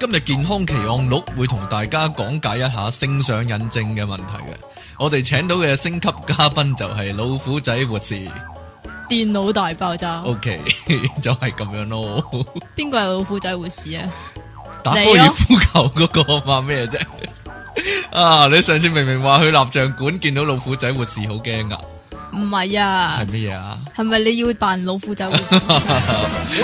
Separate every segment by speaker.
Speaker 1: 今日健康奇案錄會同大家講解一下性上癮症嘅問題嘅。我哋請到嘅星級嘉賓就係老虎仔活士
Speaker 2: 電腦大爆炸，
Speaker 1: ，OK，就 係咁樣咯。
Speaker 2: 邊個係老虎仔護士啊？
Speaker 1: 打
Speaker 2: 你
Speaker 1: 高
Speaker 2: 咯
Speaker 1: 爾夫球嗰個話咩啫？ 啊！你上次明明話去蠟像館見到老虎仔活士好驚啊，
Speaker 2: 唔係啊
Speaker 1: 係，乜嘢啊？
Speaker 2: 係咪你要扮老虎仔護士？
Speaker 1: 好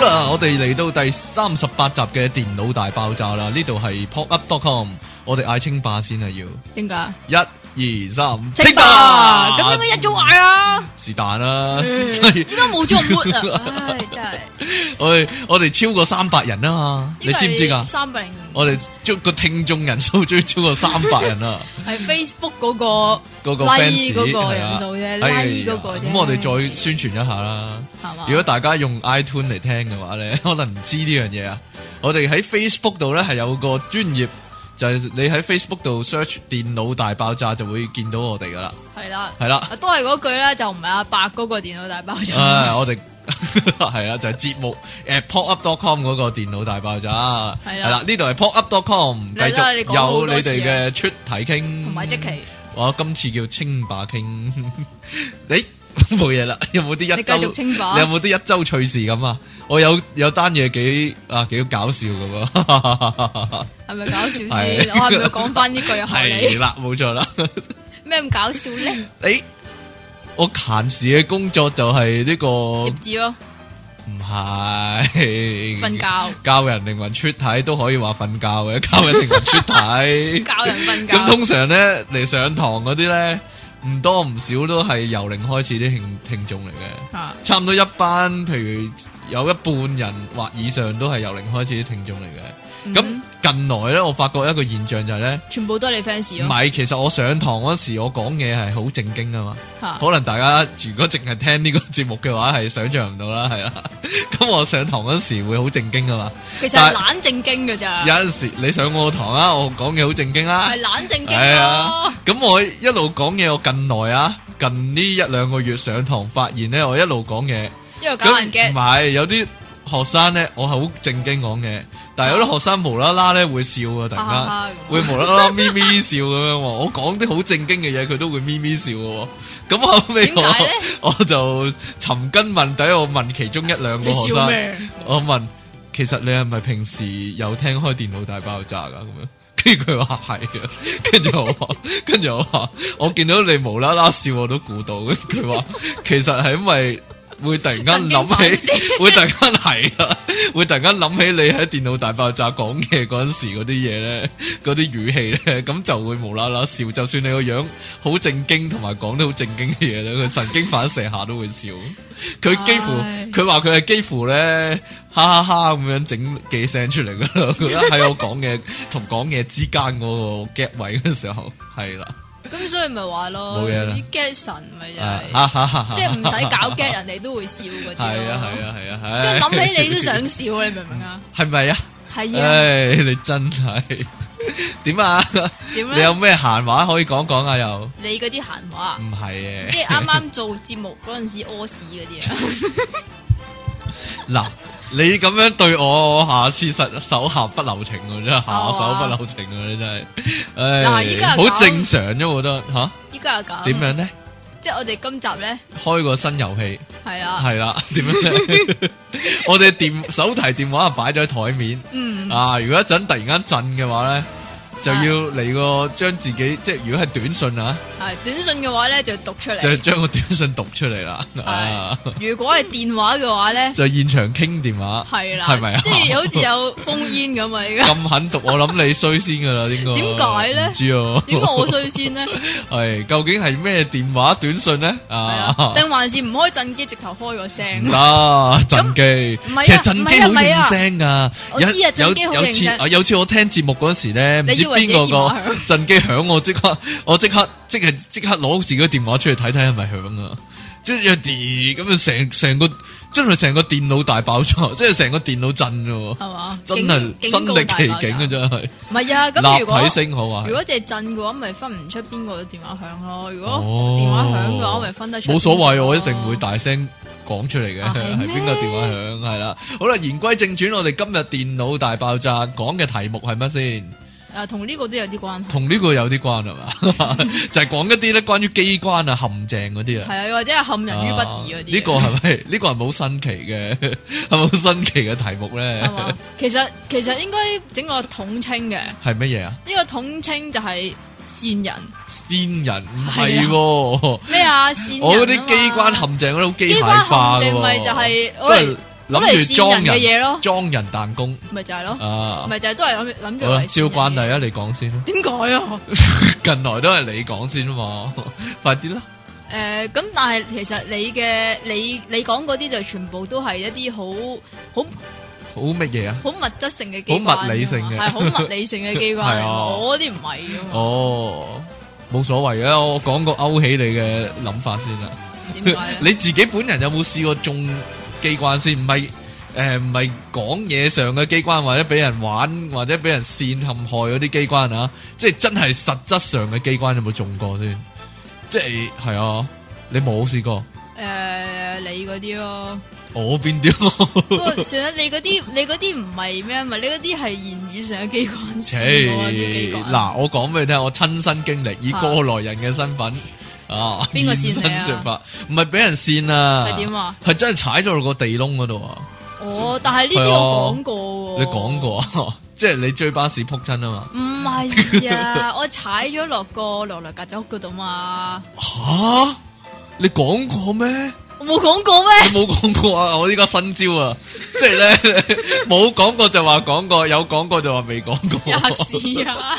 Speaker 1: 啦，我哋嚟到第三十八集嘅電腦大爆炸啦，呢度係 popup.com，我哋嗌清霸先啊要。
Speaker 2: 點解？
Speaker 1: 一二三，
Speaker 2: 清白，咁應該一早嗌嗯啦。
Speaker 1: 是但啦。
Speaker 2: 依家冇咗個 mood 啊！唉，真係。
Speaker 1: 我哋我哋超過三百人啊嘛，你
Speaker 2: 呢個
Speaker 1: 知唔知噶
Speaker 2: 係？三百零五
Speaker 1: 我哋將個聽眾人數終於超過三百人 啦，
Speaker 2: 係 Facebook 嗰個
Speaker 1: 嗰個 fans
Speaker 2: like 嗰個
Speaker 1: 係
Speaker 2: 人
Speaker 1: 啊
Speaker 2: 數啫
Speaker 1: 哎呀
Speaker 2: ，like 嗰個啫。
Speaker 1: 咁我哋再宣傳一下啦。
Speaker 2: 係嘛？
Speaker 1: 如果大家用 iTune 嚟聽嘅話咧，可能唔知呢 樣嘢啊。我哋喺 Facebook 度咧係有個專業，就係、你喺 Facebook 度 search 電腦大爆炸就會見到我哋噶啦，
Speaker 2: 係啦，
Speaker 1: 係啦。
Speaker 2: 都係嗰句啦，就唔係阿伯嗰個電腦大爆炸。
Speaker 1: 唉，我哋 係啊啦，就係節目呃誒 popup.com 嗰個電腦大爆炸，係
Speaker 2: 係啦
Speaker 1: 啦，呢度係 popup.com，
Speaker 2: 你
Speaker 1: 繼
Speaker 2: 都
Speaker 1: 續
Speaker 2: 係你講咗
Speaker 1: 有
Speaker 2: 好
Speaker 1: 你
Speaker 2: 多次啊
Speaker 1: 哋嘅出體傾，
Speaker 2: 同埋即期，
Speaker 1: 我今次叫清霸傾， 誒冇嘢啦， 有冇啲一
Speaker 2: 你繼
Speaker 1: 周
Speaker 2: 續清白
Speaker 1: 你有。冇啲一周趣事咁啊？我有有單嘢幾啊幾搞笑咁啊，
Speaker 2: 係咪搞笑先？
Speaker 1: 係
Speaker 2: 我係咪要講翻呢句 啊？學
Speaker 1: 係
Speaker 2: 你
Speaker 1: 啦，冇錯啦。
Speaker 2: 咩咁搞笑咧？
Speaker 1: 誒，我閒時嘅工作就係呢個
Speaker 2: 貼紙咯，
Speaker 1: 唔係
Speaker 2: 瞓覺，
Speaker 1: 教人靈魂出體都可以話瞓覺嘅，教人靈魂出體。
Speaker 2: 教 人瞓
Speaker 1: 咁
Speaker 2: 覺。
Speaker 1: 通常咧嚟上堂嗰啲咧，唔多唔少都係由零開始啲聽聽眾嚟嘅，
Speaker 2: 啊，
Speaker 1: 差唔多一班，譬如有一半人或以上都係由零開始啲聽眾嚟嘅。咁、
Speaker 2: 嗯
Speaker 1: 近來咧，我發覺一個現象就係、呢：
Speaker 2: 全部都係你 fans
Speaker 1: 咧，唔
Speaker 2: 咯，
Speaker 1: 係其實我上堂嗰時我講嘢係好正經噶嘛。
Speaker 2: 吓
Speaker 1: 可能大家如果淨係聽呢個節目嘅話，係想象唔到啦，係啦。啊 咁我上堂嗰時會好正經噶嘛。
Speaker 2: 其實係懶正經噶咋
Speaker 1: 有，陣時你上我堂啊，我講嘢好正經啦。
Speaker 2: 啊係懶正經
Speaker 1: 係
Speaker 2: 咯
Speaker 1: 啊。，咁我一路講嘢，我近來啊，近呢一兩個月上堂發現咧，我一路講嘢，
Speaker 2: 一路搞
Speaker 1: 咁
Speaker 2: 人
Speaker 1: 唔
Speaker 2: get，
Speaker 1: 係有啲學生咧，我係好正經講嘅，但係有啲
Speaker 2: 啊
Speaker 1: 學生無啦啦咧會笑啊，突
Speaker 2: 哈哈
Speaker 1: 然
Speaker 2: 哈
Speaker 1: 間會無啦啦咪咪笑咁樣喎，我講啲好正經嘅嘢，佢都會咪咪笑嘅喎，咁後尾
Speaker 2: 點解咧
Speaker 1: 我我就尋根問底，我問其中一兩個
Speaker 2: 你
Speaker 1: 學
Speaker 2: 笑
Speaker 1: 生。
Speaker 2: 咩？
Speaker 1: 我問，其實你係咪平時有聽開電腦大爆炸噶咁樣？跟住佢話係啊， 跟住我話，跟住我話，我見到你無啦啦笑我都估到，跟住佢話其實係因為會突然間
Speaker 2: 神經
Speaker 1: 諗
Speaker 2: 反
Speaker 1: 起， 會突然間係啦，會突然間諗起你喺電腦大爆炸講嘢嗰陣時嗰啲嘢咧，嗰啲語氣咧，咁就會無啦啦笑。就算你個樣好正經，同埋講啲好正經嘅嘢咧，佢神經反射下都會笑。佢幾乎
Speaker 2: 唉
Speaker 1: 佢話佢係幾乎咧哈哈哈咁樣整幾聲出嚟噶啦，佢 喺我講嘢同講嘢之間嗰個 gap 位嘅時候係啦，
Speaker 2: 咁所以咪話咯，
Speaker 1: 冇嘢啦
Speaker 2: 啲 get 神咪就
Speaker 1: 啊
Speaker 2: 係，
Speaker 1: 哈哈哈哈
Speaker 2: 即係唔使搞 get，人哋都會笑嗰啲。
Speaker 1: 係啊係，啊係啊，
Speaker 2: 即係
Speaker 1: 係
Speaker 2: 諗起你都想笑，你明唔明啊？
Speaker 1: 係咪啊？
Speaker 2: 係啊，
Speaker 1: 唉，你真係點啊？
Speaker 2: 點
Speaker 1: 你有嗯
Speaker 2: 咧？
Speaker 1: 咩閒話可以講講啊？又唔
Speaker 2: 你嗰啲閒話啊，
Speaker 1: 係
Speaker 2: 即
Speaker 1: 嘅
Speaker 2: 係啱啱做節目嗰陣時屙屎嗰 啲啊。
Speaker 1: 嗱，你咁樣對我，我下次實手下不留情啊！真係下手不留情啊！你真係，
Speaker 2: 哦嗱而
Speaker 1: 唉，
Speaker 2: 家
Speaker 1: 好
Speaker 2: 又哦
Speaker 1: 正常啫，我覺得吓
Speaker 2: 依家又咁
Speaker 1: 點樣咧？
Speaker 2: 即係我哋今集咧，
Speaker 1: 開個新遊戲
Speaker 2: 係啦，
Speaker 1: 係啦，點樣咧？ 我哋電手提電話擺咗喺台面
Speaker 2: 嗯，
Speaker 1: 啊！如果一陣突然間震嘅話咧，就要
Speaker 2: 啊
Speaker 1: 嚟個將自己即係如果係短信啊，
Speaker 2: 係短信嘅話咧就讀出
Speaker 1: 就
Speaker 2: 嚟，
Speaker 1: 將個短信讀出嚟啦啊！
Speaker 2: 係如果係電話嘅話咧，
Speaker 1: 就現場傾電話，
Speaker 2: 係啦，
Speaker 1: 係咪啊？
Speaker 2: 即係好似有封煙咁啊！而家
Speaker 1: 咁狠毒，我諗你衰先噶啦，應該。
Speaker 2: 點解咧
Speaker 1: 唔知啊。
Speaker 2: 點解我衰 先咧？
Speaker 1: 係究竟係咩電話短信咧？
Speaker 2: 係啊，
Speaker 1: 啊，
Speaker 2: 定還是唔開震機，直頭開個
Speaker 1: 唔
Speaker 2: 聲？
Speaker 1: 得，震機。
Speaker 2: 唔係啊
Speaker 1: 其實震機好
Speaker 2: 唔係啊
Speaker 1: 認聲噶。
Speaker 2: 我知啊
Speaker 1: 有
Speaker 2: 震機好
Speaker 1: 有有次
Speaker 2: 認聲
Speaker 1: 啊，有次我聽節目嗰時咧，唔
Speaker 2: 你
Speaker 1: 知
Speaker 2: 以
Speaker 1: 邊個
Speaker 2: 為自己電話
Speaker 1: 個 震機響，我即刻我即刻即係即刻攞自己個電話出嚟睇睇係咪響啊！即係啲咁樣成成個真係成個電腦大爆炸，即係成個電腦震㗎喎，
Speaker 2: 係嘛？
Speaker 1: 真
Speaker 2: 啊
Speaker 1: 係
Speaker 2: 警
Speaker 1: 身歷其境啊！！
Speaker 2: 警告大家
Speaker 1: 真係。
Speaker 2: 唔係啊，咁如果
Speaker 1: 立體聲好啊
Speaker 2: 如，果淨係震嘅話，咪分唔出邊個電話響咯。如果
Speaker 1: 哦
Speaker 2: 電話響嘅話，咪分得出。
Speaker 1: 冇所謂，我一定會。大聲講出嚟嘅，
Speaker 2: 啊係
Speaker 1: 係
Speaker 2: 咩
Speaker 1: 邊個電話響？係啦，好啦，言歸正傳，我哋今日電腦大爆炸講嘅題目係乜先？
Speaker 2: 啊，同呢個都有啲關係，
Speaker 1: 同呢個有啲關係 嘛？就係講一啲咧關於機關啊、陷阱嗰啲啊。
Speaker 2: 係啊，又或者係陷人於不義嗰啲。
Speaker 1: 呢個係咪？呢個係冇新奇嘅，係咪好新奇嘅題目咧
Speaker 2: 係？嘛？其實其實應該整個統稱嘅，呢、
Speaker 1: 係乜嘢啊？
Speaker 2: 個統稱就係善人
Speaker 1: 仙人唔係喎，
Speaker 2: 咩啊？善人
Speaker 1: 我嗰
Speaker 2: 啊
Speaker 1: 啲
Speaker 2: 嘛
Speaker 1: 機關陷阱都好機
Speaker 2: 機
Speaker 1: 械化
Speaker 2: 關
Speaker 1: 嘅
Speaker 2: 陷阱咪
Speaker 1: 喎，
Speaker 2: 就係
Speaker 1: 都係諗住裝
Speaker 2: 攞嚟善人嘅嘢咯
Speaker 1: 裝人彈弓
Speaker 2: 咪就係咯，
Speaker 1: 啊！
Speaker 2: 咪就係都係諗諗住
Speaker 1: 好啦，
Speaker 2: 嚟
Speaker 1: 照慣
Speaker 2: 慣
Speaker 1: 例啊，你講先啦。
Speaker 2: 點解啊？
Speaker 1: 近來都係你講先啊嘛， 快啲啦！
Speaker 2: 诶，咁、但係其實你嘅你你講嗰啲就全部都係一啲好好
Speaker 1: 好乜嘢啊？
Speaker 2: 好物質性嘅機關，
Speaker 1: 好物理性嘅
Speaker 2: 係好物理性嘅機關
Speaker 1: 係
Speaker 2: 嚟㗎
Speaker 1: 啊
Speaker 2: 我嗰啲唔係噶嘛，
Speaker 1: 哦，冇所謂嘅，我講個勾起你嘅諗法先 啦。
Speaker 2: 點解咧？
Speaker 1: 你自己本人有冇試過中機關先？唔係诶，唔係講嘢上嘅機關，或者俾人玩，或者俾人煽陷害嗰啲機關啊，即係真係實質上嘅機關有冇中過先？即係係啊，你冇 試過，
Speaker 2: 诶、你嗰 啲咯，
Speaker 1: 我邊啲
Speaker 2: 不？過算啦，你嗰啲你嗰啲唔係咩嘛，你嗰啲係言語上嘅機
Speaker 1: 切
Speaker 2: 關先喎，啲機關
Speaker 1: 嗱，我講俾你聽，我親身經歷，以
Speaker 2: 啊
Speaker 1: 過來人嘅身份啊，
Speaker 2: 邊個
Speaker 1: 現
Speaker 2: 扇你啊
Speaker 1: 身說法，唔係俾人扇啊，
Speaker 2: 係點啊？
Speaker 1: 係真係踩咗落個地窿嗰度啊！
Speaker 2: 哦，但係呢啲我講過喎，
Speaker 1: 你講？過 啊？即係你追巴士撲親啊嘛？
Speaker 2: 唔 係啊，我踩咗落個落嚟曱甴屋嗰度嘛，
Speaker 1: 吓？你講過咩？
Speaker 2: 我冇講過咩？
Speaker 1: 你冇講過啊！我呢家新招啊，即係咧 冇講過就話講過，有講過就話未講過，
Speaker 2: 有黑市 啊！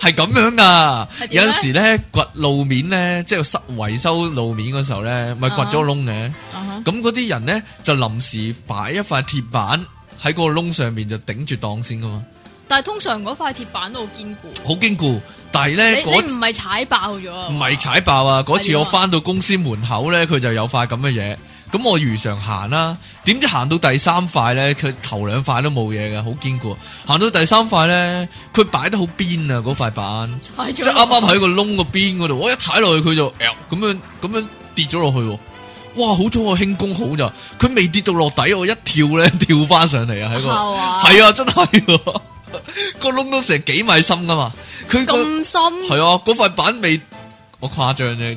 Speaker 1: 係咁樣噶。有
Speaker 2: 係點
Speaker 1: 阵
Speaker 2: 呢
Speaker 1: 时咧掘路面咧，即係塞維修路面嗰時候咧，咪掘咗窿嘅。
Speaker 2: 啊
Speaker 1: 咁嗰啲人咧就臨時擺一塊鐵板喺個窿上面就頂住檔先噶嘛，
Speaker 2: 但係通常嗰塊鐵板都好堅固，
Speaker 1: 好堅固。但係
Speaker 2: 你
Speaker 1: 咧嗰
Speaker 2: 你唔係踩爆咗啊？
Speaker 1: 唔係踩爆啊！嗰
Speaker 2: 係
Speaker 1: 次
Speaker 2: 點啊
Speaker 1: 我翻到公司門口咧，佢就有塊咁嘅嘢。咁我如常行啦、點知行到第三塊咧，佢頭兩塊都冇嘢嘅，好堅固。行到第三塊咧，佢擺得好邊啊，嗰塊板，
Speaker 2: 踩
Speaker 1: 即
Speaker 2: 咗
Speaker 1: 係啱啱喺個窿個邊嗰度，我一踩落去佢就呃咁樣咁樣跌咗落去喎。哇！好彩我輕功好咋，佢未跌到落底，我一跳咧 跳翻上嚟啊！喺個
Speaker 2: 係嘛
Speaker 1: 係啊，真係喎 個窿都成幾米深噶嘛，佢個。
Speaker 2: 咁
Speaker 1: 系
Speaker 2: 深，
Speaker 1: 啊，嗰塊板未我誇張啫，
Speaker 2: 廿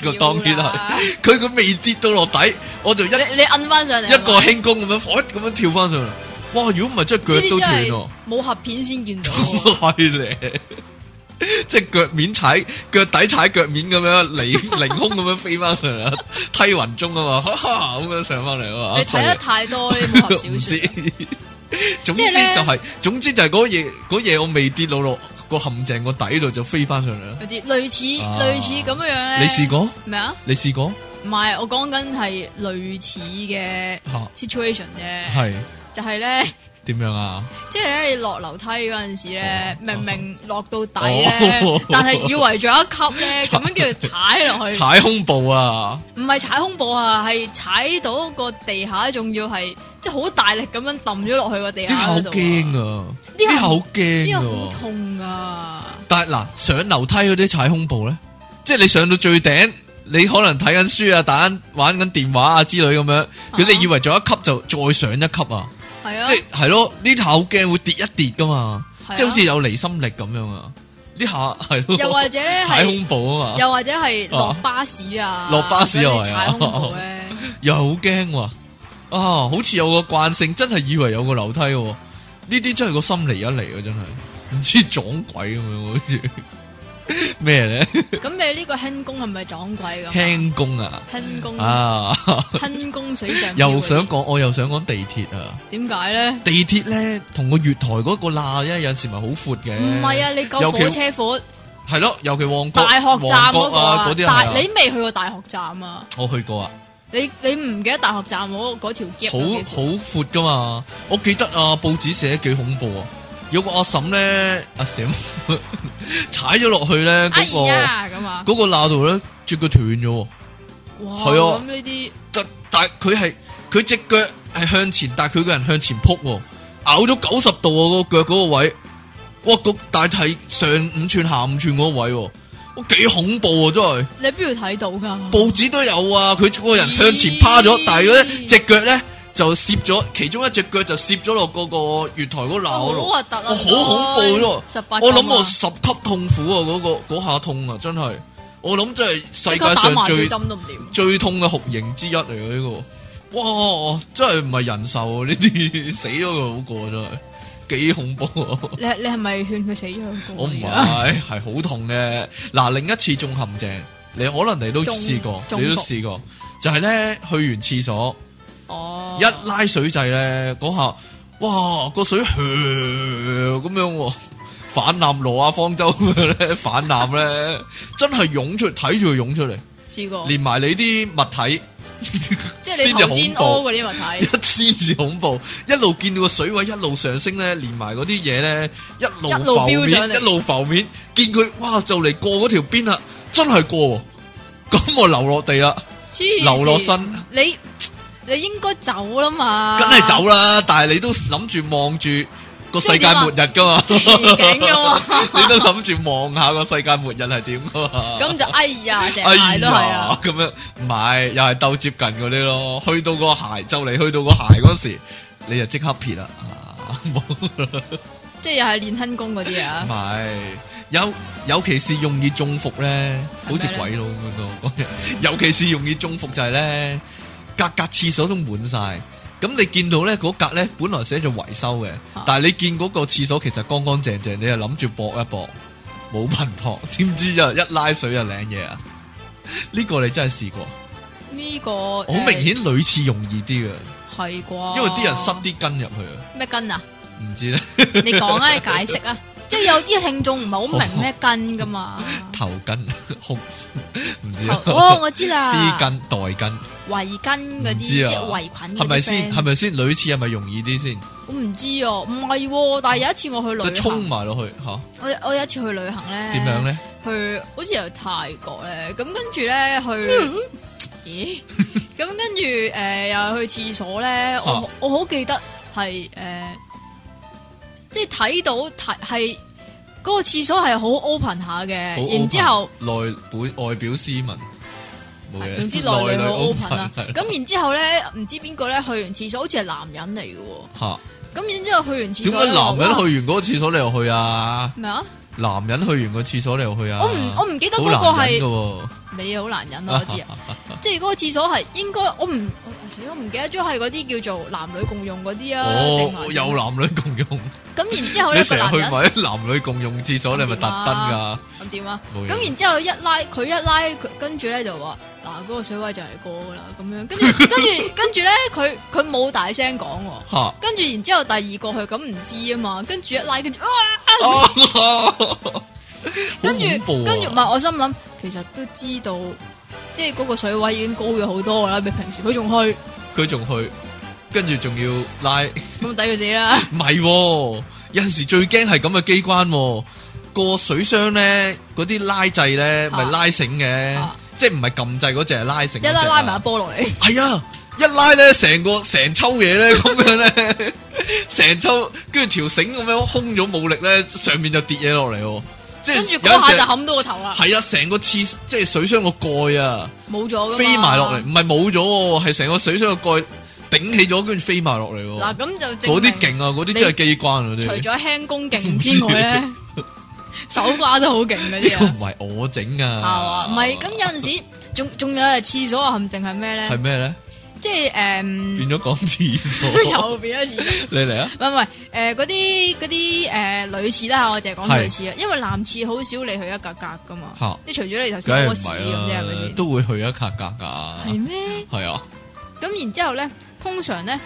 Speaker 1: 個當啊然係
Speaker 2: 係。
Speaker 1: 佢佢未跌到落底，我就一
Speaker 2: 你你摁翻上嚟啊
Speaker 1: 一個
Speaker 2: 係嘛
Speaker 1: 輕功咁樣，火咁樣跳翻上嚟。哇！如果唔係，真係腳都斷喎，
Speaker 2: 呢啲真係武俠片先 見到喎。
Speaker 1: 係咧，即係腳面踩腳底踩腳面咁樣， 離凌空咁樣飛翻上嚟，梯雲中啊嘛，哈哈咁樣上翻嚟啊嘛。
Speaker 2: 你睇得太多呢啲武俠
Speaker 1: 唔
Speaker 2: 小
Speaker 1: 知
Speaker 2: 說，，
Speaker 1: 總之就
Speaker 2: 即係呢
Speaker 1: 係、總之就係嗰嘢嗰嘢，我未跌到落個陷阱個底度就飛翻上嚟啦。
Speaker 2: 嗰啲類似
Speaker 1: 啊
Speaker 2: 類似咁樣樣咧。
Speaker 1: 你試過？
Speaker 2: 咩啊？
Speaker 1: 你試過？
Speaker 2: 唔係，我講緊係類似嘅
Speaker 1: 嚇
Speaker 2: situation 啫，
Speaker 1: 係
Speaker 2: 就係咧，
Speaker 1: 點樣啊？
Speaker 2: 即係咧你落樓梯嗰陣時咧，
Speaker 1: 哦
Speaker 2: 明明落到底咧
Speaker 1: 哦，
Speaker 2: 但係以為仲有一 級咧，咁樣叫做踩落去，
Speaker 1: 踩胸部啊！
Speaker 2: 唔係踩空步啊，係踩到個地下，仲要係即係好大力咁樣揼咗落去個地
Speaker 1: 呢下
Speaker 2: 下
Speaker 1: 好
Speaker 2: 嗰度啊，
Speaker 1: 驚啊！
Speaker 2: 呢
Speaker 1: 呢
Speaker 2: 下
Speaker 1: 下好
Speaker 2: 呢
Speaker 1: 驚
Speaker 2: 個好
Speaker 1: 啊！
Speaker 2: 痛噶，
Speaker 1: 但係嗱，上樓梯嗰啲踩胸部咧，即係你上到最頂，你可能睇緊書啊、打緊玩緊電話啊之類咁樣，佢你以為仲有一級就再上一級啊！
Speaker 2: 係啊
Speaker 1: 即，係係咯，呢下好驚會跌一跌噶嘛，
Speaker 2: 係啊
Speaker 1: 即係好似有離心力咁樣啊！呢下係咯，
Speaker 2: 又或者 咧
Speaker 1: 踩
Speaker 2: 係，
Speaker 1: 胸部啊嘛，
Speaker 2: 又或者係落
Speaker 1: 啊
Speaker 2: 巴士啊，
Speaker 1: 落巴士又
Speaker 2: 嗰啲
Speaker 1: 係啊
Speaker 2: 踩空步咧，
Speaker 1: 又係好驚喎！啊，好似有個慣性，真係以為有個樓梯喎。呢啲真係個心嚟一嚟嘅，真係唔知撞鬼咁樣，好似咩咧？
Speaker 2: 咁你呢個輕功係咪撞鬼咁？
Speaker 1: 輕功啊！
Speaker 2: 輕功
Speaker 1: 啊，
Speaker 2: 輕功水 上漂
Speaker 1: 又
Speaker 2: 嗰啲
Speaker 1: 想講，我又想講地鐵啊！
Speaker 2: 點解咧？
Speaker 1: 地鐵咧同個月台嗰個罅咧，有陣時咪好闊嘅。
Speaker 2: 唔係啊，你講
Speaker 1: 尤其
Speaker 2: 火車闊
Speaker 1: 係咯，尤其旺角、
Speaker 2: 大學站
Speaker 1: 旺
Speaker 2: 嗰個
Speaker 1: 角啊嗰啲
Speaker 2: 大
Speaker 1: 係啊
Speaker 2: 你未去過大學站啊？
Speaker 1: 我去過啊，
Speaker 2: 你你唔記得大學站嗰嗰條夾
Speaker 1: 好好闊噶嘛！我記得啊，報紙寫得幾恐怖啊！有個阿嬸咧，阿嬸 踩咗落去咧，
Speaker 2: 哎
Speaker 1: 嗰、個。
Speaker 2: 呀咁啊！
Speaker 1: 嗰個罅度咧，隻腳斷咗喎，
Speaker 2: 哇，
Speaker 1: 係啊
Speaker 2: 咁呢啲
Speaker 1: 但但佢係佢隻腳係向前，但係佢個人向前撲喎，咬咗九十度啊個腳嗰個位，哇個但係上五寸下五寸嗰個位喎，我幾恐怖啊！真係，
Speaker 2: 你喺邊度睇到噶？
Speaker 1: 報紙都有啊。佢個人向前趴咗
Speaker 2: 咦，
Speaker 1: 但係咧隻腳咧就攝咗，其中一隻腳就攝咗落嗰個月台嗰
Speaker 2: 哦好
Speaker 1: 鬧度。
Speaker 2: 核突啊！
Speaker 1: 我好恐怖咯，
Speaker 2: 十八啊
Speaker 1: 我諗我十級痛苦啊！嗰個嗰下痛啊，真係，我諗真係世
Speaker 2: 世
Speaker 1: 界上最
Speaker 2: 針都唔掂。
Speaker 1: 最痛嘅酷刑之一嚟嘅呢個，哇！真係唔係人獸啊！呢啲 死咗佢好過真係，幾恐怖啊！
Speaker 2: 你你係咪勸佢死咗佢
Speaker 1: 我唔
Speaker 2: 過啊？
Speaker 1: 係，係好痛嘅。嗱，另一次中陷阱，你可能你都
Speaker 2: 中
Speaker 1: 試過，
Speaker 2: 中
Speaker 1: 你都
Speaker 2: 毒
Speaker 1: 試過，就係咧去完廁所
Speaker 2: 哦，
Speaker 1: 一拉水掣咧，嗰下哇個水 咁樣喎，反濫羅啊方舟咁樣咧， 反濫咧，真係湧出，睇住佢湧出嚟，
Speaker 2: 試過，
Speaker 1: 連埋你啲物體。
Speaker 2: 即係你
Speaker 1: 先至
Speaker 2: 頭先
Speaker 1: 恐
Speaker 2: 屙嗰啲物體，
Speaker 1: 一先至恐怖，一路見到個水位一路上升咧，連埋嗰啲嘢咧，一路
Speaker 2: 一路
Speaker 1: 浮面
Speaker 2: 飆上嚟
Speaker 1: 一路浮面，見佢哇就嚟過嗰條邊啦，真係過喎，咁我流落地啦，
Speaker 2: 黐 線
Speaker 1: 流落身，
Speaker 2: 你你應該走啦嘛，
Speaker 1: 梗係走啦，但係你都諗住望住個世界末日噶嘛，
Speaker 2: 情景噶嘛，
Speaker 1: 你都諗住望下個世界末日係點噶嘛。
Speaker 2: 咁就哎呀，成
Speaker 1: 哎
Speaker 2: 排都係
Speaker 1: 呀
Speaker 2: 啊，，
Speaker 1: 咁樣唔係，又係鬥接近嗰啲咯。去到個鞋就嚟去到個鞋嗰時，你就即刻撇啦，啊冇
Speaker 2: 即係又係練輕功嗰啲啊
Speaker 1: 唔，係，有尤其是容易中伏咧，好似
Speaker 2: 係咪咧
Speaker 1: 鬼佬咁樣咯。講嘢 尤其是容易中伏就係咧，格格廁所都滿晒。咁你見到咧嗰格咧，本來寫住維修嘅，
Speaker 2: 啊
Speaker 1: 但係你見嗰個廁所其實乾乾淨淨，你就諗住搏一搏，冇頻撲，點知就一拉水就領嘢啊！呢個你真係試過，好
Speaker 2: 呢個好
Speaker 1: 明顯女廁容易啲嘅，
Speaker 2: 係啩，
Speaker 1: 因為啲人塞啲根入去啊，
Speaker 2: 咩筋啊？
Speaker 1: 唔知咧
Speaker 2: 你講啊， 你解釋啊，即係有啲聽眾唔係好 明咩筋噶嘛，
Speaker 1: 頭巾、 紅唔知
Speaker 2: 頭
Speaker 1: 啊
Speaker 2: 哦，我知啦
Speaker 1: 絲，巾、袋巾。
Speaker 2: 圍巾嗰啲
Speaker 1: 唔
Speaker 2: 即
Speaker 1: 知啊
Speaker 2: 係圍裙嗰
Speaker 1: 系
Speaker 2: 啲
Speaker 1: 咪先？
Speaker 2: friend
Speaker 1: 系咪先？女廁係咪容易啲先？
Speaker 2: 我唔知啊，唔係喎，但係有一次我去
Speaker 1: 佢
Speaker 2: 旅
Speaker 1: 衝
Speaker 2: 行，
Speaker 1: 埋落去吓，
Speaker 2: 我我有一次去旅行咧，
Speaker 1: 點樣？咧？
Speaker 2: 去好似由泰國咧，咁跟住咧
Speaker 1: 嗯
Speaker 2: 去，咦？咁跟住誒又去廁所咧，
Speaker 1: 啊
Speaker 2: 我我好記得係誒、呃即係睇到睇係嗰個廁所係好 open 下
Speaker 1: 好
Speaker 2: 嘅，然之後。
Speaker 1: open，內本外表斯文，冇嘢。
Speaker 2: 總之內裏好 open 啊啦。
Speaker 1: 係
Speaker 2: 咁然之後咧，唔知邊個咧去完廁所，好似係男人嚟嘅喎。
Speaker 1: 吓，
Speaker 2: 咁然之後去完廁
Speaker 1: 點
Speaker 2: 所
Speaker 1: 解
Speaker 2: 呢，
Speaker 1: 男人
Speaker 2: 我
Speaker 1: 去完嗰個廁所你又去啊？
Speaker 2: 咩啊？
Speaker 1: 男人去完個廁所你又去啊？
Speaker 2: 我唔我唔記得嗰個
Speaker 1: 好男人
Speaker 2: 係
Speaker 1: 㗎喎
Speaker 2: 你好男人啊，我知啊。即係嗰個廁所係應該我唔我死我唔記得咗係嗰啲叫做男女共用嗰啲啊，定
Speaker 1: 哦
Speaker 2: 還，是
Speaker 1: 有男女共用，
Speaker 2: 咁然之後
Speaker 1: 你
Speaker 2: 咧個
Speaker 1: 成
Speaker 2: 男
Speaker 1: 日
Speaker 2: 人
Speaker 1: 去埋啲男女共用廁所，你係咪特登㗎？
Speaker 2: 咁點啊？
Speaker 1: 冇嘢
Speaker 2: 咁然之後一拉佢一拉佢，跟住咧就話嗱嗰個水位就嚟過㗎啦咁樣，跟住跟住跟住咧佢佢冇大聲講喎。
Speaker 1: 吓。
Speaker 2: 跟住然之後第二個佢咁唔知啊嘛，跟住一拉跟住啊，
Speaker 1: 哦
Speaker 2: 跟住
Speaker 1: 好恐怖啊
Speaker 2: 跟住唔係我心諗，其實都知道，即係嗰個水位已經高咗好多噶啦，比平時佢仲去，
Speaker 1: 佢仲去，跟住仲要拉。
Speaker 2: 咁抵佢死啦！
Speaker 1: 唔係喎，有陣時最驚係咁嘅機關喎，個水箱咧，嗰啲拉掣咧，咪
Speaker 2: 啊
Speaker 1: 拉繩嘅，
Speaker 2: 啊
Speaker 1: 即係唔係撳掣嗰只係拉繩嗰隻
Speaker 2: 一
Speaker 1: 啊。
Speaker 2: 拉拉埋一波落嚟，
Speaker 1: 係啊，一拉咧，成個成抽嘢咧， 咁樣咧，成抽跟住條繩咁樣空咗冇力咧，上面就跌嘢落嚟喎。即係
Speaker 2: 跟住
Speaker 1: 有陣
Speaker 2: 嗰
Speaker 1: 時
Speaker 2: 下就冚到個頭啦，
Speaker 1: 係啊，成個廁即係水箱個蓋啊，
Speaker 2: 冇咗噶嘛
Speaker 1: 飛埋落嚟，。唔係冇咗喎，係成個水箱個蓋頂起咗，跟住飛埋落嚟喎
Speaker 2: 嗱。咁就
Speaker 1: 嗰啲
Speaker 2: 證明，
Speaker 1: 勁啊，嗰啲真係
Speaker 2: 你
Speaker 1: 機關啊嗰啲。
Speaker 2: 除咗輕功勁之外 咧，手瓜都好勁嗰
Speaker 1: 呢
Speaker 2: 啲
Speaker 1: 個
Speaker 2: 啊，
Speaker 1: 唔係我整啊，
Speaker 2: 係嘛？唔係咁有陣時，仲仲有係廁所嘅陷阱係咩
Speaker 1: 係
Speaker 2: 咧？
Speaker 1: 咩咧？
Speaker 2: 即係誒，
Speaker 1: 變咗講廁 所，
Speaker 2: 又變咗廁所。
Speaker 1: 你嚟啊！
Speaker 2: 唔係唔係，誒嗰啲嗰啲誒女廁啦，我淨係講
Speaker 1: 係
Speaker 2: 女廁啊，因為男廁好少你去一格格噶嘛
Speaker 1: 嚇，
Speaker 2: 即係除咗你頭
Speaker 1: 梗
Speaker 2: 先
Speaker 1: 係
Speaker 2: 屙
Speaker 1: 唔
Speaker 2: 屎
Speaker 1: 係
Speaker 2: 咁啫，係咪
Speaker 1: 啦，
Speaker 2: 先？
Speaker 1: 都會去一格格噶，
Speaker 2: 係咩？
Speaker 1: 係啊，
Speaker 2: 咁然之後咧，通常咧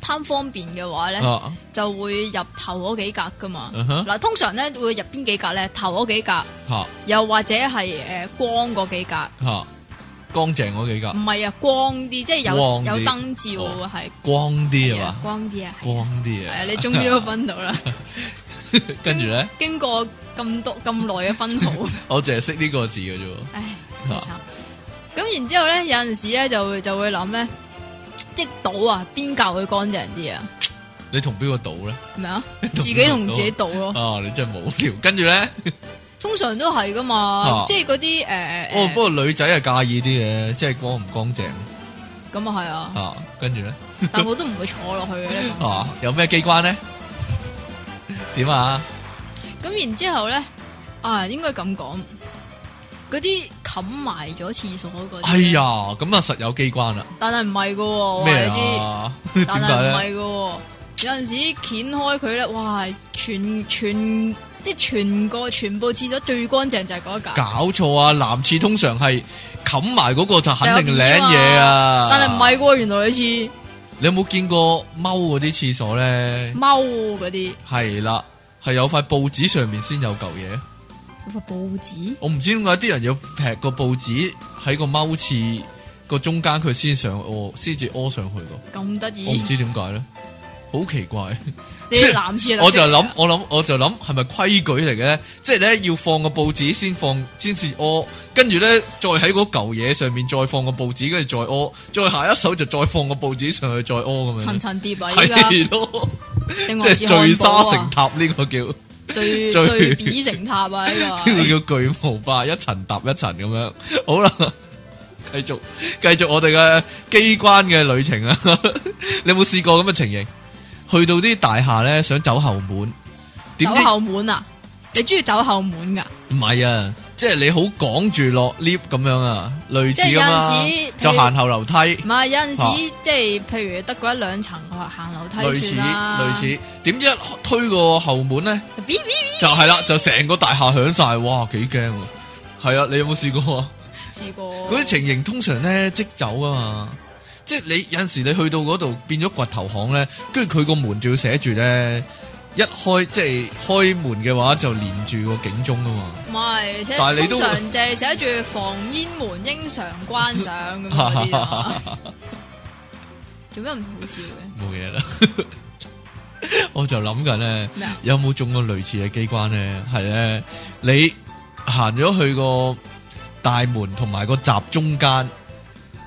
Speaker 2: 貪方便嘅話咧，
Speaker 1: 啊，
Speaker 2: 就會入頭嗰幾格噶嘛。
Speaker 1: 嗯哼，
Speaker 2: 嗱，通常咧會入邊幾格咧？頭嗰幾格，
Speaker 1: 嚇
Speaker 2: 又或者係誒光嗰幾格，
Speaker 1: 嚇，乾淨嗰幾格
Speaker 2: 唔，係啊，光啲，即係有
Speaker 1: 光啲
Speaker 2: 有燈照
Speaker 1: 哦
Speaker 2: 係
Speaker 1: 光啲
Speaker 2: 係
Speaker 1: 啊
Speaker 2: 啊
Speaker 1: 嘛，
Speaker 2: 光啲啊，
Speaker 1: 光啲
Speaker 2: 係
Speaker 1: 啊，
Speaker 2: 啊，你終於都分到啦，
Speaker 1: 跟住咧，
Speaker 2: 經過咁多咁耐嘅 分圖。
Speaker 1: 我淨係識呢個字嘅啫喎，
Speaker 2: 唉，真係
Speaker 1: 啊
Speaker 2: 慘。咁然之後咧，有陣時咧就會就會諗咧，即係賭啊，邊教會乾淨啲啊？
Speaker 1: 你同邊個賭咧？
Speaker 2: 係咪啊？
Speaker 1: 同啊
Speaker 2: 自己同自己賭咯。
Speaker 1: 啊，你真係無聊。跟住咧，
Speaker 2: 通常都係噶嘛
Speaker 1: 啊，
Speaker 2: 即係嗰啲呃诶，
Speaker 1: 哦，不過女仔係介意啲嘅，即係乾唔乾淨
Speaker 2: 咁啊係啊，
Speaker 1: 啊。跟住咧，
Speaker 2: 但我都唔會坐落去嘅咧。講真
Speaker 1: 啊，有咩機關咧？點啊？
Speaker 2: 咁然之後咧，啊應該咁講，嗰啲冚埋咗廁所嗰啲，
Speaker 1: 哎呀，，咁啊實有機關啦。
Speaker 2: 但係唔係噶喎，我話
Speaker 1: 咩
Speaker 2: 你知，
Speaker 1: 啊？ 點
Speaker 2: 但係唔
Speaker 1: 解咧？
Speaker 2: 係噶喎，有陣時掀開佢咧，哇，全全即係全個全部廁所最乾淨就係嗰一格，
Speaker 1: 搞錯啊！男廁通常係冚埋嗰個就肯定舐
Speaker 2: 就有
Speaker 1: 嘢
Speaker 2: 啲
Speaker 1: 啊。
Speaker 2: 但係唔係喎，原來你似
Speaker 1: 你有冇見過踎嗰啲廁所咧？
Speaker 2: 踎嗰啲，
Speaker 1: 係啦，係有塊報紙上面先有嚿嘢。
Speaker 2: 嗰塊報紙，
Speaker 1: 我唔知點解啲人要劈個報紙喺個踎廁個中間，佢先上屙，先至屙上去噶。
Speaker 2: 咁得
Speaker 1: 我唔
Speaker 2: 意，
Speaker 1: 知點解咧，好奇怪。
Speaker 2: 你
Speaker 1: 即係
Speaker 2: 哋男廁啊
Speaker 1: 我就諗，我諗，我就諗，係咪規矩嚟嘅咧？即係咧要放個報紙先放，先至屙，跟住咧再喺嗰嚿嘢上面再放個報紙，跟住再屙，再下一手就再放個報紙上去再屙咁
Speaker 2: 層
Speaker 1: 樣。
Speaker 2: 層疊啊，依家
Speaker 1: 係 咯，
Speaker 2: 定
Speaker 1: 即
Speaker 2: 還是
Speaker 1: 係聚
Speaker 2: 漢
Speaker 1: 沙
Speaker 2: 堡啊
Speaker 1: 成？塔呢個叫呢
Speaker 2: 最
Speaker 1: 最
Speaker 2: 最比成塔啊！呢個
Speaker 1: 個叫巨無霸，一層搭一層咁樣。好啦，繼續繼續我哋嘅機關嘅旅程啊！ 你有冇試過咁嘅情形？去到啲大廈咧，想走後門，點
Speaker 2: 走
Speaker 1: 知
Speaker 2: 後門啊！你中意走後門噶？
Speaker 1: 唔係啊，即係你好趕住落 lift 咁樣啊，類似咁
Speaker 2: 即係有陣時
Speaker 1: 啊，就行後樓梯，
Speaker 2: 唔係有陣時
Speaker 1: 啊
Speaker 2: 即係譬如得嗰一兩層，我話行樓
Speaker 1: 類
Speaker 2: 梯
Speaker 1: 似
Speaker 2: 算啦。
Speaker 1: 類似，點知一推個後門咧，
Speaker 2: 嗶嗶嗶
Speaker 1: 就係啦，就成個大廈響晒，哇，幾驚啊！係啊，你有冇試過啊？
Speaker 2: 試過
Speaker 1: 嗰啲情形通常咧即走啊嘛，即係你有陣時你去到嗰度變咗掘頭巷咧，跟住佢個門仲要寫住咧，一開即係開門嘅話就連住個警鐘啊嘛。
Speaker 2: 唔係寫，
Speaker 1: 但係你都
Speaker 2: 通常就係寫住防煙門應常關上咁嗰 啲啊。做咩唔好笑嘅？
Speaker 1: 冇嘢啦。 我就諗緊咧
Speaker 2: 咩啊，
Speaker 1: 有冇中過類似嘅機關咧？係咧，你行咗去個大門同埋個閘中間，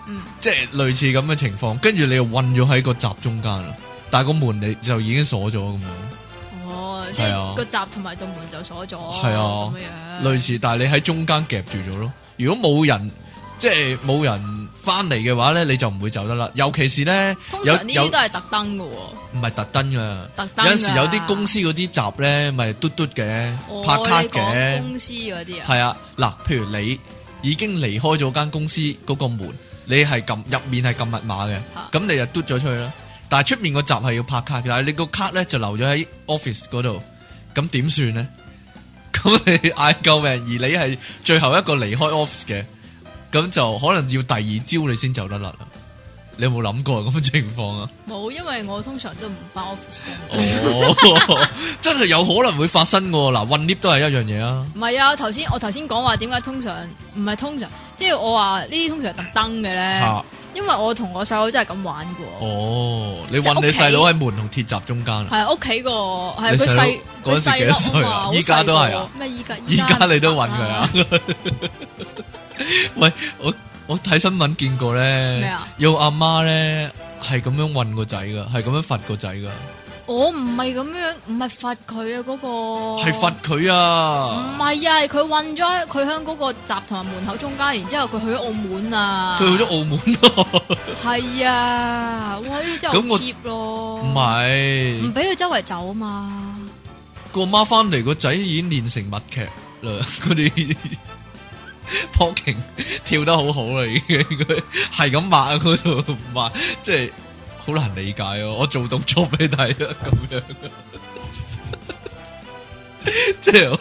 Speaker 2: 嗯，
Speaker 1: 即係類似咁嘅情況，跟住你又韞咗喺個閘中間啦，但係個門你就已經鎖咗咁樣，
Speaker 2: 哦，即
Speaker 1: 係啊
Speaker 2: 係個閘同埋道門就鎖咗，
Speaker 1: 係啊
Speaker 2: 哦咁樣。
Speaker 1: 類似，但係你喺中間夾住咗咯。如果冇人，即係冇人翻嚟嘅話咧，你就唔會走得啦。尤其是咧，
Speaker 2: 通
Speaker 1: 有
Speaker 2: 常呢
Speaker 1: 有
Speaker 2: 啲都係特登嘅喎，
Speaker 1: 唔係特登噶。
Speaker 2: 特
Speaker 1: 有
Speaker 2: 登㗎。
Speaker 1: 陣時有啲公司嗰啲閘咧，咪嘟嘟嘅
Speaker 2: 哦
Speaker 1: 拍卡
Speaker 2: 你講
Speaker 1: 嘅，
Speaker 2: 公司嗰啲啊，
Speaker 1: 係啊嗱，譬如你已經離開咗間公司嗰個門，你係撳入面係撳密碼嘅
Speaker 2: 啊，
Speaker 1: 咁你就嘟咗出去啦。但係出面個閘係要拍卡嘅，但係你個卡咧就留咗喺 office 嗰度，咁點算呢？ 咁你嗌救命，而你係最後一個離開 office 嘅，咁就可能要第二朝你先走得甩啦。你有冇諗過咁嘅情況啊？
Speaker 2: 冇，因為我通常都唔翻 office 嘅。
Speaker 1: 哦，真係有可能會發生嘅喎。嗱，混 lift 都係一樣嘢啊。
Speaker 2: 唔係啊，頭先我頭先講話點解通常唔係通常，即係我話呢啲通常係特登嘅咧
Speaker 1: 嚇，，
Speaker 2: 因為我同我細佬真係咁玩過，
Speaker 1: 哦，你
Speaker 2: 即係
Speaker 1: 混你
Speaker 2: 屋企
Speaker 1: 細佬喺門同鐵閘中間 啊？
Speaker 2: 係屋企個係
Speaker 1: 你
Speaker 2: 佢
Speaker 1: 細佬
Speaker 2: 細
Speaker 1: 嗰
Speaker 2: 佢
Speaker 1: 陣時幾多
Speaker 2: 細粒
Speaker 1: 歲啊
Speaker 2: 啊嘛，好
Speaker 1: 依家都係啊
Speaker 2: 細個咩依家
Speaker 1: 依家你都混佢啊
Speaker 2: 唔？
Speaker 1: 喂，我我睇新聞見過
Speaker 2: 咩
Speaker 1: 咧
Speaker 2: 啊，
Speaker 1: 有阿媽咧係咁樣混個仔噶，係咁樣罰個仔噶，
Speaker 2: 得我唔係咁樣，唔係罰佢啊嗰個，
Speaker 1: 係罰佢
Speaker 2: 唔
Speaker 1: 啊！
Speaker 2: 係啊，係佢混咗喺佢喺嗰個閘同埋門口中間，然之後佢去咗澳門啊，
Speaker 1: 佢去咗澳門咯，
Speaker 2: 係啊，哇！呢啲真係
Speaker 1: 咁
Speaker 2: 好
Speaker 1: 我
Speaker 2: cheap 咯，
Speaker 1: 唔係
Speaker 2: 唔俾佢周圍走啊嘛，
Speaker 1: 個媽翻嚟個仔已經練成默劇啦， 嗰啲 poking 跳得好好啦，已經佢係咁抹喺嗰度抹，即係好難理解啊！我做動作俾你睇啊，咁樣 即係好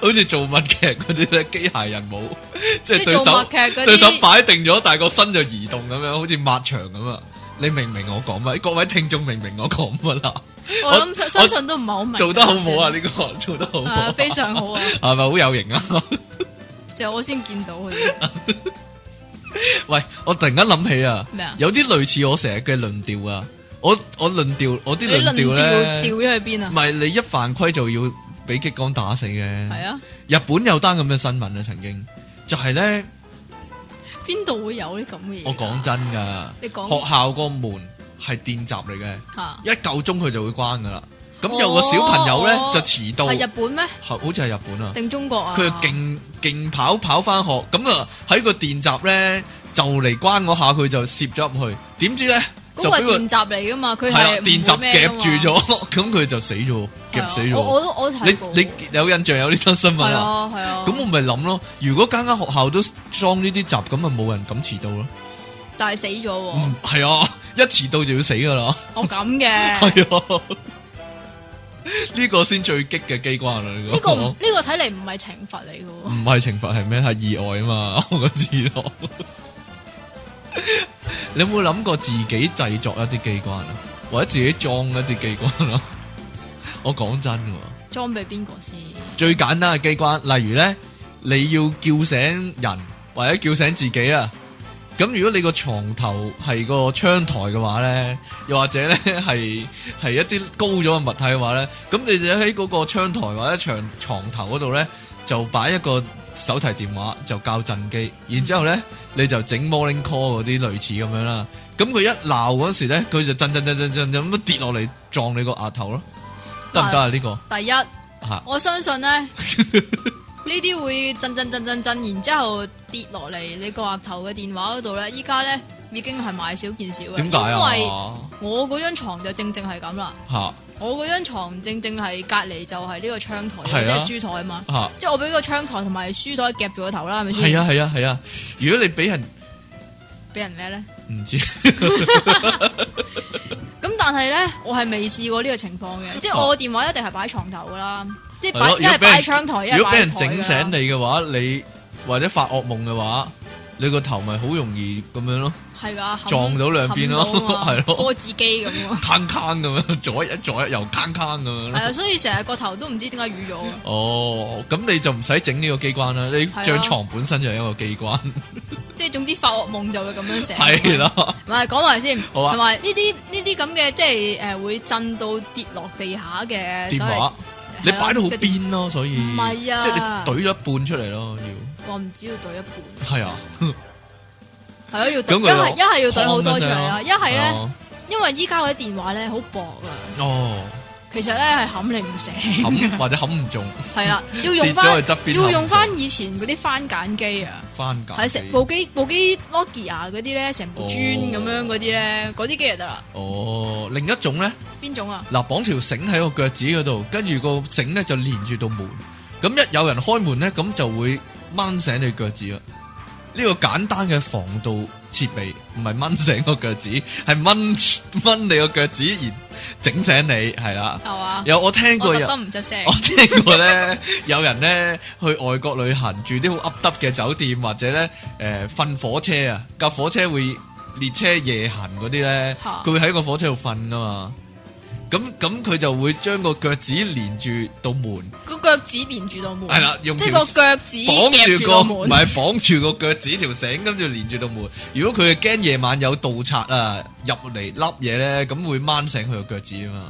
Speaker 1: 好似做默劇嗰啲咧，機械人舞，即係
Speaker 2: 即
Speaker 1: 對
Speaker 2: 係做默
Speaker 1: 手
Speaker 2: 劇嗰
Speaker 1: 對手
Speaker 2: 啲。
Speaker 1: 擺定咗，但係個身就移動咁樣，好似抹牆咁啊！你明唔明我講乜？各位聽眾明唔明我講乜啦？
Speaker 2: 我諗相相信都唔係好明。
Speaker 1: 做得好唔 好啊？呢個做得好唔好
Speaker 2: 誒
Speaker 1: 啊？
Speaker 2: 非常好啊！
Speaker 1: 係咪好有型啊？
Speaker 2: 就我先見到佢哋
Speaker 1: 喂，我突然間諗起啊，
Speaker 2: 咩啊？
Speaker 1: 有啲類似我成日嘅論調啊，我我論調，我啲
Speaker 2: 你
Speaker 1: 論
Speaker 2: 論
Speaker 1: 調
Speaker 2: 調
Speaker 1: 咧
Speaker 2: 調，咗去邊啊
Speaker 1: 唔？係你一犯規就要俾激光打死嘅。
Speaker 2: 係啊，
Speaker 1: 日本有單咁嘅新聞啊，曾經就係咧，
Speaker 2: 啊邊度會有呢咁嘅嘢？
Speaker 1: 我講，真噶，
Speaker 2: 你講
Speaker 1: 學校個門係電閘嚟嘅，
Speaker 2: 吓
Speaker 1: 一夠鐘佢就會關噶啦。咁有個小朋友咧
Speaker 2: 哦
Speaker 1: 就遲到，
Speaker 2: 係日本咩？
Speaker 1: 好好似係日本啊，
Speaker 2: 定中國啊？
Speaker 1: 佢就勁勁跑跑翻學，咁啊喺個電閘咧就嚟關嗰下，佢就攝咗入去，點知咧
Speaker 2: 嗰
Speaker 1: 就
Speaker 2: 個
Speaker 1: 俾
Speaker 2: 係
Speaker 1: 個
Speaker 2: 電閘嚟噶嘛？佢
Speaker 1: 係啦
Speaker 2: 係
Speaker 1: 電閘夾住咗， 咁佢就死咗，夾死
Speaker 2: 啊我我
Speaker 1: 咗。
Speaker 2: 都我都
Speaker 1: 你
Speaker 2: 睇過。
Speaker 1: 你有印象有呢單新聞
Speaker 2: 係
Speaker 1: 啊？
Speaker 2: 啊係啊。
Speaker 1: 咁我咪諗咯，如果間間學校都裝呢啲閘，咁咪冇人敢遲到咯。
Speaker 2: 但係死咗喎
Speaker 1: 嗯，，係啊， 一遲到就要死噶啦。
Speaker 2: 我咁 嘅。
Speaker 1: 系啊，呢個先最激嘅機關啦！啊呢
Speaker 2: 呢個
Speaker 1: 個
Speaker 2: 唔呢個睇嚟唔係懲罰嚟嘅喎，
Speaker 1: 唔係懲罰係咩？係意外啊嘛！ 我知咯。你有冇諗過自己製作一啲機關啊，或者自己裝一啲機關啊？ 我講真嘅喎，
Speaker 2: 裝俾邊個先？
Speaker 1: 最簡單嘅機關，例如咧，你要叫醒人或者叫醒自己啊。咁如果你個床頭係個窗台嘅話咧，又或者咧 係係一啲高咗嘅物體嘅話咧，咁你就喺嗰個窗台或者牆床頭嗰度咧，就擺一個手提電話就校震機，然之後咧你就整 morning call 嗰啲類似咁樣啦。咁佢一鬧嗰時咧，佢就震震震震震震咁跌落嚟撞你個額頭咯，得唔得啊？呢、個
Speaker 2: 第一，
Speaker 1: 嚇。
Speaker 2: 我相信咧呢 啲會震震震震震，然之後跌落嚟你個額頭嘅電話嗰度咧，依家咧已經係買少見少嘅。
Speaker 1: 點解
Speaker 2: 因為
Speaker 1: 啊？
Speaker 2: 我嗰張床就正正係咁啦，
Speaker 1: 吓
Speaker 2: 我嗰張床正正係隔離就係呢個窗台，
Speaker 1: 係啊
Speaker 2: 即係書台啊嘛。
Speaker 1: 吓，
Speaker 2: 即係我俾個窗台同埋書袋夾住個頭啦，係咪先？
Speaker 1: 係啊係啊係啊！如果你俾人
Speaker 2: 俾人咩咧？
Speaker 1: 唔知，
Speaker 2: 咁但係咧，我係未試過呢個情況嘅，即係我電話一定係擺床頭噶啦，即係
Speaker 1: 哦係咯
Speaker 2: 擺一係
Speaker 1: 如果俾人
Speaker 2: 擺窗台，一
Speaker 1: 如
Speaker 2: 係
Speaker 1: 果俾
Speaker 2: 擺
Speaker 1: 人
Speaker 2: 台
Speaker 1: 整
Speaker 2: 㗎
Speaker 1: 醒你
Speaker 2: 啦
Speaker 1: 嘅話，你或者發惡夢嘅話，你個頭咪好容易咁樣咯，
Speaker 2: 係噶，冚
Speaker 1: 撞到兩邊咯
Speaker 2: 冚到啊嘛
Speaker 1: 係咯
Speaker 2: 波子機咁啊，
Speaker 1: 坑坑咁樣，左一左一右坑坑咁樣
Speaker 2: 係
Speaker 1: 咯。
Speaker 2: 啊，所以成日個頭都唔知點解瘀咗啊
Speaker 1: 哦，咁你就唔使整呢個機關啦，你
Speaker 2: 係啊
Speaker 1: 張床本身就係一個機關，
Speaker 2: 即係總之發惡夢就會咁樣醒。
Speaker 1: 係，啦，
Speaker 2: 唔 係講埋先，
Speaker 1: 好啊
Speaker 2: 同埋呢啲呢啲咁嘅即係誒會震到跌落地下嘅
Speaker 1: 電
Speaker 2: 所謂
Speaker 1: 話你擺到好，
Speaker 2: 係啦啊
Speaker 1: 邊咯，所以
Speaker 2: 唔係啊
Speaker 1: 即係你懟咗一半出嚟咯，要
Speaker 2: 我唔知要對一半。
Speaker 1: 係啊，
Speaker 2: 係咯，要
Speaker 1: 咁
Speaker 2: 對
Speaker 1: 佢
Speaker 2: 一
Speaker 1: 就
Speaker 2: 係一係要對好多出
Speaker 1: 哐
Speaker 2: 嚟啦，
Speaker 1: 一
Speaker 2: 一係咧，
Speaker 1: 哦
Speaker 2: 因為依家嗰啲電話咧好薄啊，
Speaker 1: 哦，
Speaker 2: 其實咧係冚你唔醒，
Speaker 1: 冚或者冚唔中，
Speaker 2: 係啦，要
Speaker 1: 跌
Speaker 2: 用
Speaker 1: 咗
Speaker 2: 翻
Speaker 1: 去側邊，
Speaker 2: 要用翻以前嗰啲翻簡機啊，
Speaker 1: 翻架
Speaker 2: 係成部機部機 Nokia 嗰啲咧，成部磚咁樣嗰啲咧，嗰啲機就得啦。
Speaker 1: 哦，另一種咧，
Speaker 2: 邊種啊？
Speaker 1: 嗱綁條繩喺個腳趾嗰度，跟住個繩咧就連住道門，咁一有人開門咧，咁就會掹醒你腳趾啦。啊呢個簡單嘅防盜設備，唔係掹醒個腳趾，係掹 掹你個腳趾而整醒你，係啦。
Speaker 2: 係嘛？
Speaker 1: 有我聽
Speaker 2: 我
Speaker 1: 過
Speaker 2: 特
Speaker 1: 有。哦
Speaker 2: 登唔出聲
Speaker 1: 我。聽過咧，有人咧去外國旅行住啲好噏耷嘅酒店，或者咧誒瞓火車啊，架火車會列車夜行嗰啲咧，
Speaker 2: 嚇
Speaker 1: 佢會喺個火車度瞓噶嘛。咁咁佢就會將個腳趾連住道門，
Speaker 2: 個腳趾連住道門，
Speaker 1: 係啦用
Speaker 2: 即係
Speaker 1: 條
Speaker 2: 個腳趾夾
Speaker 1: 綁
Speaker 2: 住
Speaker 1: 住個
Speaker 2: 道
Speaker 1: 唔
Speaker 2: 門，
Speaker 1: 係綁住個腳趾條繩，跟住連住道門。如果佢係驚夜晚有盜賊啊入嚟笠嘢咧，咁會掹醒佢個腳趾啊嘛。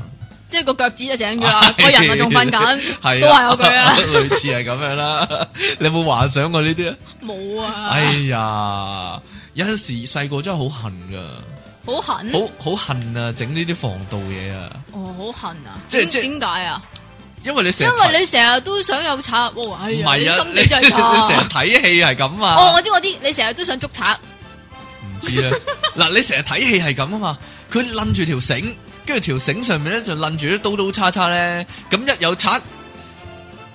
Speaker 2: 即係個腳趾就醒咗啦，
Speaker 1: 係
Speaker 2: 個 人啊仲瞓緊，
Speaker 1: 係
Speaker 2: 都係我 佢啊
Speaker 1: 類似係咁樣啦。 你有冇幻想過呢啲啊？
Speaker 2: 冇
Speaker 1: 哎
Speaker 2: 啊，
Speaker 1: 呀，有阵时细个真係好恨噶，
Speaker 2: 好痕，
Speaker 1: 好好恨啊！整呢啲防盜嘢啊，
Speaker 2: 哦，好痕啊，
Speaker 1: 即係
Speaker 2: 點
Speaker 1: 即係
Speaker 2: 點解啊？
Speaker 1: 因為你成
Speaker 2: 因
Speaker 1: 日
Speaker 2: 為你成日都想有賊，哇，哎
Speaker 1: 睇唔
Speaker 2: 呀，你
Speaker 1: 係啊，
Speaker 2: 心
Speaker 1: 你
Speaker 2: 地
Speaker 1: 你
Speaker 2: 真係
Speaker 1: 成日
Speaker 2: 差。
Speaker 1: 睇戲係咁
Speaker 2: 哦，
Speaker 1: 啊，
Speaker 2: 我知我知，你成日都想捉賊，
Speaker 1: 唔 知啊。嗱，你成日睇戲係咁啊嘛，佢攆住條繩，跟住條繩上面咧就攆住啲刀刀叉叉咧，咁一有賊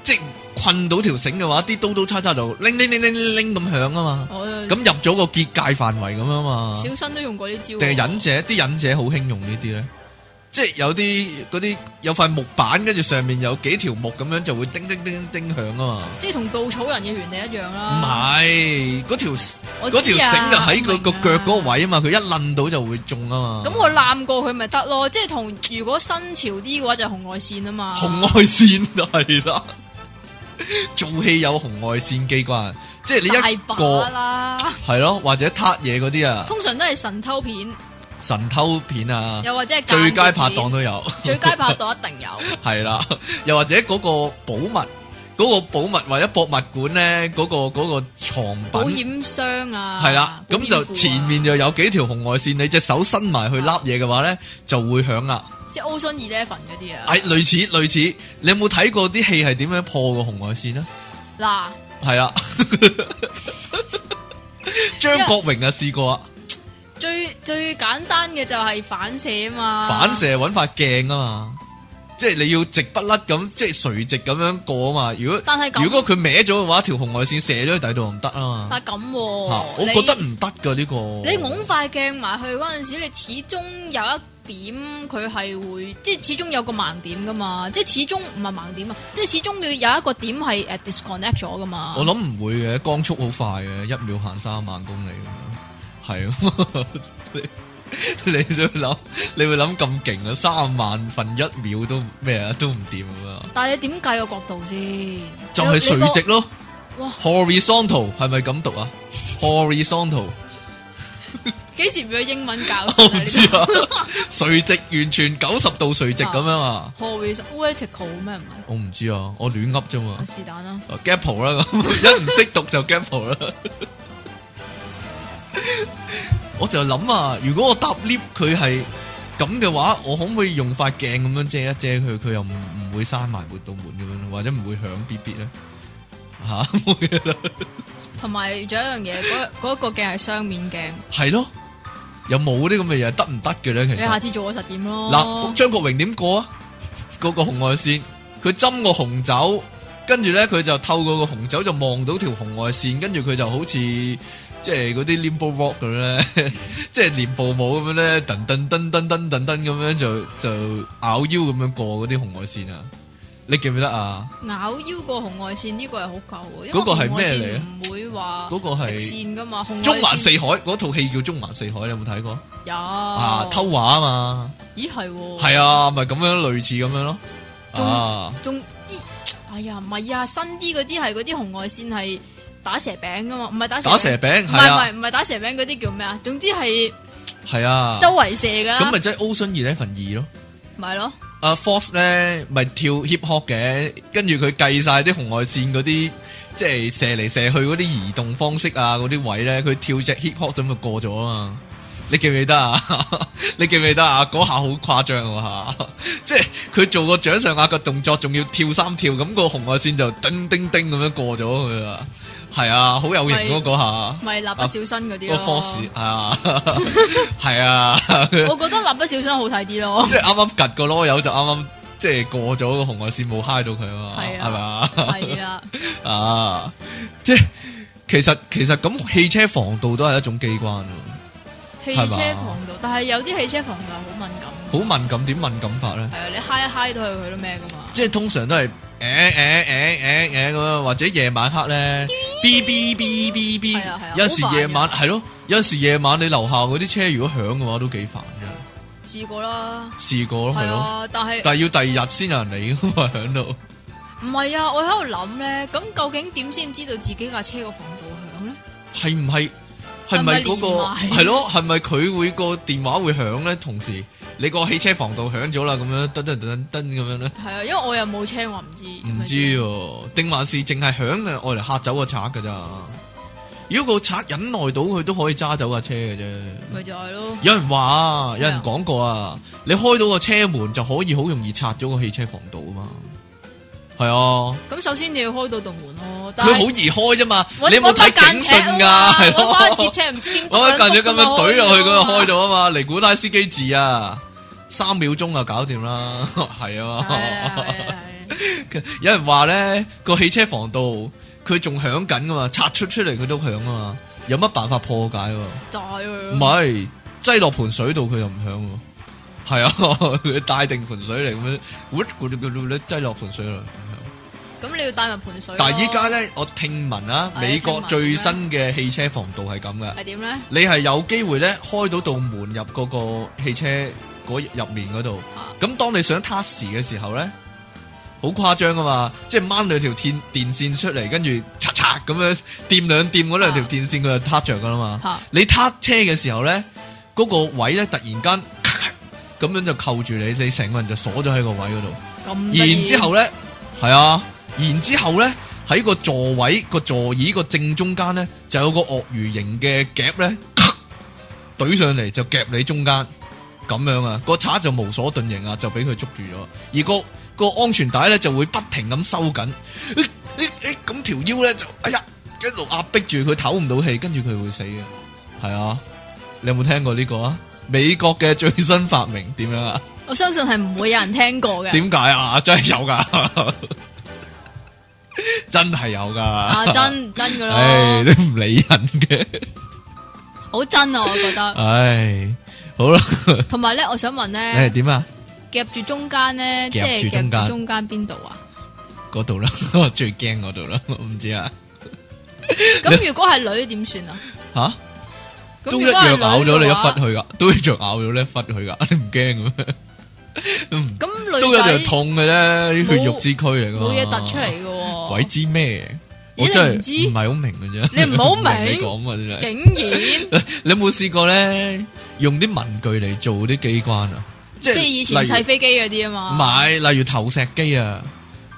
Speaker 1: 即係困到條繩嘅話，啲刀刀叉叉就拎拎拎拎拎咁響啊嘛。
Speaker 2: 我
Speaker 1: 咁入咗個結界範圍咁啊嘛，
Speaker 2: 小新都用過呢招喎。
Speaker 1: 定係忍者？啲忍者好興用呢啲咧，即係有啲嗰啲有塊木板，跟住上面有幾條木咁樣就會叮叮叮叮響啊
Speaker 2: 即係同稻草人嘅原理一樣啦。
Speaker 1: 嘛，唔係嗰條
Speaker 2: 我
Speaker 1: 嗰條
Speaker 2: 知啊
Speaker 1: 繩就喺個
Speaker 2: 我明
Speaker 1: 個
Speaker 2: 啊
Speaker 1: 腳嗰個位啊嘛，佢一掕到就會中啊嘛。
Speaker 2: 咁我攬過佢咪得咯，即係同如果新潮啲嘅話就係紅外線啊嘛。
Speaker 1: 紅外線就係啦，做戲有紅外線機關，即係你一
Speaker 2: 大把
Speaker 1: 個
Speaker 2: 啦，
Speaker 1: 係咯，或者撻嘢嗰啲啊，
Speaker 2: 通常都係神偷片，
Speaker 1: 神偷片啊，
Speaker 2: 又或者係間諜
Speaker 1: 最佳
Speaker 2: 片
Speaker 1: 拍檔，都有。
Speaker 2: 最佳拍檔一定有。
Speaker 1: 系啦，又或者嗰個寶物，嗰、個寶物或者博物館咧，嗰、個嗰、個
Speaker 2: 保
Speaker 1: 藏品
Speaker 2: 險箱啊，
Speaker 1: 係啦，
Speaker 2: 保險
Speaker 1: 咁就
Speaker 2: 庫啊
Speaker 1: 前面就有幾條紅外線，你隻手伸埋去笠嘢嘅話咧，就會響啦。
Speaker 2: 即系 Ocean Eleven 嗰啲啊。
Speaker 1: 係類似類似，你有冇睇過啲戲係點樣破個紅外線啊？
Speaker 2: 嗱，
Speaker 1: 係啦， 張國榮啊試過啊，
Speaker 2: 最最简单嘅就系反射啊嘛。
Speaker 1: 反射揾塊鏡啊嘛，即係你要直不甩咁，即係垂直咁樣過啊嘛。如果
Speaker 2: 但係咁
Speaker 1: 如果佢歪咗嘅話，條紅外線射咗去第度唔得啊嘛。
Speaker 2: 但係咁
Speaker 1: 嚇
Speaker 2: 喎、
Speaker 1: 我
Speaker 2: 你
Speaker 1: 覺得唔得噶呢個。你
Speaker 2: 你拱塊鏡埋去嗰陣時，你始終有一點佢係會，即係始終有個盲點噶嘛，即係始終唔係盲點啊，即係始終你有一個點係誒 disconnect 咗噶嘛
Speaker 1: 我。諗唔會嘅，光速好快嘅，一秒行三萬公里咁樣，係啊！ 你你都諗，你會諗咁勁啊？三萬分一秒都咩啊？都唔掂啊！
Speaker 2: 但係你點計個角度先？
Speaker 1: 就係
Speaker 2: 你個
Speaker 1: 垂直咯
Speaker 2: 哇
Speaker 1: ，horizontal 係咪咁讀啊？horizontal
Speaker 2: 幾時變咗英文教
Speaker 1: 我
Speaker 2: 授
Speaker 1: 唔知啊，垂直完全九十度垂直咁樣啊！
Speaker 2: ？horizontal 咩唔係？
Speaker 1: 我唔知啊，我亂噏啫嘛
Speaker 2: 啊。是但啦，
Speaker 1: 啊 Gapple 啦，咁一唔識讀就 Gapple 啦。我就諗啊，如果我搭 lift 佢係咁嘅話，我可唔可以用塊鏡咁樣遮一遮佢？佢又唔唔會閂埋活動門咁樣，或者唔會響咇咇咧？吓、 冇嘢啦，
Speaker 2: 同埋仲有一樣嘢，嗰嗰個鏡係雙面鏡，
Speaker 1: 係咯，有冇啲咁嘅嘢得唔得嘅咧？其
Speaker 2: 你下
Speaker 1: 實
Speaker 2: 次做個實驗咯
Speaker 1: 嗱，。張國榮點過啊？嗰、個紅外線，佢斟個紅酒，跟住咧佢就透過個紅酒就望到條紅外線，跟住佢就好似即係嗰啲 limbo rock 咁樣咧， 即係連步舞咁樣咧，噔噔噔噔噔噔噔咁樣就就咬腰咁樣過嗰啲紅外線啊！你記唔記得啊？
Speaker 2: 咬腰個紅外線呢個係好舊嘅，因為
Speaker 1: 嗰個係
Speaker 2: 紅外
Speaker 1: 咩
Speaker 2: 線
Speaker 1: 嚟啊
Speaker 2: 唔會話
Speaker 1: 嗰個係
Speaker 2: 直線噶嘛，紅外
Speaker 1: 中環
Speaker 2: 線
Speaker 1: 四海嗰套戲叫《中環四海》，你有冇睇過？
Speaker 2: 有
Speaker 1: 啊
Speaker 2: 啊，
Speaker 1: 偷畫啊嘛，
Speaker 2: 咦係喎，
Speaker 1: 係啊，咪咁樣類似咁樣咯，
Speaker 2: 哦中
Speaker 1: 啊！
Speaker 2: 仲咦哎呀唔係啊，新啲嗰啲係嗰啲紅外線係打蛇餅噶嘛，唔係打蛇
Speaker 1: 打蛇餅
Speaker 2: 餅，唔
Speaker 1: 係
Speaker 2: 係唔
Speaker 1: 啊
Speaker 2: 係，唔係打蛇餅嗰啲叫咩啊？總之係
Speaker 1: 係啊，
Speaker 2: 周圍射噶
Speaker 1: 咁
Speaker 2: 啦
Speaker 1: 咪，即係 Ocean Eleven 二咯。
Speaker 2: 咪係咯，
Speaker 1: 阿 Force 咧咪跳 hip hop 嘅，跟住佢計晒啲紅外線嗰啲，即係射嚟射去嗰啲移動方式啊，嗰啲位咧，佢跳只 hip hop 咁就過咗啊嘛。 你記唔記得啊？ 你記唔記得啊？嗰下好誇張啊！嚇， 即係佢做個掌上壓嘅動作，仲要跳三跳，咁、個紅外線就叮叮叮咁樣過咗佢啊！係啊，好有型咯
Speaker 2: 係
Speaker 1: 嗰下，
Speaker 2: 咪蠟筆小新嗰啲
Speaker 1: 個
Speaker 2: 咯。
Speaker 1: Force 啊，係啊。
Speaker 2: 我覺得蠟筆小新好睇啲咯，
Speaker 1: 即系啱啱趌個啰柚就啱啱即系過咗個紅外線冇嗨到佢啊嘛，
Speaker 2: 係
Speaker 1: 係咪啊？
Speaker 2: 啊係啊，
Speaker 1: 啊，即係其實其實咁汽車防盜都係一種機關喎，
Speaker 2: 汽
Speaker 1: 係
Speaker 2: 車
Speaker 1: 嘛
Speaker 2: 防盜，但係有啲汽車防盜好敏感，
Speaker 1: 好敏感點敏感法咧？
Speaker 2: 係啊，你嗨一嗨到佢佢都咩噶嘛。
Speaker 1: 即係通常都係誒誒誒誒誒咁樣，或者夜晚黑咧，哔哔哔哔哔
Speaker 2: 係啊係啊，
Speaker 1: 有陣
Speaker 2: 好
Speaker 1: 時
Speaker 2: 煩
Speaker 1: 夜晚
Speaker 2: 㗎
Speaker 1: 係咯，有陣時夜晚你樓下嗰啲車如果響嘅話都幾煩嘅，
Speaker 2: 試過啦，
Speaker 1: 試過咯
Speaker 2: 係
Speaker 1: 哦係咯，
Speaker 2: 啊，但係
Speaker 1: 但係要第二日先有人嚟㗎嘛響度。
Speaker 2: 唔係啊？我喺度諗咧，咁究竟點先知道自己架車個防盜響咧？
Speaker 1: 系唔系系咪嗰
Speaker 2: 係咪連
Speaker 1: 個
Speaker 2: 埋
Speaker 1: 係咯？係咪佢會個電話會響咧？同時你個汽車防盜響咗啦，咁樣噔噔噔噔咁樣咧，
Speaker 2: 係啊，因為我又冇車，我唔知。
Speaker 1: 唔知喎，定還是淨係響嘅，我嚟嚇走個賊噶咋？如果個賊忍耐到，佢都可以揸走架車嘅啫。
Speaker 2: 咪就係咯，
Speaker 1: 有人話啊，有人
Speaker 2: 咩啊
Speaker 1: 講過啊，你開到個車門就可以好容易拆咗個汽車防盜啊嘛。係啊，
Speaker 2: 咁首先你要開到道門咯。但
Speaker 1: 佢好
Speaker 2: 係
Speaker 1: 易開啫嘛。
Speaker 2: 我
Speaker 1: 你有冇睇警
Speaker 2: 啊
Speaker 1: 訊㗎？係
Speaker 2: 我
Speaker 1: 咯
Speaker 2: 揸鐵尺唔知點
Speaker 1: 我一近咗咁樣懟落去，咁就開
Speaker 2: 咗。
Speaker 1: 咗啊 嘛！尼古拉斯基治啊，三秒鐘就搞掂啦， 係
Speaker 2: 係啊係
Speaker 1: 啊
Speaker 2: 啊！ 係啊
Speaker 1: 有人話咧個汽車防盜佢仲響緊噶嘛，拆出出嚟佢都響啊嘛，有乜辦法破解喎？
Speaker 2: 就係佢
Speaker 1: 唔係擠落盆水度佢就唔響喎。係啊， 佢帶定盆水嚟咁
Speaker 2: 嗯
Speaker 1: 樣，咕咕嚕咕嚕嚕擠落盆
Speaker 2: 哎
Speaker 1: 水度唔響。
Speaker 2: 咁你要帶埋盆水咯。
Speaker 1: 但係依家咧，我聽聞啊，
Speaker 2: 係
Speaker 1: 美國
Speaker 2: 哎聽聞
Speaker 1: 最
Speaker 2: 點
Speaker 1: 新嘅汽車防盜係咁嘅。
Speaker 2: 係點咧？
Speaker 1: 你係有機會咧開到道門入嗰個汽車嗰入面嗰度
Speaker 2: 啊，
Speaker 1: 咁當你想 touch 嘅時候咧，好誇張噶嘛，即係掹兩條電電線出嚟，跟住嚓嚓咁樣掂兩掂嗰兩條
Speaker 2: 啊
Speaker 1: 電線，佢就 touch 着噶啦嘛。
Speaker 2: 嚇
Speaker 1: 你 touch 車嘅時候咧，嗰、個位咧突然間咔咔咁樣就扣住你，你成個人就鎖咗喺個位嗰度。
Speaker 2: 咁得意
Speaker 1: 然之後咧，係啊，然之後咧喺個座位個座椅個正中間咧，就有個鱷魚形嘅夾咧，咔懟上嚟就夾你中間，咁樣啊，個賊就無所遁形啊，就俾佢捉住咗。而個個安全帶咧就會不停咁收緊，咦咦咦咁條腰咧就哎呀一路壓迫住佢唞唔到氣，跟住佢會死嘅。係啊，你有冇聽過呢個啊？美國嘅最新發明點樣啊？
Speaker 2: 我相信係唔會有人聽過嘅。
Speaker 1: 點解啊？真係有 噶，真係有噶。
Speaker 2: 啊，真真 噶
Speaker 1: 唉，
Speaker 2: 咯，
Speaker 1: 都唔理人嘅。
Speaker 2: 好真啊，我覺 得。
Speaker 1: 唉，好啦，
Speaker 2: 同埋咧，我想問
Speaker 1: 你係
Speaker 2: 咧，
Speaker 1: 點啊？
Speaker 2: 夾住中間咧，即
Speaker 1: 夾住中
Speaker 2: 係
Speaker 1: 間
Speaker 2: 夾住中間邊度啊？
Speaker 1: 嗰度啦， 我最驚嗰度啦，我唔知啊。
Speaker 2: 咁如果係女點算啊？
Speaker 1: 吓，
Speaker 2: 咁
Speaker 1: 都
Speaker 2: 如
Speaker 1: 一
Speaker 2: 果係
Speaker 1: 樣
Speaker 2: 女
Speaker 1: 咬咗你
Speaker 2: 嘅
Speaker 1: 一
Speaker 2: 話
Speaker 1: 忽去噶，都一樣咬咗你一忽去噶， 你唔驚嘅咩？
Speaker 2: 咁
Speaker 1: 都
Speaker 2: 女
Speaker 1: 有
Speaker 2: 仔
Speaker 1: 條痛嘅咧，啲血肉之軀嚟噶。
Speaker 2: 冇嘢突出嚟嘅喎。
Speaker 1: 鬼知咩？
Speaker 2: 咦
Speaker 1: 我真係
Speaker 2: 你
Speaker 1: 唔
Speaker 2: 唔知
Speaker 1: 係好 明嘅啫。
Speaker 2: 你唔好明
Speaker 1: 你講啊，真係。
Speaker 2: 竟然
Speaker 1: 你有冇試過咧用啲文具嚟做啲機關啊？即
Speaker 2: 即係以前
Speaker 1: 例如
Speaker 2: 砌飛機嗰啲啊嘛。
Speaker 1: 買，例如投石機啊，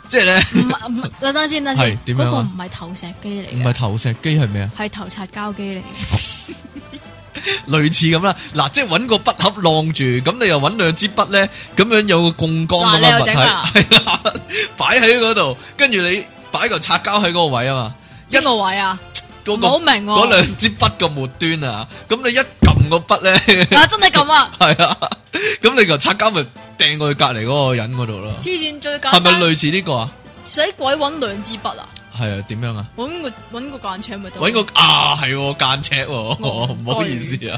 Speaker 1: 即係 咧
Speaker 2: 唔係唔係 等陣先，等陣
Speaker 1: 係
Speaker 2: 先，
Speaker 1: 點
Speaker 2: 嗰
Speaker 1: 樣啊
Speaker 2: 個唔係投石機
Speaker 1: 唔
Speaker 2: 嚟
Speaker 1: 係
Speaker 2: 嘅，
Speaker 1: 投石機係咩啊？
Speaker 2: 係投擦膠機嚟嘅。
Speaker 1: 類似咁啦，嗱，即係揾個筆盒晾住，咁你又揾兩支筆咧，咁樣有個槓桿咁
Speaker 2: 嗱你
Speaker 1: 嘅
Speaker 2: 又
Speaker 1: 物體，
Speaker 2: 整 啦
Speaker 1: 係啦，擺喺嗰度，跟住你擺嚿擦膠喺嗰個位啊嘛，一
Speaker 2: 邊個位啊？
Speaker 1: 嗰、
Speaker 2: 唔
Speaker 1: 個
Speaker 2: 好明
Speaker 1: 嗰
Speaker 2: 喎。
Speaker 1: 兩支筆個末端啊，咁你一撳個筆咧，
Speaker 2: 啊，真係咁啊！
Speaker 1: 係啊，咁你嚿擦膠咪掟過去隔離嗰個人嗰度咯，
Speaker 2: 黐線
Speaker 1: 係
Speaker 2: 最簡
Speaker 1: 咪
Speaker 2: 單，
Speaker 1: 類似呢個啊？
Speaker 2: 使鬼揾兩支筆啊？
Speaker 1: 係啊，點樣啊？
Speaker 2: 揾個揾個間尺咪得咯。
Speaker 1: 揾個啊係喎間尺喎，唔好
Speaker 2: 對
Speaker 1: 意思啊，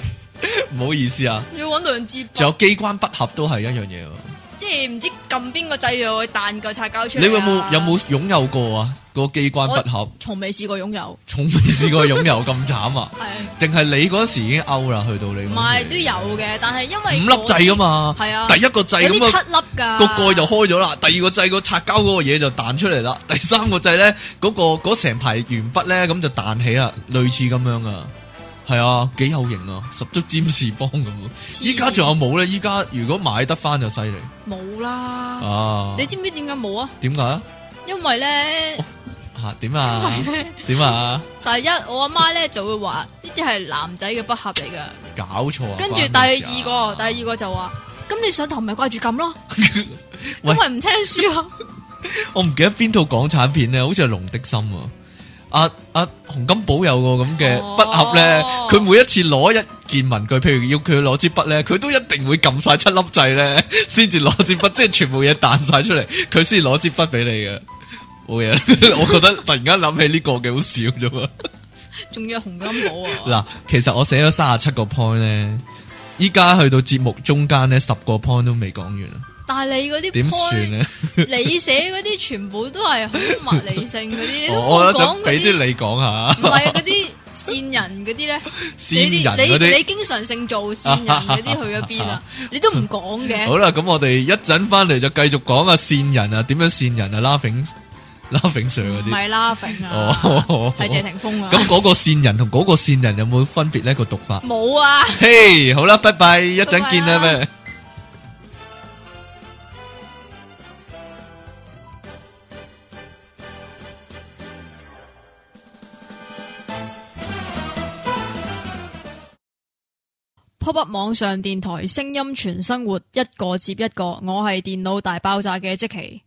Speaker 1: 唔好意思啊，
Speaker 2: 要揾兩支筆
Speaker 1: 仲有機關筆盒都係一樣嘢喎。
Speaker 2: 即係唔知撳邊個掣又會彈個擦膠出嚟、啊
Speaker 1: 你有冇有？冇擁有過啊？個機關筆盒，
Speaker 2: 從未試過擁有，
Speaker 1: 從未試過擁有咁慘啊！
Speaker 2: 係
Speaker 1: 定係你嗰時已經 out 啦？去到你
Speaker 2: 唔
Speaker 1: 嗰時
Speaker 2: 係都有嘅？但係因為
Speaker 1: 五粒掣噶嘛，
Speaker 2: 係啊
Speaker 1: 第一個掣
Speaker 2: 有啲
Speaker 1: 咁啊，
Speaker 2: 七粒㗎，
Speaker 1: 個蓋就開咗啦，第二個掣個擦膠嗰個嘢就彈出嚟啦， 第三個掣咧嗰個嗰成排鉛筆咧咁就彈起啦，類似咁樣噶。係啊，幾有型啊，十足占士邦咁啊。
Speaker 2: 黐
Speaker 1: 依家仲有冇咧？依家如果買得翻就犀利
Speaker 2: 冇啦。
Speaker 1: 啊！
Speaker 2: 你知唔知點解冇啊？
Speaker 1: 點解啊？
Speaker 2: 因為
Speaker 1: 哦
Speaker 2: 咧，
Speaker 1: 吓點啊？點啊？
Speaker 2: 第一我阿媽咧就會話呢啲係男仔嘅筆盒嚟㗎，
Speaker 1: 搞錯啊！
Speaker 2: 跟住第
Speaker 1: 關咩事啊
Speaker 2: 二個第二個就話。咁你上堂咪掛住撳咯，
Speaker 1: 喂
Speaker 2: 咁咪唔聽書咯，
Speaker 1: 我唔記得邊套港產片咧，好似係《龍的心》啊。阿阿洪金寶有個咁嘅
Speaker 2: 哦
Speaker 1: 筆盒咧，佢每一次攞一件文具，譬如要佢攞支筆咧，佢都一定會撳晒七粒掣咧， 先至攞支筆，即係全部嘢彈晒出嚟，佢先攞支筆俾你嘅。冇嘢啦， 我覺得突然間諗起呢個幾好笑啫嘛。
Speaker 2: 仲要係紅金寶啊！
Speaker 1: 嗱，其實我寫咗三十七個 point 咧，依家去到節目中間咧，十個 point 都未講完啊，
Speaker 2: 但係你嗰啲
Speaker 1: 點算
Speaker 2: point，
Speaker 1: 咧？
Speaker 2: 你寫嗰啲全部都係好物理性嗰啲，你都
Speaker 1: 我
Speaker 2: 冇
Speaker 1: 我
Speaker 2: 講
Speaker 1: 就
Speaker 2: 嗰
Speaker 1: 俾啲
Speaker 2: 啲，
Speaker 1: 你講下
Speaker 2: 唔。係啊嗰啲線人嗰啲咧，
Speaker 1: 先
Speaker 2: 你
Speaker 1: 人
Speaker 2: 啲
Speaker 1: 嗰
Speaker 2: 你你
Speaker 1: 啲。
Speaker 2: 經常性做線人嗰啲去咗邊 啊？你都唔講
Speaker 1: 好
Speaker 2: 嘅，
Speaker 1: 啦，咁我哋一陣翻嚟就繼續講啊，線人啊，點樣線人啊，laughing laughing Sir 嗰
Speaker 2: 唔
Speaker 1: 啲。
Speaker 2: 係 laughing 啊，
Speaker 1: 哦，
Speaker 2: 係謝霆鋒啊，
Speaker 1: 咁嗰個線人同嗰個線人有冇分別呢？個讀 法？
Speaker 2: 冇啊，
Speaker 1: 嘿，好啦，拜拜，一陣見啦
Speaker 2: 拜拜啊
Speaker 1: 咩？
Speaker 2: p 北網上電台，聲音全生活，一個接一個。我係電腦大爆炸嘅即奇。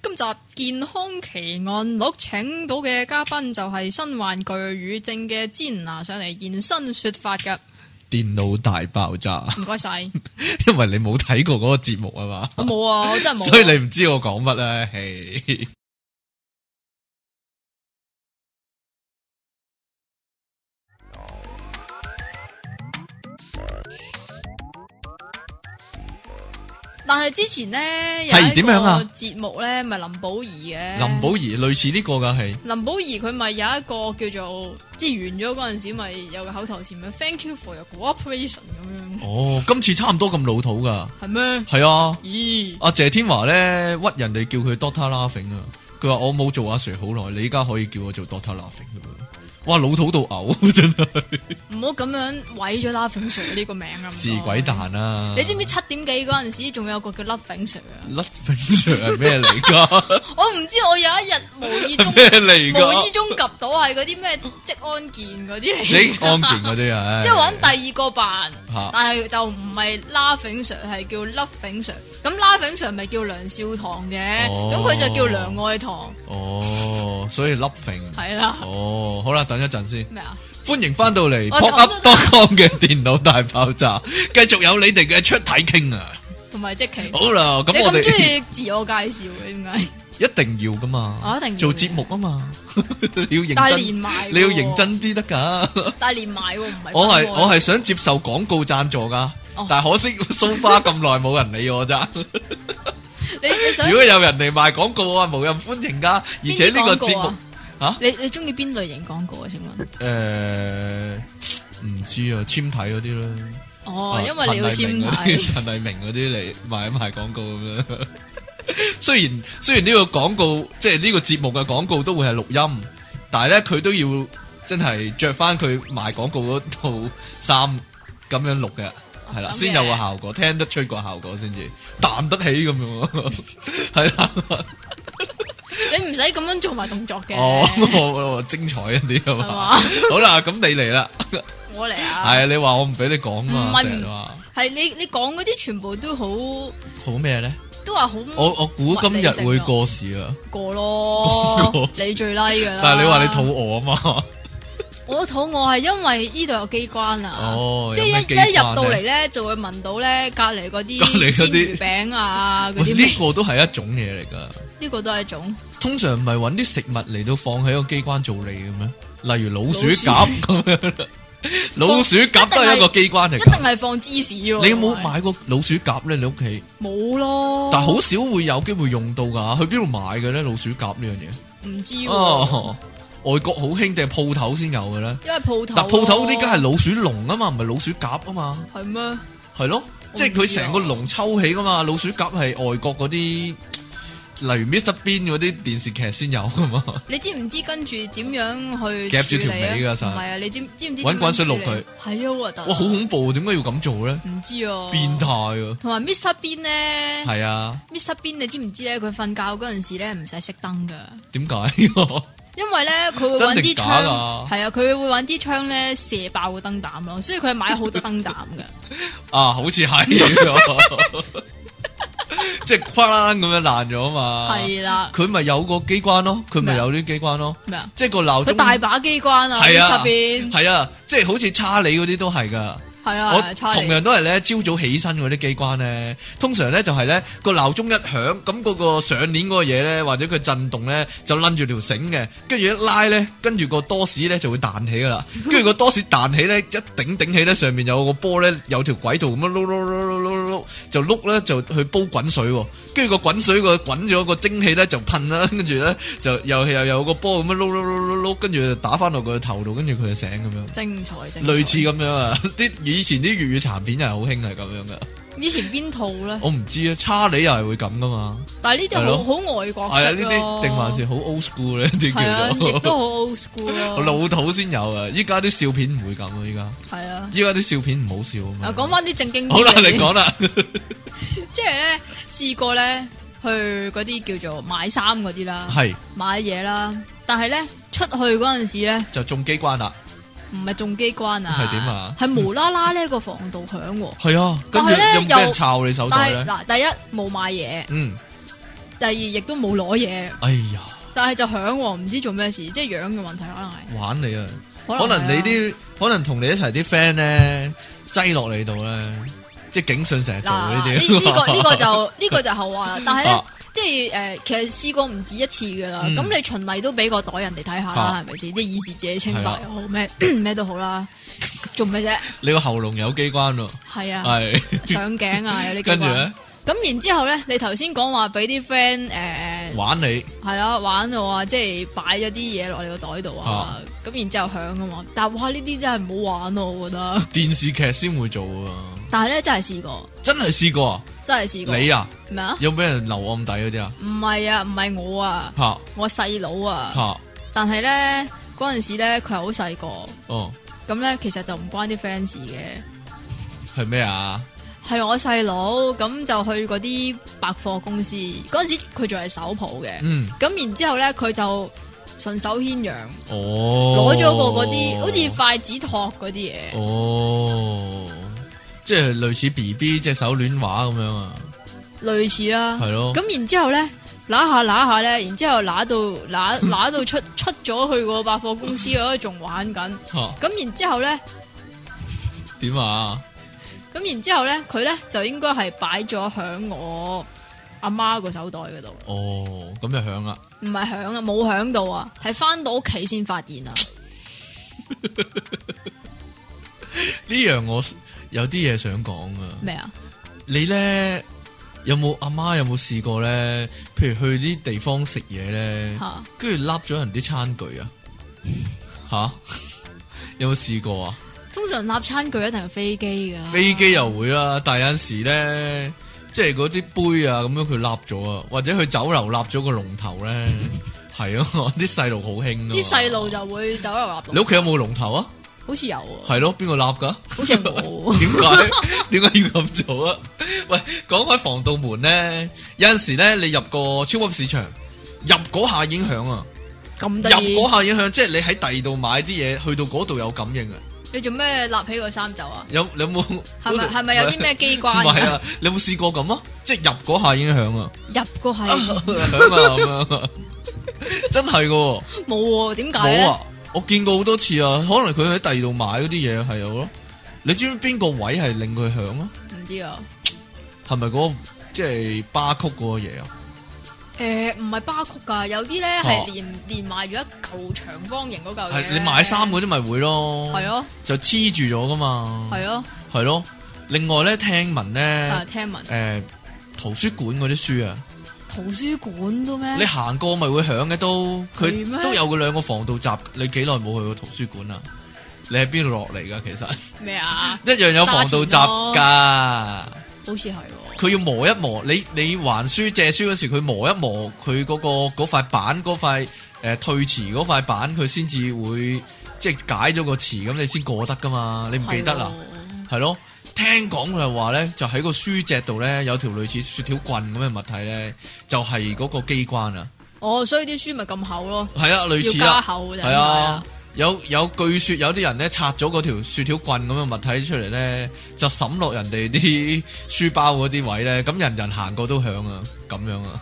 Speaker 2: 今集健康奇案錄請到嘅嘉賓就係身患巨乳症嘅詹拿上嚟現身說法嘅，
Speaker 1: 電腦大爆炸，
Speaker 2: 唔該晒。
Speaker 1: 因為你冇睇過嗰個節目啊嘛。
Speaker 2: 我冇啊，我真係冇啊。
Speaker 1: 所以你唔知我講乜咧？嘿，
Speaker 2: 但係之前呢，有
Speaker 1: 係
Speaker 2: 一
Speaker 1: 點樣啊
Speaker 2: 個節目呢，咪林保怡嘅。
Speaker 1: 林寶儀類似呢個噶係，
Speaker 2: 林保怡佢咪有一個叫做即係完咗嗰陣時，咪有個口頭禪咪 Thank you for your cooperation 咁樣，
Speaker 1: 哦，今次差唔多咁老土噶，
Speaker 2: 係咩？
Speaker 1: 係啊，
Speaker 2: 咦，
Speaker 1: 阿謝天華咧屈人哋叫佢 Doctor Laughing 啊，佢話我冇做阿 Sir 好耐，你依家可以叫我做 Doctor Laughing 咁樣哇，老土到嘔，真係
Speaker 2: 唔好咁樣毀咗 Laughing Sir 呢個名啊！唔該
Speaker 1: 是鬼！蛋啊！
Speaker 2: 你知唔知七點幾嗰陣時仲有個叫 Laughing Sir 啊？
Speaker 1: Loving Sir 係咩嚟 㗎？
Speaker 2: 我唔知，我有一日無意 中
Speaker 1: 咩嚟㗎
Speaker 2: 無意中及到係嗰啲咩職安健嗰啲嚟㗎，
Speaker 1: 你安健嗰啲啊，唉
Speaker 2: 即係揾第二個扮
Speaker 1: 嚇，
Speaker 2: 但係就唔係 Laughing Sir，係叫 Loving Sir。咁 Laughing Sir 咪叫梁少棠嘅，
Speaker 1: 哦
Speaker 2: 咁佢就叫梁愛棠，
Speaker 1: 哦，所以 Loving
Speaker 2: 係啦。
Speaker 1: 哦，好啦，等一陣先。
Speaker 2: 咩啊？
Speaker 1: 歡迎翻到嚟
Speaker 2: 我
Speaker 1: pop up com 嘅電腦大爆炸，繼續有你哋嘅出體傾啊！
Speaker 2: 同埋即期，
Speaker 1: 好啦，
Speaker 2: 你
Speaker 1: 咁我
Speaker 2: 咁中
Speaker 1: 哋
Speaker 2: 意自我介紹嘅 點解？
Speaker 1: 一定要噶嘛，
Speaker 2: 哦我一定要
Speaker 1: 做節目啊嘛， 你要認
Speaker 2: 但係
Speaker 1: 真，
Speaker 2: 連埋喎
Speaker 1: 你要認，真啲得噶。
Speaker 2: 但係連埋喎，唔係
Speaker 1: 我係
Speaker 2: 分開
Speaker 1: 我係想接受廣告贊助噶
Speaker 2: 哦，
Speaker 1: 但係可惜 so far 咁耐冇人理我 咋。
Speaker 2: 你你想
Speaker 1: 如果有人嚟賣廣告啊，無人歡迎噶，而且呢個
Speaker 2: 邊啲廣
Speaker 1: 節
Speaker 2: 告
Speaker 1: 目
Speaker 2: 啊
Speaker 1: 啊，
Speaker 2: 你你中意邊類型廣告啊？請問？
Speaker 1: 誒呃唔知啊，簽體嗰啲啦。
Speaker 2: 哦
Speaker 1: 啊，
Speaker 2: 因為你要簽睇，
Speaker 1: 陳麗明嗰啲，陳麗明嗰 啲嚟賣賣廣告咁樣。 雖然雖然呢個廣告，即係呢個節目嘅廣告都會係錄音，但係咧佢都要真係着翻佢賣廣告嗰套衫咁樣錄嘅，係啦，
Speaker 2: 哦咁嘅
Speaker 1: 先有個效果，聽得出個效果先至彈得起咁 樣，係啦。
Speaker 2: 你唔使咁樣做埋動作嘅。
Speaker 1: 哦， 我我精彩一啲啊
Speaker 2: 係
Speaker 1: 嘛。
Speaker 2: 嘛？
Speaker 1: 好啦，咁你嚟啦，
Speaker 2: 我嚟
Speaker 1: 係
Speaker 2: 啊，
Speaker 1: 啊，你話我唔俾你講
Speaker 2: 唔
Speaker 1: 嘛，
Speaker 2: 係
Speaker 1: 成日話
Speaker 2: 係你你講嗰啲全部都好，
Speaker 1: 好咩咧？
Speaker 2: 都話好。
Speaker 1: 我我估今日會過時啊。
Speaker 2: 過咯
Speaker 1: 過，
Speaker 2: 你最 like 噶啦。
Speaker 1: 但係你話你肚，餓啊嘛，
Speaker 2: 我肚餓係因為呢度有機關啊。
Speaker 1: 哦
Speaker 2: 即係
Speaker 1: 有咩
Speaker 2: 一
Speaker 1: 機
Speaker 2: 一入
Speaker 1: 關
Speaker 2: 到
Speaker 1: 呢
Speaker 2: 嚟咧，就會聞到咧隔離嗰啲
Speaker 1: 隔離嗰
Speaker 2: 煎
Speaker 1: 啲
Speaker 2: 魚餅啊，嗰
Speaker 1: 喂
Speaker 2: 啲
Speaker 1: 呢
Speaker 2: 咩
Speaker 1: 個都係一種嘢嚟噶。
Speaker 2: 呢個都係一種。
Speaker 1: 通常唔係揾啲食物嚟到放喺個機關做嚟嘅咩？例如老鼠
Speaker 2: 老鼠
Speaker 1: 夾咁樣 啦，老鼠夾都係一個機關
Speaker 2: 一
Speaker 1: 嚟
Speaker 2: 定
Speaker 1: 噶。
Speaker 2: 係啊放芝士喎。
Speaker 1: 你有冇買過老鼠夾咧？你屋企，
Speaker 2: 冇咯。
Speaker 1: 但係好少會有機會用到噶。去邊度買嘅咧？老鼠夾呢
Speaker 2: 唔知
Speaker 1: 樣嘢，
Speaker 2: 喎，
Speaker 1: 哦，外國好興定係鋪頭先有嘅咧？
Speaker 2: 因為鋪頭啊咯。
Speaker 1: 但鋪頭嗰啲梗係老鼠籠啊嘛，唔係老鼠夾啊嘛。
Speaker 2: 係咩？
Speaker 1: 系咯，
Speaker 2: 我
Speaker 1: 即係
Speaker 2: 唔
Speaker 1: 佢
Speaker 2: 知啊
Speaker 1: 成個籠抽起噶嘛，老鼠夾係外國嗰啲，例如 Mr Bean 嗰啲電視劇先有 噶嘛，
Speaker 2: 你知唔知跟住點樣去
Speaker 1: 夾住條
Speaker 2: 條
Speaker 1: 尾㗎實
Speaker 2: 唔係啊，你知知唔知點樣處理？
Speaker 1: 搵滾水淥佢
Speaker 2: 係啊，核突啊！
Speaker 1: 哇好恐怖，點解要咁做咧？
Speaker 2: 唔知啊，
Speaker 1: 變態啊，
Speaker 2: 同埋 Mr Bean 咧
Speaker 1: 係啊，
Speaker 2: ，Mr Bean 你知唔知咧？佢瞓覺嗰陣時咧唔使熄燈噶，
Speaker 1: 點解？
Speaker 2: 因為咧佢會搵
Speaker 1: 真定
Speaker 2: 支
Speaker 1: 假
Speaker 2: 槍，
Speaker 1: 㗎
Speaker 2: 係啊，佢會搵支槍咧射爆個燈膽啊咯，所以佢係買好多燈膽噶。
Speaker 1: 啊，好似係， 即係跨啦咁樣爛咗啊嘛，
Speaker 2: 係啦，
Speaker 1: 佢咪有個機關咯，佢咪
Speaker 2: 咩啊
Speaker 1: 有啲機關咯，
Speaker 2: 咩啊？
Speaker 1: 即係個鬧
Speaker 2: 佢大
Speaker 1: 鐘，
Speaker 2: 把機關啊
Speaker 1: 係啊
Speaker 2: ，Mr Bean
Speaker 1: 係啊，即係好似查理嗰啲都係噶。
Speaker 2: 係
Speaker 1: 我
Speaker 2: 啊，差
Speaker 1: 同樣都係咧，朝早起身嗰啲機關咧，通常咧就係咧個鬧鐘一響，咁嗰個上鏈嗰個嘢咧，或者佢震動咧，就攆住條繩嘅，跟住一拉咧，跟住個多士咧就會彈起噶啦，跟住個多士彈起咧，一頂頂起咧，上面有個波咧，有條軌道咁樣碌碌碌碌碌碌碌，就碌咧就去煲滾水喎，跟住個滾水個滾咗個蒸汽咧就噴啦，跟住咧就又又有個波咁樣碌碌碌碌碌，跟住就打翻落佢頭度，跟住佢就醒咁樣。
Speaker 2: 精彩精彩。
Speaker 1: 類似咁樣啊！ 啲以前啲粵語殘片又係好興係咁樣噶，
Speaker 2: 以前邊套咧？
Speaker 1: 我唔知啊。差你又係會咁噶嘛？
Speaker 2: 但係呢
Speaker 1: 係
Speaker 2: 啲
Speaker 1: 咯
Speaker 2: 好好外
Speaker 1: 係
Speaker 2: 國
Speaker 1: 啊，
Speaker 2: 式
Speaker 1: 呢
Speaker 2: 咯
Speaker 1: 啲定還是好 old school 咧？啲
Speaker 2: 係啊，亦
Speaker 1: 叫
Speaker 2: 都
Speaker 1: 做
Speaker 2: 好 old school 咯。
Speaker 1: 老土先有啊！依家啲笑片唔會咁啊！依家
Speaker 2: 系啊。
Speaker 1: 依家啲笑片唔好笑啊嘛。
Speaker 2: 嗱，講翻啲正經啲
Speaker 1: 好啦，
Speaker 2: 嘅
Speaker 1: 你講啦，
Speaker 2: 即係咧試過咧去嗰啲叫做買衫嗰啲啦，
Speaker 1: 係
Speaker 2: 買嘢啦，但係咧出去嗰陣時咧
Speaker 1: 就中機關啦。
Speaker 2: 唔係中機關啊，
Speaker 1: 係點啊
Speaker 2: 係無啦啦呢個防盜響喎，
Speaker 1: 係啊，跟
Speaker 2: 但
Speaker 1: 住
Speaker 2: 係咧
Speaker 1: 有冇俾人
Speaker 2: 又
Speaker 1: 抄你手袋
Speaker 2: 但係
Speaker 1: 咧？
Speaker 2: 嗱，第一冇買嘢，
Speaker 1: 嗯，
Speaker 2: 第二亦都冇攞嘢，
Speaker 1: 哎呀，但
Speaker 2: 但係就響喎，唔知做咩事，即係樣嘅問題可能係，
Speaker 1: 玩你啊！可
Speaker 2: 可
Speaker 1: 能
Speaker 2: 係啊
Speaker 1: 你啲可能同你一齊啲 friend 咧擠落你度咧，即係警訊成日做
Speaker 2: 嗱
Speaker 1: 呢
Speaker 2: 呢
Speaker 1: 啲。
Speaker 2: 呢 個呢個就呢個就後話啦，但係咧
Speaker 1: 啊。
Speaker 2: 即係誒、呃其實試過唔止一次噶啦，
Speaker 1: 嗯
Speaker 2: 咁、你循例都俾個袋人哋睇下啦
Speaker 1: 啊，
Speaker 2: 係咪先？即係以示自己清
Speaker 1: 係啊
Speaker 2: 白
Speaker 1: 啦
Speaker 2: 又好咩 咩都好啦，做咩啫？
Speaker 1: 你個喉嚨有機關喎，
Speaker 2: 係啊，
Speaker 1: 係。
Speaker 2: 上頸啊，有啲機
Speaker 1: 跟住
Speaker 2: 關
Speaker 1: 咧。
Speaker 2: 咁然之後咧，你頭先講話俾啲 friend 呃誒
Speaker 1: 玩你，
Speaker 2: 係啦玩我啊，即係擺咗啲嘢落你個袋度啊，咁然之後響啊嘛。但係哇，呢啲真係唔好玩咯，我覺得。
Speaker 1: 電視劇先會做啊！
Speaker 2: 但係咧真係試過，
Speaker 1: 真係試過啊！
Speaker 2: 真係試過。
Speaker 1: 你啊，
Speaker 2: 咩啊？
Speaker 1: 有俾人留暗底嗰啲啊？
Speaker 2: 唔係啊，唔係我啊，
Speaker 1: 吓
Speaker 2: 我細佬啊。
Speaker 1: 吓
Speaker 2: 但係咧，嗰阵时咧，佢系好细个，
Speaker 1: 哦，
Speaker 2: 咁咧其實就唔關啲 fans 嘅，
Speaker 1: 系咩啊？
Speaker 2: 係我細佬咁就去嗰啲百貨公司，嗰阵时佢仲係手抱嘅，
Speaker 1: 嗯，
Speaker 2: 咁然之后咧佢就順手牽羊，
Speaker 1: 哦，
Speaker 2: 攞咗個嗰啲好似筷子托嗰啲嘢，
Speaker 1: 哦，即系类似 B B 隻手戀畫咁樣啊，
Speaker 2: 類似啦。
Speaker 1: 係咯，
Speaker 2: 啊咁然之后咧，揦下揦下咧，然之后揦到揦揦到出出咗去個百貨公司嗰度仲玩緊。
Speaker 1: 吓
Speaker 2: 咁然之后咧，
Speaker 1: 點啊？
Speaker 2: 咁然之后咧，佢咧就應該係擺咗響我阿媽個手袋嗰度，
Speaker 1: 哦，咁就響啦，
Speaker 2: 唔係響啊，冇響到啊，係翻到屋企先發現啊。
Speaker 1: 呢樣我有啲嘢想講啊。
Speaker 2: 咩啊？
Speaker 1: 你咧有冇阿媽有冇試過咧？譬如去啲地方食嘢咧，
Speaker 2: 吓
Speaker 1: 跟住笠咗人啲餐具啊？吓， 有冇試過啊？
Speaker 2: 通常立餐具一定係飛機㗎。
Speaker 1: 飛機又會啦，但係有陣時咧，即係嗰啲杯啊咁樣佢笠咗啊，或者去酒樓笠咗個龍頭 咧，係啊，啲細路好興啊。
Speaker 2: 啲細路，就會走入
Speaker 1: 你
Speaker 2: 立
Speaker 1: 屋企有冇龍頭啊？
Speaker 2: 好似有啊，
Speaker 1: 係咯，邊個笠㗎？
Speaker 2: 好似冇啊。
Speaker 1: 点解？點解要咁做啊？喂，講開防盜門咧，有阵时咧，你入個超級市場，入嗰下影響啊，
Speaker 2: 咁
Speaker 1: 入
Speaker 2: 得意，
Speaker 1: 嗰下影響，即係你喺第二度買啲嘢，去到嗰度有感應啊。
Speaker 2: 你做咩立起個衫袖啊？
Speaker 1: 有你有冇？嗰
Speaker 2: 係咪
Speaker 1: 度
Speaker 2: 係咪有啲咩機關
Speaker 1: 唔
Speaker 2: 㗎？
Speaker 1: 係啊，你有冇試過咁啊？即係入嗰下影響 啊，
Speaker 2: 入個係
Speaker 1: 響啊咁樣啊，真係噶，
Speaker 2: 冇喎，點解
Speaker 1: 冇
Speaker 2: 咧？
Speaker 1: 啊！我見過好多次啊，可能佢喺第二度買嗰啲嘢係有咯。你知唔知邊個位係令佢響啊？
Speaker 2: 唔知啊。
Speaker 1: 係咪嗰個即係巴曲嗰個嘢啊？
Speaker 2: 诶，唔係巴曲㗎，有啲咧係
Speaker 1: 嚇
Speaker 2: 連連埋咗一嚿長方形嗰嚿
Speaker 1: 哦係
Speaker 2: 嘢。
Speaker 1: 你買衫嗰啲咪會咯，
Speaker 2: 係咯，
Speaker 1: 就黐住咗噶嘛，
Speaker 2: 係咯，
Speaker 1: 係咯。另外咧，聽聞
Speaker 2: 啊
Speaker 1: 咧，
Speaker 2: 聽聞
Speaker 1: 誒圖書館嗰啲書啊，
Speaker 2: 圖書館都咩？
Speaker 1: 你行過咪會響嘅都，
Speaker 2: 係
Speaker 1: 佢
Speaker 2: 咩
Speaker 1: 都有個兩個防盜閘。你幾耐冇去過圖書館啊？你喺邊度落嚟噶？其實
Speaker 2: 咩啊？
Speaker 1: 一樣有防盜閘㗎。
Speaker 2: 好似係喎，
Speaker 1: 佢要磨一磨，你你還書借書嗰時，佢磨一磨佢嗰、個嗰塊板嗰塊誒退詞嗰塊板，佢先至會即係解咗個詞，咁你先過得噶嘛？你唔記得啦？係咯，聽講佢係話咧，就喺個書脊度咧有條類似雪條棍咁嘅物體咧，就係、嗰個機關啊，
Speaker 2: 係喎。哦，所以啲書咪咁厚咯，
Speaker 1: 係啊，類
Speaker 2: 要
Speaker 1: 似
Speaker 2: 加
Speaker 1: 啊，
Speaker 2: 厚就
Speaker 1: 係啊。。有有據說有啲人咧拆咗嗰條雪條棍咁嘅物體出嚟咧，就抌落人哋啲 書包嗰啲位咧，咁人人行過都響啊，咁樣啊，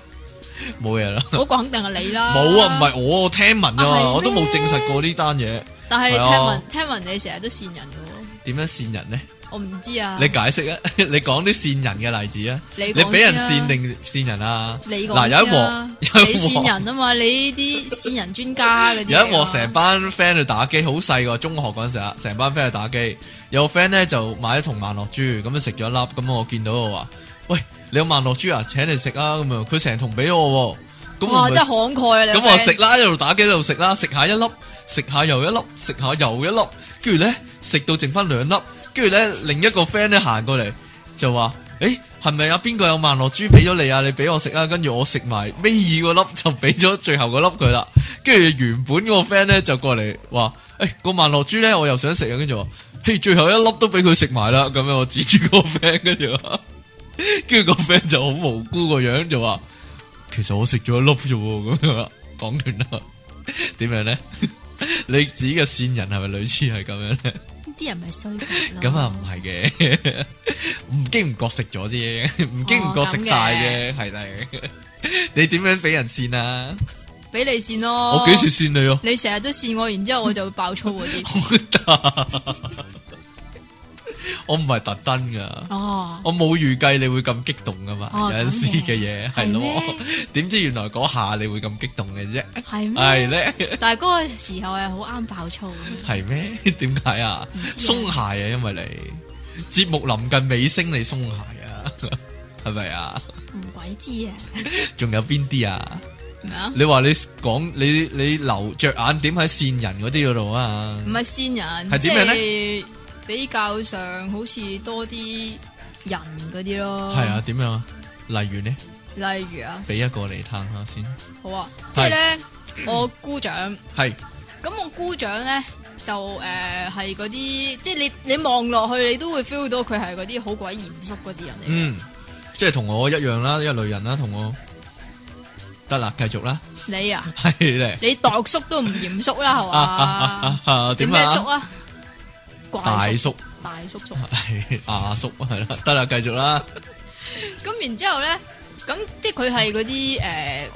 Speaker 1: 冇嘢啦，
Speaker 2: 嗰個肯定係你啦。
Speaker 1: 冇啊，唔係。我我聽聞
Speaker 2: 啊係咩
Speaker 1: 啊，我都冇證實過呢單嘢，
Speaker 2: 但係聽
Speaker 1: 係啊
Speaker 2: 聞聽聞你成日都善人嘅喎，
Speaker 1: 點樣善人呢？
Speaker 2: 我唔知啊。
Speaker 1: 你解釋啊， 你講啲善人嘅例子啊，
Speaker 2: 你
Speaker 1: 你
Speaker 2: 講
Speaker 1: 俾人
Speaker 2: 先啊
Speaker 1: 善定善人啊？
Speaker 2: 你
Speaker 1: 嗱
Speaker 2: 講
Speaker 1: 有一
Speaker 2: 先啊
Speaker 1: 鑊有一
Speaker 2: 你善
Speaker 1: 鑊
Speaker 2: 人啊嘛，你啲善人專家嗰啲嚟
Speaker 1: 有
Speaker 2: 啊
Speaker 1: 一
Speaker 2: 嘛。
Speaker 1: 鑊成班 friend 去打機，好細個，中學嗰陣時啊，成班 friend 去打機。有個 friend 咧就買咗同萬樂珠，咁樣食咗一粒。咁我見到我話：，喂，你有萬樂珠啊？請你食啊！咁樣，佢成桶俾我喎。咁我
Speaker 2: 哇，
Speaker 1: 咪
Speaker 2: 真係慷慨啊！你個
Speaker 1: 咁我
Speaker 2: friend
Speaker 1: 食啦，一路打機一路食啦，食下一粒，食下又一粒，食下又一粒，跟住咧食到剩翻兩粒，跟住咧另一個 friend 咧行過嚟就話：，誒係咪有邊個有萬樂珠俾咗你啊？你俾我食啊！跟住我食埋尾二個粒就俾咗最後個粒佢啦。跟住原本嗰個 friend 咧就過嚟話：，誒、個萬樂珠咧我又想食啊！跟住話：，嘿最後一粒都俾佢食埋啦。咁樣我指住個 friend 跟住話，跟住個 friend 就好無辜個樣就話。其實我食咗一粒啫喎，咁樣啦，講完啦，點樣咧？你指嘅線人係咪類似係咁樣咧？
Speaker 2: 啲人咪衰格咯
Speaker 1: 咁啊唔係嘅，唔經唔覺食咗啫，唔經唔覺食晒啫，係啦、你點樣俾人線啊？
Speaker 2: 俾你線咯。
Speaker 1: 我幾時？線你啊？
Speaker 2: 你成日都線我，然之後我就會爆粗嗰 啲。
Speaker 1: 我唔係特登噶，
Speaker 2: 哦，
Speaker 1: 我冇預計你會咁激動噶嘛，
Speaker 2: 哦
Speaker 1: 有陣時嘅嘢係
Speaker 2: 咁嘅
Speaker 1: 咯
Speaker 2: 係，
Speaker 1: 點知原來嗰下你會咁激動嘅啫，
Speaker 2: 係
Speaker 1: 係
Speaker 2: 咩？
Speaker 1: 咧。
Speaker 2: 但係嗰個時候係好啱爆粗嘅。
Speaker 1: 系咩？ 點解啊？
Speaker 2: 知啊
Speaker 1: 鬆懈啊，因為你節目臨近尾聲，你鬆懈啊， 係咪啊？
Speaker 2: 唔鬼知啊，
Speaker 1: 仲有邊啲啊？
Speaker 2: 咩啊？
Speaker 1: 你話你講你你留着眼點喺線人嗰啲嗰度啊
Speaker 2: 唔？係線人，
Speaker 1: 係
Speaker 2: 即
Speaker 1: 點樣呢
Speaker 2: 係比較上好似多啲人嗰啲咯。
Speaker 1: 係啊，，點樣啊？例如呢，
Speaker 2: 例如啊，
Speaker 1: 俾一個嚟探下先。
Speaker 2: 好啊，
Speaker 1: 係
Speaker 2: 即係咧，我姑丈
Speaker 1: 係
Speaker 2: 咁我姑丈咧就诶係嗰啲，即係你你望落去，你都會 feel 到佢係嗰啲好鬼嚴肅嗰啲人嚟。
Speaker 1: 嗯，即系同我一样啦，一类人啦，同我得啦，继续啦，
Speaker 2: 你啊，
Speaker 1: 系咧，
Speaker 2: 你度叔都唔嚴肅啦，係
Speaker 1: 啊啊啊
Speaker 2: 嘛？
Speaker 1: 啊啊
Speaker 2: 點
Speaker 1: 点
Speaker 2: 咩叔
Speaker 1: 啊？
Speaker 2: 啊？
Speaker 1: 大
Speaker 2: 怪叔，
Speaker 1: 叔
Speaker 2: 大叔叔。
Speaker 1: 系阿叔系啦，得啦，继续啦，
Speaker 2: 咁然之後咧，咁即係佢係嗰啲诶，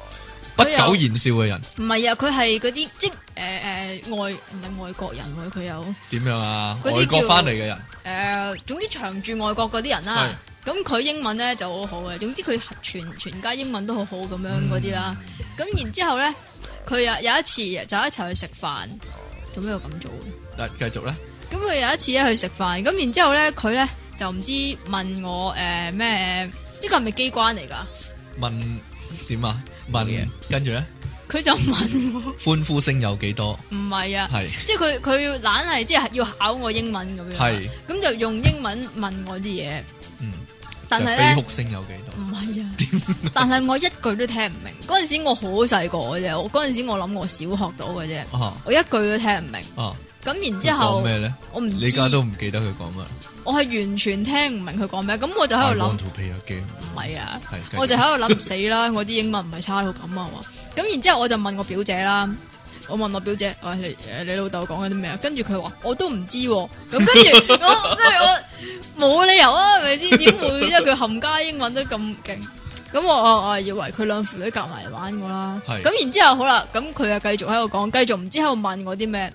Speaker 1: 不
Speaker 2: 佢有
Speaker 1: 苟言笑嘅人
Speaker 2: 唔係啊，佢係嗰啲即诶诶外唔係外國人喎，佢有。
Speaker 1: 点样啊？
Speaker 2: 嗰啲
Speaker 1: 外国
Speaker 2: 叫
Speaker 1: 翻嚟嘅人，
Speaker 2: 诶、總之長住外國嗰啲人啦，咁佢英文咧就好好嘅，總之佢全全家英文都好好咁樣嗰啲啦。
Speaker 1: 嗯
Speaker 2: 咁、然之後咧，佢有有一次就一齊去食飯，做咩要咁做嘅？
Speaker 1: 嗱，继续啦，
Speaker 2: 咁佢有一次咧去食飯，咁然之後咧佢咧就唔知問我诶咩、呢個係咪機關嚟㗎？
Speaker 1: 问点啊？
Speaker 2: 冇嘢
Speaker 1: 问跟住咧，
Speaker 2: 佢就 問我，
Speaker 1: 欢呼声有几多？
Speaker 2: 唔係啊，
Speaker 1: 系
Speaker 2: 即係佢佢懶係即係要考我英文咁樣，啊
Speaker 1: 系，
Speaker 2: 咁就用英文問我啲嘢，
Speaker 1: 嗯，
Speaker 2: 但係
Speaker 1: 就
Speaker 2: 咧
Speaker 1: 悲。哭声有几多？
Speaker 2: 唔 係啊，但係我一句都聽唔明。嗰陣時我好細個嘅啫，我嗰陣時我諗我小學到嘅啫，
Speaker 1: 啊
Speaker 2: 我一句都聽唔明。
Speaker 1: 啊，
Speaker 2: 咁然
Speaker 1: 佢
Speaker 2: 之
Speaker 1: 講
Speaker 2: 後，
Speaker 1: 咩咧？
Speaker 2: 我唔
Speaker 1: 你
Speaker 2: 知
Speaker 1: 而，家都唔记得佢讲乜啦？
Speaker 2: 我係完全聽唔明佢講咩。咁我就喺
Speaker 1: I
Speaker 2: 度
Speaker 1: want
Speaker 2: 諗，
Speaker 1: to play a game，
Speaker 2: 唔係啊，
Speaker 1: 係繼續
Speaker 2: 我就喺度諗死啦！我啲英文唔係差到咁啊嘛。咁然之後我就問我表姐啦。我問我表姐，喂、你誒你老豆講緊啲咩啊？跟住佢話我都唔知喎、咁跟住我跟住我冇理由啊，係咪先？點會啫？佢冚家英文都咁勁，咁我我我以為佢兩父女夾埋嚟玩我啦。
Speaker 1: 係
Speaker 2: 咁然之後好啦，咁佢又繼續喺度講，繼續唔知喺度問我啲咩。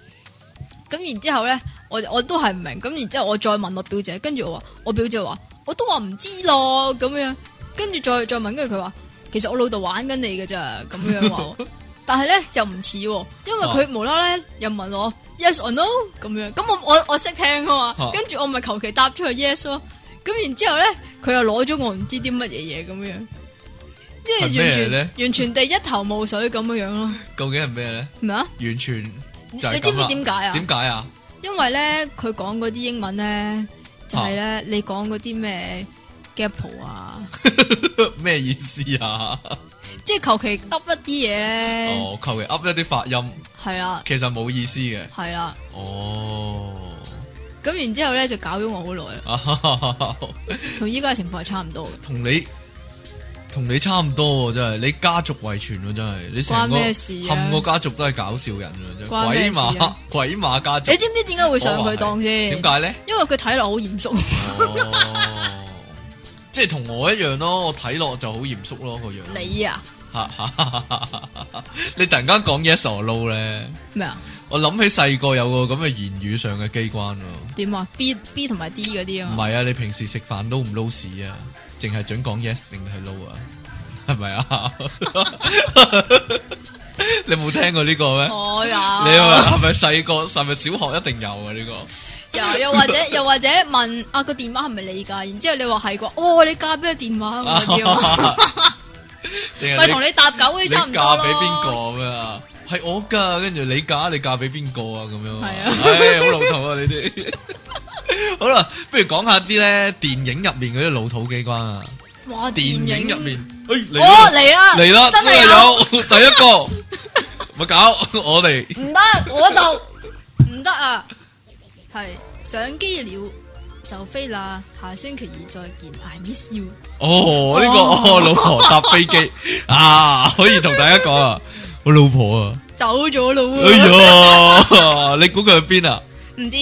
Speaker 2: 咁然之後咧，我我都係唔明。咁然之後我再問我表姐，跟住我話我表姐話我都話唔知咯咁樣，跟住再再問，跟住佢話其實我老豆玩緊你嘅咋咁樣 話我。但係咧又唔似喎，因
Speaker 1: 哦
Speaker 2: 為佢無啦啦又問我 yes or no 咁樣，咁我我我識聽啊嘛
Speaker 1: 啊，
Speaker 2: 跟住我咪求其答出去 yes 咯，咁然之後咧佢又攞咗我唔知啲乜嘢嘢咁樣，即
Speaker 1: 係
Speaker 2: 係
Speaker 1: 咩
Speaker 2: 完全
Speaker 1: 咧
Speaker 2: 完全地一頭霧水咁樣樣咯，
Speaker 1: 究竟系咩咧？
Speaker 2: 咩啊？
Speaker 1: 完全
Speaker 2: 你
Speaker 1: 就係
Speaker 2: 你知唔
Speaker 1: 咁啦
Speaker 2: 知點解啊？
Speaker 1: 点解啊？
Speaker 2: 因為咧佢講嗰啲英文咧就係咧
Speaker 1: 哦
Speaker 2: 你講嗰啲咩 gap 啊，
Speaker 1: 咩意思啊？
Speaker 2: 即係求其噏一啲嘢咧，
Speaker 1: 哦，求其噏一啲發音，
Speaker 2: 係啦
Speaker 1: 其實冇意思嘅。
Speaker 2: 係啦，
Speaker 1: 哦，
Speaker 2: 咁然之後咧就搞咗我好耐啦。同依家嘅情況係差唔多嘅，
Speaker 1: 同你同你差唔多喎，真係你家族遺傳喎，真係你成個
Speaker 2: 關咩事啊
Speaker 1: 冚個家族都係搞笑人啊！真係
Speaker 2: 關咩
Speaker 1: 鬼
Speaker 2: 事啊
Speaker 1: 馬 鬼馬家族
Speaker 2: 你，知唔知點解會上佢當
Speaker 1: 點
Speaker 2: 先？
Speaker 1: 解 咧？
Speaker 2: 因為佢睇落好嚴肅，
Speaker 1: 哦，即係同我一樣咯，我睇落就好嚴肅咯個樣。
Speaker 2: 你啊
Speaker 1: 你突然間講 yes or no 咧？
Speaker 2: 咩啊？
Speaker 1: 我諗起細個有個咁嘅言語上嘅機關喎，
Speaker 2: 點啊？B B 同埋 D 嗰啲
Speaker 1: 唔
Speaker 2: 啊嘛，
Speaker 1: 係啊，你平時食飯撈唔撈屎啊？淨係准講 yes 定係 no 啊？係咪啊？ 你冇聽過呢個咩？
Speaker 2: 我
Speaker 1: 你
Speaker 2: 有，
Speaker 1: 話係咪細個？係咪小學一定有啊？呢個
Speaker 2: 又又或者又或者問啊個電話係咪你㗎？然之後你話係啩？哦，你嫁俾個電 話咁嗰啲啊嘛，
Speaker 1: 定
Speaker 2: 咪
Speaker 1: 係
Speaker 2: 同你搭狗嗰
Speaker 1: 你
Speaker 2: 啲差唔
Speaker 1: 你
Speaker 2: 多
Speaker 1: 嫁俾邊個
Speaker 2: 咯。
Speaker 1: 咁啊？係我㗎，跟住你嫁，你嫁俾邊個啊？咁樣
Speaker 2: 係啊
Speaker 1: 唉，好老土啊！你 哋好啦，不如講下啲咧電影入面嗰啲老土機關啊！
Speaker 2: 哇！
Speaker 1: 電影入面，，哎嚟
Speaker 2: 哦
Speaker 1: 啦
Speaker 2: 嚟啦
Speaker 1: 嚟啦，
Speaker 2: 真
Speaker 1: 真
Speaker 2: 係
Speaker 1: 係有 第一個，咪搞我哋
Speaker 2: 唔得，我度唔得啊！係上機了就飛啦，下星期二再見，I miss you。
Speaker 1: 哦呢個
Speaker 2: 哦
Speaker 1: 哦老婆搭飛機啊，可以同大家講啊，我老婆啊，
Speaker 2: 走咗咯
Speaker 1: 哎
Speaker 2: 喎，
Speaker 1: 呀，你估佢去邊啊？
Speaker 2: 唔知。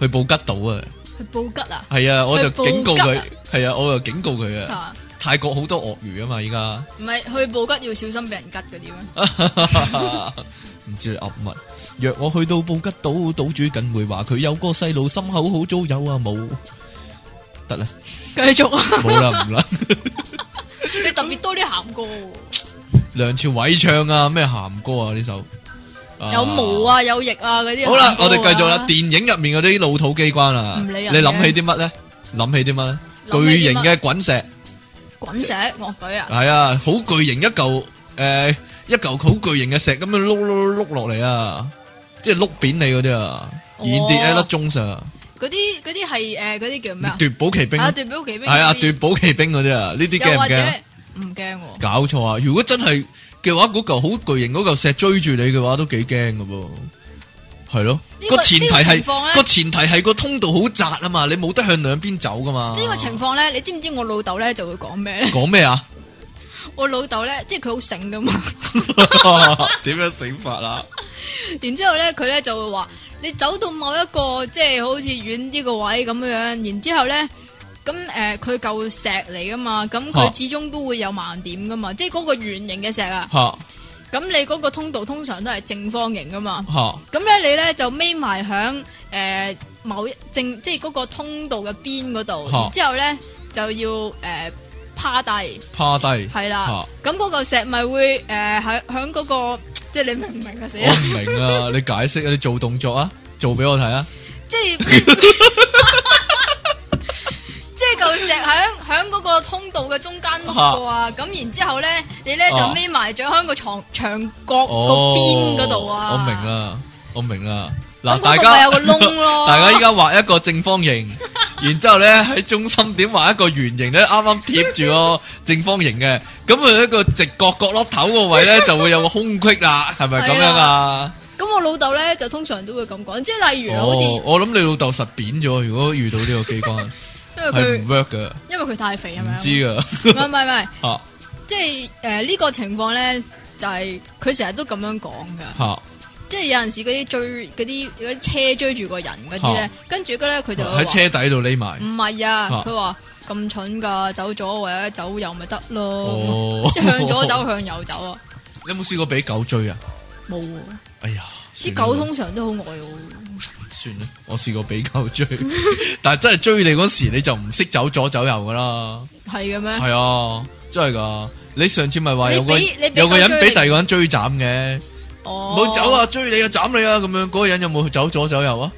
Speaker 1: 去布吉島啊，
Speaker 2: 去布吉啊？
Speaker 1: 係啊，我就
Speaker 2: 去布吉啊
Speaker 1: 警告佢，係啊，我就警告佢啊。
Speaker 2: 啊，
Speaker 1: 泰國好多鱷魚啊嘛，依 家
Speaker 2: 唔係去布吉要小心俾人吉嗰啲咩？
Speaker 1: 唔知你噏乜。若我去到布吉島，島主更會話佢有個細路心口好糟有啊冇。得啦，
Speaker 2: 繼續啊！
Speaker 1: 冇啦唔啦。
Speaker 2: 你特別多啲鹹歌喎，
Speaker 1: 梁朝偉唱啊，咩鹹歌啊呢首？
Speaker 2: 有毛！啊，有翼啊嗰啲。
Speaker 1: 好啦，我哋繼續啦。。電影入面嗰啲老土機關啊，你
Speaker 2: 唔理人嘅
Speaker 1: 諗起啲乜咧？諗起啲乜咧？
Speaker 2: 諗起
Speaker 1: 巨
Speaker 2: 啲乜
Speaker 1: 型嘅滾石
Speaker 2: 滾石樂隊啊，
Speaker 1: 係啊，好巨型一嚿诶，一嚿好巨型嘅石咁樣碌碌碌碌落嚟啊！即係碌扁你嗰啲啊，
Speaker 2: 哦
Speaker 1: 然跌一粒鐘上，
Speaker 2: 嗰啲嗰啲係誒嗰啲叫咩啊？
Speaker 1: 奪寶奇兵
Speaker 2: 啊，奪寶奇兵
Speaker 1: 係啊，
Speaker 2: 嗰啲
Speaker 1: 奪寶奇兵嗰啲啊，呢啲
Speaker 2: 又
Speaker 1: 驚唔
Speaker 2: 或者
Speaker 1: 驚？
Speaker 2: 唔驚喎。
Speaker 1: 搞錯啊！如果真係嘅話，嗰嚿好巨型嗰嚿石追住你嘅話，都幾驚噶噃。系咯，
Speaker 2: 呢個
Speaker 1: 个前提
Speaker 2: 呢個
Speaker 1: 系
Speaker 2: 情況呢
Speaker 1: 个前提系个通道好窄啊嘛，你冇得向两边走噶嘛。
Speaker 2: 呢個情況咧，你知唔知我老豆咧就會講咩咧？
Speaker 1: 讲咩啊？
Speaker 2: 我老豆咧，即係佢好醒噶嘛，
Speaker 1: 点样醒法啊？
Speaker 2: 然之后咧佢咧就會話：你走到某一個即係好似遠啲個位咁樣樣，然之后咧。咁誒，佢嚿石嚟噶嘛，咁
Speaker 1: 啊
Speaker 2: 佢始終都會有盲點噶嘛，即係嗰個圓形嘅石啊。
Speaker 1: 吓
Speaker 2: 咁你嗰個通道通常都係正方形噶嘛，
Speaker 1: 吓
Speaker 2: 咁咧你咧就匿埋響誒某一正即係嗰個通道嘅邊嗰度，
Speaker 1: 嚇
Speaker 2: 然之後咧就要誒、呃趴低，
Speaker 1: 趴低，
Speaker 2: 係啊啦
Speaker 1: 嚇，
Speaker 2: 咁嗰嚿石咪會誒喺響嗰個即係你明唔明啊死
Speaker 1: 我
Speaker 2: 啦，
Speaker 1: 唔明啊！你解释啊，你做动作啊，做俾我睇啊！
Speaker 2: 即係即係嚿石響響嗰個通道嘅中間碌過啊，咁然之後咧你咧就
Speaker 1: 啊
Speaker 2: 匿埋咗響個牆牆角個
Speaker 1: 哦，
Speaker 2: 邊嗰度啊，
Speaker 1: 我明。啦，我明啦。
Speaker 2: 咁
Speaker 1: 嗱，大
Speaker 2: 嗰度咪
Speaker 1: 家
Speaker 2: 有個窿咯，
Speaker 1: 大家依家画一个正方形，然之后咧喺中心点画一个圆形咧，啱啱贴住个正方形嘅，咁佢一个直角角落头个 位咧就会有个空隙啦，系咪咁样啊？
Speaker 2: 咁我老豆咧就通常都會咁講，即係例如啊好
Speaker 1: 哦
Speaker 2: 似，
Speaker 1: 我谂你老豆实扁咗，如果遇到呢个机关系
Speaker 2: 因為
Speaker 1: 唔
Speaker 2: 佢
Speaker 1: work 噶，
Speaker 2: 因為佢太肥係
Speaker 1: 唔
Speaker 2: 咪啊？
Speaker 1: 知噶
Speaker 2: 唔係唔係唔係，
Speaker 1: 吓
Speaker 2: 即係诶呢個情況咧就係佢成日都咁樣講噶，
Speaker 1: 吓，
Speaker 2: 即係有陣時嗰啲追嗰啲嗰啲車追住個人嗰啲咧，跟住咧佢就會話
Speaker 1: 啊喺車底度匿埋
Speaker 2: 唔。係啊，
Speaker 1: 啊
Speaker 2: 佢話咁蠢㗎，走左或者走右咪得咯，
Speaker 1: 哦，
Speaker 2: 即係向左走。向右走啊，
Speaker 1: 你有冇試過俾狗追啊？
Speaker 2: 冇喎
Speaker 1: 哎呀，
Speaker 2: 啲
Speaker 1: 算啦
Speaker 2: 狗通常都好愛我，
Speaker 1: 算啦，我試過俾狗追， 但係真係追你嗰時你就唔識走左走右噶啦。
Speaker 2: 係嘅咩？
Speaker 1: 係啊，真係噶。你上次咪話有個
Speaker 2: 你俾你俾
Speaker 1: 有個人
Speaker 2: 狗追
Speaker 1: 俾
Speaker 2: 你
Speaker 1: 第二個人追斬嘅，
Speaker 2: 哦，
Speaker 1: 冇走啊，追你啊，斬你啊，咁樣嗰個人有冇走左走右啊？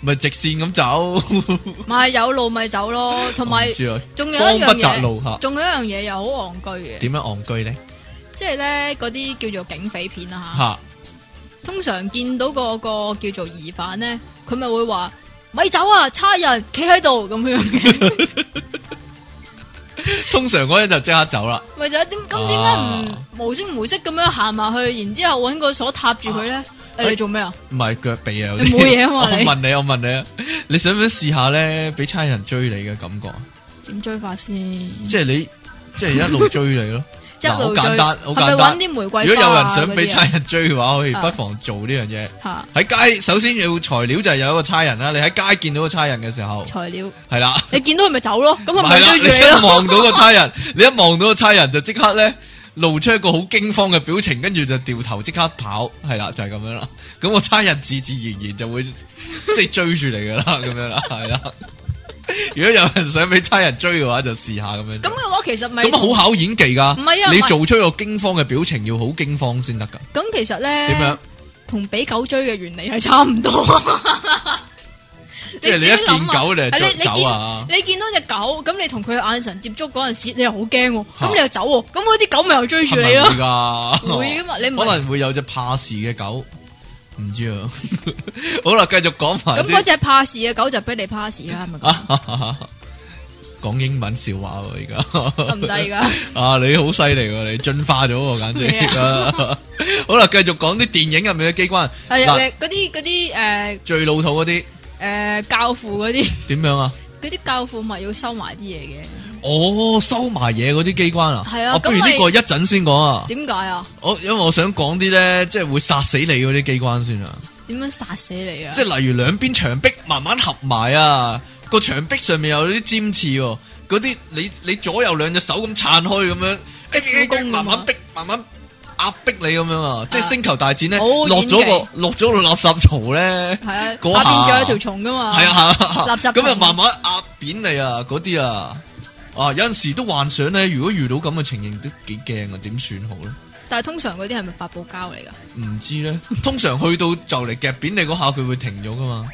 Speaker 1: 咪直線咁走，
Speaker 2: 咪有路咪走咯，同埋
Speaker 1: 我唔。知啊，
Speaker 2: 仲有
Speaker 1: 方
Speaker 2: 一
Speaker 1: 不
Speaker 2: 樣
Speaker 1: 擇
Speaker 2: 嘢，
Speaker 1: 路啊吓。
Speaker 2: 仲有一樣嘢又好戇居嘅，
Speaker 1: 點樣戇居咧？
Speaker 2: 即係咧嗰啲叫做警匪片啊吓。
Speaker 1: 吓
Speaker 2: 通常見到個個叫做疑犯咧，佢咪會話咪走啊，差人企喺度咁樣嘅，
Speaker 1: 通常嗰人就即刻走啦。
Speaker 2: 咪就係點
Speaker 1: 啊
Speaker 2: 咁點解唔無聲無息咁樣行埋去，然之後揾個鎖踏住佢咧？誒
Speaker 1: 哎
Speaker 2: 你做咩啊？
Speaker 1: 唔係腳臂啊！有啲
Speaker 2: 你冇嘢啊嘛 你
Speaker 1: 我問你，我問你啊，你想唔想試下咧？俾差人追你嘅感覺啊，
Speaker 2: 點追法先？一
Speaker 1: 即係你，即係一路追你 咯。嗱好
Speaker 2: 路追
Speaker 1: 簡單，好
Speaker 2: 係咪
Speaker 1: 簡
Speaker 2: 揾
Speaker 1: 單。
Speaker 2: 啲玫瑰
Speaker 1: 如果有人
Speaker 2: 花啊
Speaker 1: 想俾
Speaker 2: 嗰啲
Speaker 1: 差人追嘅話，可以
Speaker 2: 啊
Speaker 1: 不妨做呢樣嘢。
Speaker 2: 啊
Speaker 1: 喺街首先要材料就係有一個差人啦。你喺街見到個差人嘅時候
Speaker 2: 嚇，材料，
Speaker 1: 係啦，
Speaker 2: 你見到佢咪走咯？咁佢咪
Speaker 1: 係啦，
Speaker 2: 追
Speaker 1: 你
Speaker 2: 住你
Speaker 1: 一
Speaker 2: 咯？
Speaker 1: 望到個差人， 你一望到個差人就即刻咧露出一個好驚慌嘅表情，跟住就掉頭即刻跑，係啦，就係咁樣啦。咁個差人自自然然就會 即係追住你噶啦，咁樣啦，係啦。如果有人想俾差人追嘅話，就試下咁樣
Speaker 2: 咁
Speaker 1: 做。
Speaker 2: 嘅話其實咪
Speaker 1: 咁好考演技噶，
Speaker 2: 唔係啊
Speaker 1: 你
Speaker 2: 唔係
Speaker 1: 做出個驚慌嘅表情要好驚慌先得噶。
Speaker 2: 咁其實咧
Speaker 1: 點樣？
Speaker 2: 同俾狗追嘅原理係差唔多。
Speaker 1: 即係你一
Speaker 2: 自己諗
Speaker 1: 見
Speaker 2: 啊
Speaker 1: 狗你就
Speaker 2: 係你
Speaker 1: 走啊
Speaker 2: 你見你見到只狗，咁你同佢眼神接觸嗰陣時，你又好驚喎，
Speaker 1: 嚇
Speaker 2: 咁你又走喎，咁嗰啲狗咪又追住
Speaker 1: 係
Speaker 2: 你
Speaker 1: 咪
Speaker 2: 咯
Speaker 1: 會。㗎？哦
Speaker 2: 會㗎嘛你唔係
Speaker 1: 可能會有隻怕事嘅狗，唔知啊。 好啦，繼續講埋啊
Speaker 2: 咁
Speaker 1: 啲啊
Speaker 2: 嗰只怕事嘅狗就俾你 pass 啦，係咪咁？
Speaker 1: 讲英文笑话喎，而
Speaker 2: 得唔得而家？
Speaker 1: 家 啊，你好犀利喎，你进化咗喎，简
Speaker 2: 咩
Speaker 1: 直 啊好啦，继续讲啲电影入面嘅机关，
Speaker 2: 啊係啊
Speaker 1: 嗱
Speaker 2: 誒嗰啲嗰啲誒
Speaker 1: 最老土嗰啲
Speaker 2: 誒教父嗰啲
Speaker 1: 点样啊？
Speaker 2: 嗰啲教父咪要收埋啲嘢嘅？
Speaker 1: 哦，收埋嘢嗰啲机关啊，
Speaker 2: 係啊
Speaker 1: 不如
Speaker 2: 咁
Speaker 1: 呢
Speaker 2: 咪
Speaker 1: 个一阵先讲啊，
Speaker 2: 點解啊？
Speaker 1: 我因为我想讲啲咧，即系会杀死你嗰啲机关先啊，
Speaker 2: 點樣殺死你啊
Speaker 1: 即？系例如两边墙壁慢慢合埋啊，个墙壁上面有啲尖刺喎，嗰啲你你左右两只手咁撐開咁樣，
Speaker 2: 逼武功咁啊
Speaker 1: 慢慢逼，慢慢壓逼你咁樣啊！即係星球大戰咧，
Speaker 2: 好
Speaker 1: 落咗
Speaker 2: 演
Speaker 1: 個落咗個垃圾槽咧，
Speaker 2: 係啊，
Speaker 1: 嗰
Speaker 2: 下邊仲
Speaker 1: 下
Speaker 2: 有條蟲噶嘛？
Speaker 1: 係啊係
Speaker 2: 垃
Speaker 1: 啊，
Speaker 2: 圾
Speaker 1: 咁啊
Speaker 2: 桶
Speaker 1: 慢慢壓扁你啊，嗰啲啊啊有陣時都幻想咧，如果遇到咁嘅情形都幾驚啊，點算好咧？
Speaker 2: 但係通常嗰啲係咪發泡膠嚟㗎？
Speaker 1: 唔知咧，通常去到就嚟夾扁你嗰下，佢會停咗噶嘛。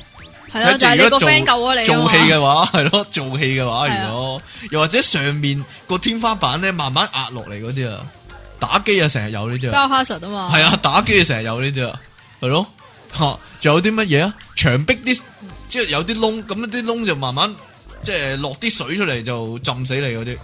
Speaker 2: 係咯，就係你個 friend 救咗你啊
Speaker 1: 做
Speaker 2: 嘛
Speaker 1: 戲嘅話 係咯，做戲嘅話，
Speaker 2: 係啊
Speaker 1: 如果又或者上面個天花板咧慢慢壓落嚟嗰啲啊，打機啊成日有呢啲啊，
Speaker 2: 交哈 a 啊嘛，
Speaker 1: 係啊，打機啊成日有呢啲啊，係咯，吓仲有啲乜嘢啊？牆壁啲即係有啲窿，咁啲窿就慢慢即係落啲水出嚟就浸死你嗰啲，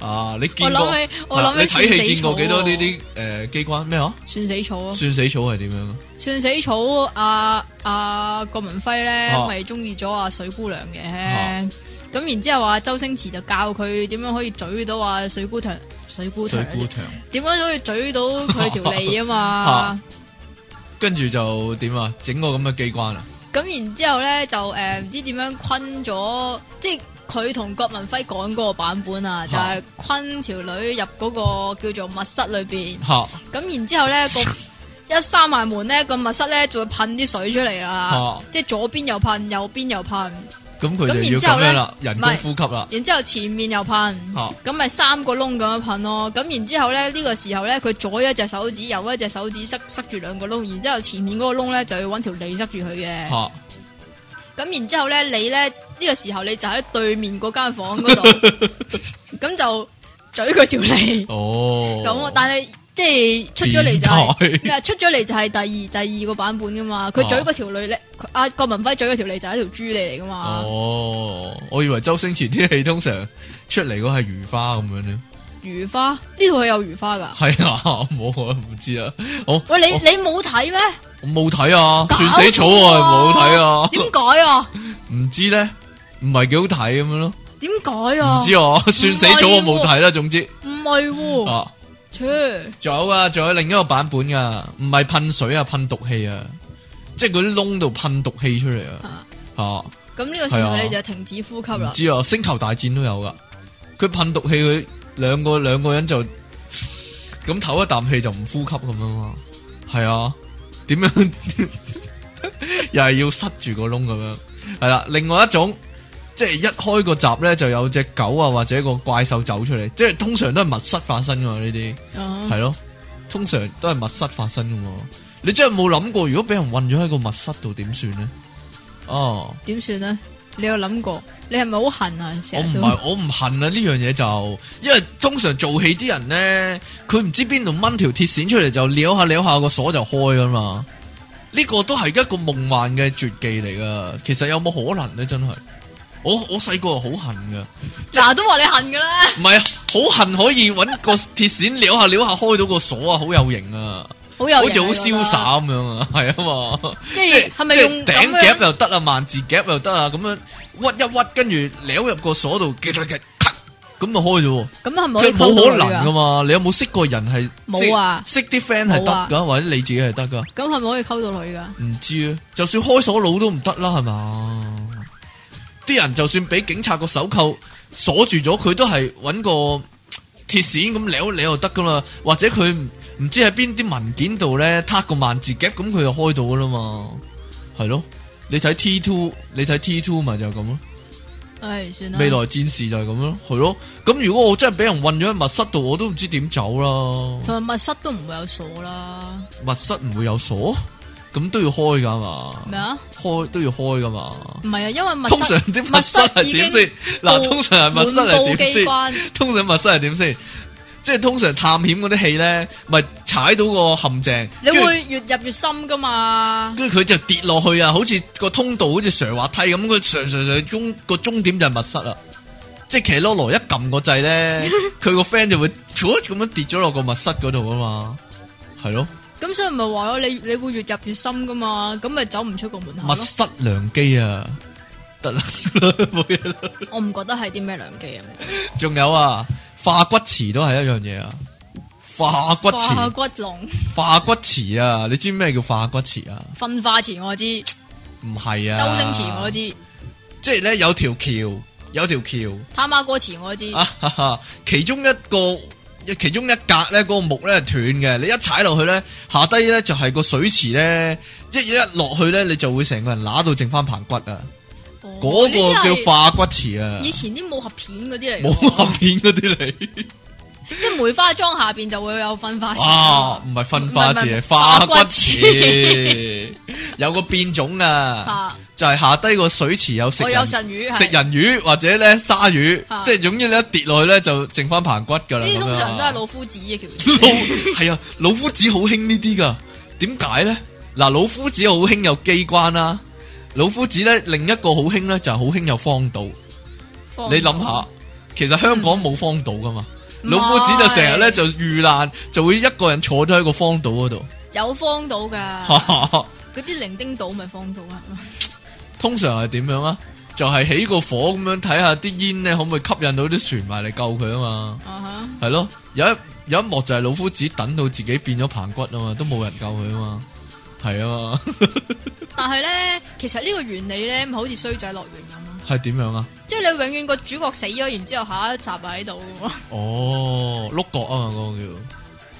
Speaker 1: 啊，你
Speaker 2: 我
Speaker 1: 見過？
Speaker 2: 諗起我
Speaker 1: 係啦你
Speaker 2: 諗起
Speaker 1: 睇戲
Speaker 2: 算死
Speaker 1: 見過幾多
Speaker 2: 草啊
Speaker 1: 呢
Speaker 2: 喎
Speaker 1: 啲誒機關咩啊？
Speaker 2: 算死草啊！
Speaker 1: 算死草係點樣啊？
Speaker 2: 算死草啊啊郭文輝咧，
Speaker 1: 啊
Speaker 2: 咪中意咗阿水姑娘嘅，
Speaker 1: 啊
Speaker 2: 咁然之後話周星馳就教佢點樣可以嘴到啊水姑娘，水姑
Speaker 1: 水
Speaker 2: 娘
Speaker 1: 姑娘，
Speaker 2: 點樣可以嘴到佢條脷啊 嘛
Speaker 1: 啊，跟住就點啊？整個咁嘅機關啊？
Speaker 2: 咁然之後咧就誒唔知點樣昆咗，即係佢同郭文輝講嗰個版本啊，就係昆條女入嗰個叫做密室裏邊，
Speaker 1: 嚇
Speaker 2: 咁然之後咧個一閂埋門咧個密室咧就會噴啲水出嚟啦。
Speaker 1: 嚇，
Speaker 2: 即系左邊又噴，右邊又噴，
Speaker 1: 咁佢就
Speaker 2: 咁
Speaker 1: 要
Speaker 2: 然之後
Speaker 1: 咁
Speaker 2: 呢
Speaker 1: 樣啦，人工
Speaker 2: 唔係
Speaker 1: 呼吸啦，
Speaker 2: 然之后前面又噴，
Speaker 1: 嚇
Speaker 2: 咁咪三個窿咁樣噴咯。咁然之后咧呢、呢個時候咧，佢左一隻手指，右一隻手指塞塞住兩個窿，然之后前面嗰個窿咧就要搵條脷塞住佢嘅。
Speaker 1: 嚇
Speaker 2: 咁然之后咧，你咧呢、呢個時候你就喺對面嗰間房嗰度，咁就嘴佢條脷。
Speaker 1: 哦，
Speaker 2: 咁啊但係即係出咗 嚟就係
Speaker 1: 變態
Speaker 2: 咩啊？出咗嚟就係第二第二個版本噶嘛。
Speaker 1: 哦
Speaker 2: 佢嘴嗰條脷咧，佢阿郭文輝嘴嗰條脷就係一條豬脷嚟噶嘛。
Speaker 1: 哦，我以為周星馳啲戲通常出嚟嗰係如花咁樣咧，
Speaker 2: 如花呢套戲有如花噶？
Speaker 1: 係啊， 冇啊，唔知啊，我
Speaker 2: 喂，你你冇睇 咩？
Speaker 1: 我冇睇啊，
Speaker 2: 搞
Speaker 1: 算死草
Speaker 2: 錯
Speaker 1: 啊，冇睇
Speaker 2: 點解 啊？
Speaker 1: 啊，唔知咧，唔係幾好睇咁樣咯，
Speaker 2: 點解啊
Speaker 1: 唔？知啊， 算死草我冇睇啦，總之
Speaker 2: 唔係喎，
Speaker 1: 啊，
Speaker 2: 切
Speaker 1: 仲有啊，仲有另一個版本噶，唔係噴水啊，噴毒氣啊，即係嗰啲窿度噴毒氣出嚟啊，
Speaker 2: 啊
Speaker 1: 吓。
Speaker 2: 咁呢個時
Speaker 1: 係
Speaker 2: 候
Speaker 1: 啊
Speaker 2: 你就停止呼吸
Speaker 1: 唔
Speaker 2: 啦。
Speaker 1: 知啊，星球大戰都有噶。佢噴毒氣，佢兩個兩個人就咁唞一啖氣就唔呼吸咁樣嘛。係啊，點樣 又係要塞住個窿咁樣。係啦，另外一種即係一開個閘咧，就有隻狗啊或者個怪獸走出嚟，即係通常都係密室發生噶嘛呢啲，
Speaker 2: 啊
Speaker 1: 係咯，通常都係密室發生噶嘛。你真係冇諗過，如果俾人困咗喺個密室度點算咧？哦。
Speaker 2: 點算呢？你有諗過？你係咪好恨啊？成
Speaker 1: 我唔
Speaker 2: 日都
Speaker 1: 係我唔恨啊！呢樣嘢就，因為通常做戲啲人咧，佢唔知邊度掹條鐵線出嚟就撩下撩下個鎖就開噶嘛。呢、個都係一個夢幻嘅絕技嚟噶。其實有冇可能咧？真係，我我細個係好恨噶，
Speaker 2: 嗱都話你恨噶啦。
Speaker 1: 唔係啊，好恨可以揾個鐵線撩下撩下開到個鎖啊，好有型啊，
Speaker 2: 好有
Speaker 1: 好似
Speaker 2: 型啊
Speaker 1: 好
Speaker 2: 你覺
Speaker 1: 瀟
Speaker 2: 得
Speaker 1: 灑咁樣啊，係啊嘛。
Speaker 2: 即係係咪
Speaker 1: 即係
Speaker 2: 用咁
Speaker 1: 頂夾
Speaker 2: 樣？
Speaker 1: 又得啊，萬字夾又得啊，咁樣屈一屈，跟住撩入個鎖度，咔咔咔咔咁就開咗喎。
Speaker 2: 咁係咪可以
Speaker 1: 佢冇可
Speaker 2: 溝到女
Speaker 1: 能噶
Speaker 2: 啊？
Speaker 1: 嘛？你有冇識過人係
Speaker 2: 冇啊
Speaker 1: 即係識啲 friend 係
Speaker 2: 冇啊
Speaker 1: 得噶，或者你自己係得噶？
Speaker 2: 咁係咪可以溝到女噶？
Speaker 1: 唔知啊，就算開鎖佬都唔得啦，係嘛？啲人就算俾警察個手扣鎖住咗，佢都係揾個嘖鐵線咁撩一撩就得噶啦，或者佢唔唔知喺邊啲文件度咧，挞個萬字夾咁佢就開到噶啦嘛，係咯？你睇 T two，你睇 T two 咪就係咁咯，
Speaker 2: 唉，算啦。
Speaker 1: 未來戰士就係咁咯，係咯？咁如果我真係俾人困咗喺密室度，我都唔知點走啦。
Speaker 2: 同埋密室都唔會有鎖啦。
Speaker 1: 密室唔會有鎖，咁都要開噶嘛？
Speaker 2: 咩啊？
Speaker 1: 開都要開噶嘛？
Speaker 2: 唔係啊，因為密
Speaker 1: 通
Speaker 2: 室
Speaker 1: 常啲密室係點
Speaker 2: 密室已
Speaker 1: 先
Speaker 2: 經？
Speaker 1: 嗱，
Speaker 2: 布
Speaker 1: 通常係密室
Speaker 2: 滿布
Speaker 1: 係點
Speaker 2: 機
Speaker 1: 先？
Speaker 2: 關。
Speaker 1: 通常密室係點先？即係通常探險嗰啲戲咧，咪踩到個陷阱，
Speaker 2: 你
Speaker 1: 跟住
Speaker 2: 會越入越深噶嘛？
Speaker 1: 跟住佢就跌落去啊！好似個通道好似上滑梯咁，佢上上上終個終點就係密室啦。即係騎羅羅一撳個掣 咧，佢個 friend 就會咁樣跌咗落個密室嗰度啊嘛，係咯。
Speaker 2: 咁所以咪話咯，你你會越入越深噶嘛，咁咪走唔出個門口
Speaker 1: 密
Speaker 2: 咯。
Speaker 1: 室良機啊，得啦， 冇嘢啦。
Speaker 2: 我唔覺得係啲咩良機啊，
Speaker 1: 仲有啊，化骨池都係一樣嘢啊，化骨
Speaker 2: 化下
Speaker 1: 池，
Speaker 2: 骨龍，
Speaker 1: 化骨池啊，你知咩叫化骨池啊？
Speaker 2: 瞓化前我知，
Speaker 1: 唔係啊，
Speaker 2: 周星馳我，知，
Speaker 1: 即係咧有條橋，有條橋
Speaker 2: 他媽哥池我知，
Speaker 1: 啊哈哈，其中一個。其中一格咧，嗰、個木咧斷嘅，你一踩落去咧，下低咧就係個水池咧，一一落去咧，你就會成個人揦到剩翻棚骨啊！
Speaker 2: 哦
Speaker 1: 嗰、個
Speaker 2: 呢啲
Speaker 1: 叫
Speaker 2: 係
Speaker 1: 化骨池啊，
Speaker 2: 以前啲武俠片嗰啲嚟
Speaker 1: 冇
Speaker 2: 㗎，
Speaker 1: 合片嗰啲嚟。
Speaker 2: 即係梅花莊下邊就會有瞓化前
Speaker 1: 啊
Speaker 2: 啊，
Speaker 1: 唔係分花
Speaker 2: 唔係
Speaker 1: 池，
Speaker 2: 唔係
Speaker 1: 花
Speaker 2: 化
Speaker 1: 骨
Speaker 2: 骨
Speaker 1: 池有個變種啊，
Speaker 2: 啊，
Speaker 1: 就係下低個水池有食
Speaker 2: 我有
Speaker 1: 人
Speaker 2: 神魚係
Speaker 1: 食人魚或者咧鯊魚，
Speaker 2: 啊
Speaker 1: 即係總之你一跌落去咧就剩翻棚骨噶啦。
Speaker 2: 呢啲
Speaker 1: 咁樣啊
Speaker 2: 通常都係老夫 子嘅橋
Speaker 1: 老係啊，老夫子好興呢啲噶，點解咧？嗱，老夫子好興有機關啦、老夫子咧另一個好興咧就係好興有荒島，
Speaker 2: 段。
Speaker 1: 你諗下，其實香港冇荒島噶嘛，
Speaker 2: 唔係
Speaker 1: 老夫子就成日咧就遇難，就會一個人坐咗喺個荒島嗰度。
Speaker 2: 有荒島噶，嗰啲伶仃島咪荒島啊，
Speaker 1: 通常係點樣啊？就係起個火咁樣睇下啲煙咧，可唔可以吸引到啲船埋嚟救佢啊嘛？
Speaker 2: 啊哈，
Speaker 1: 係咯，有一有一幕就係老夫子等到自己變咗棚骨啊嘛，都冇人救佢啊嘛，係啊嘛，
Speaker 2: 但係咧，其實呢個原理咧，咪好似衰仔樂園咁 咯，
Speaker 1: 係點樣啊？
Speaker 2: 即係你永遠個主角死咗，然之後下一集咪喺度喎，
Speaker 1: 哦，碌角啊嘛，嗰、個叫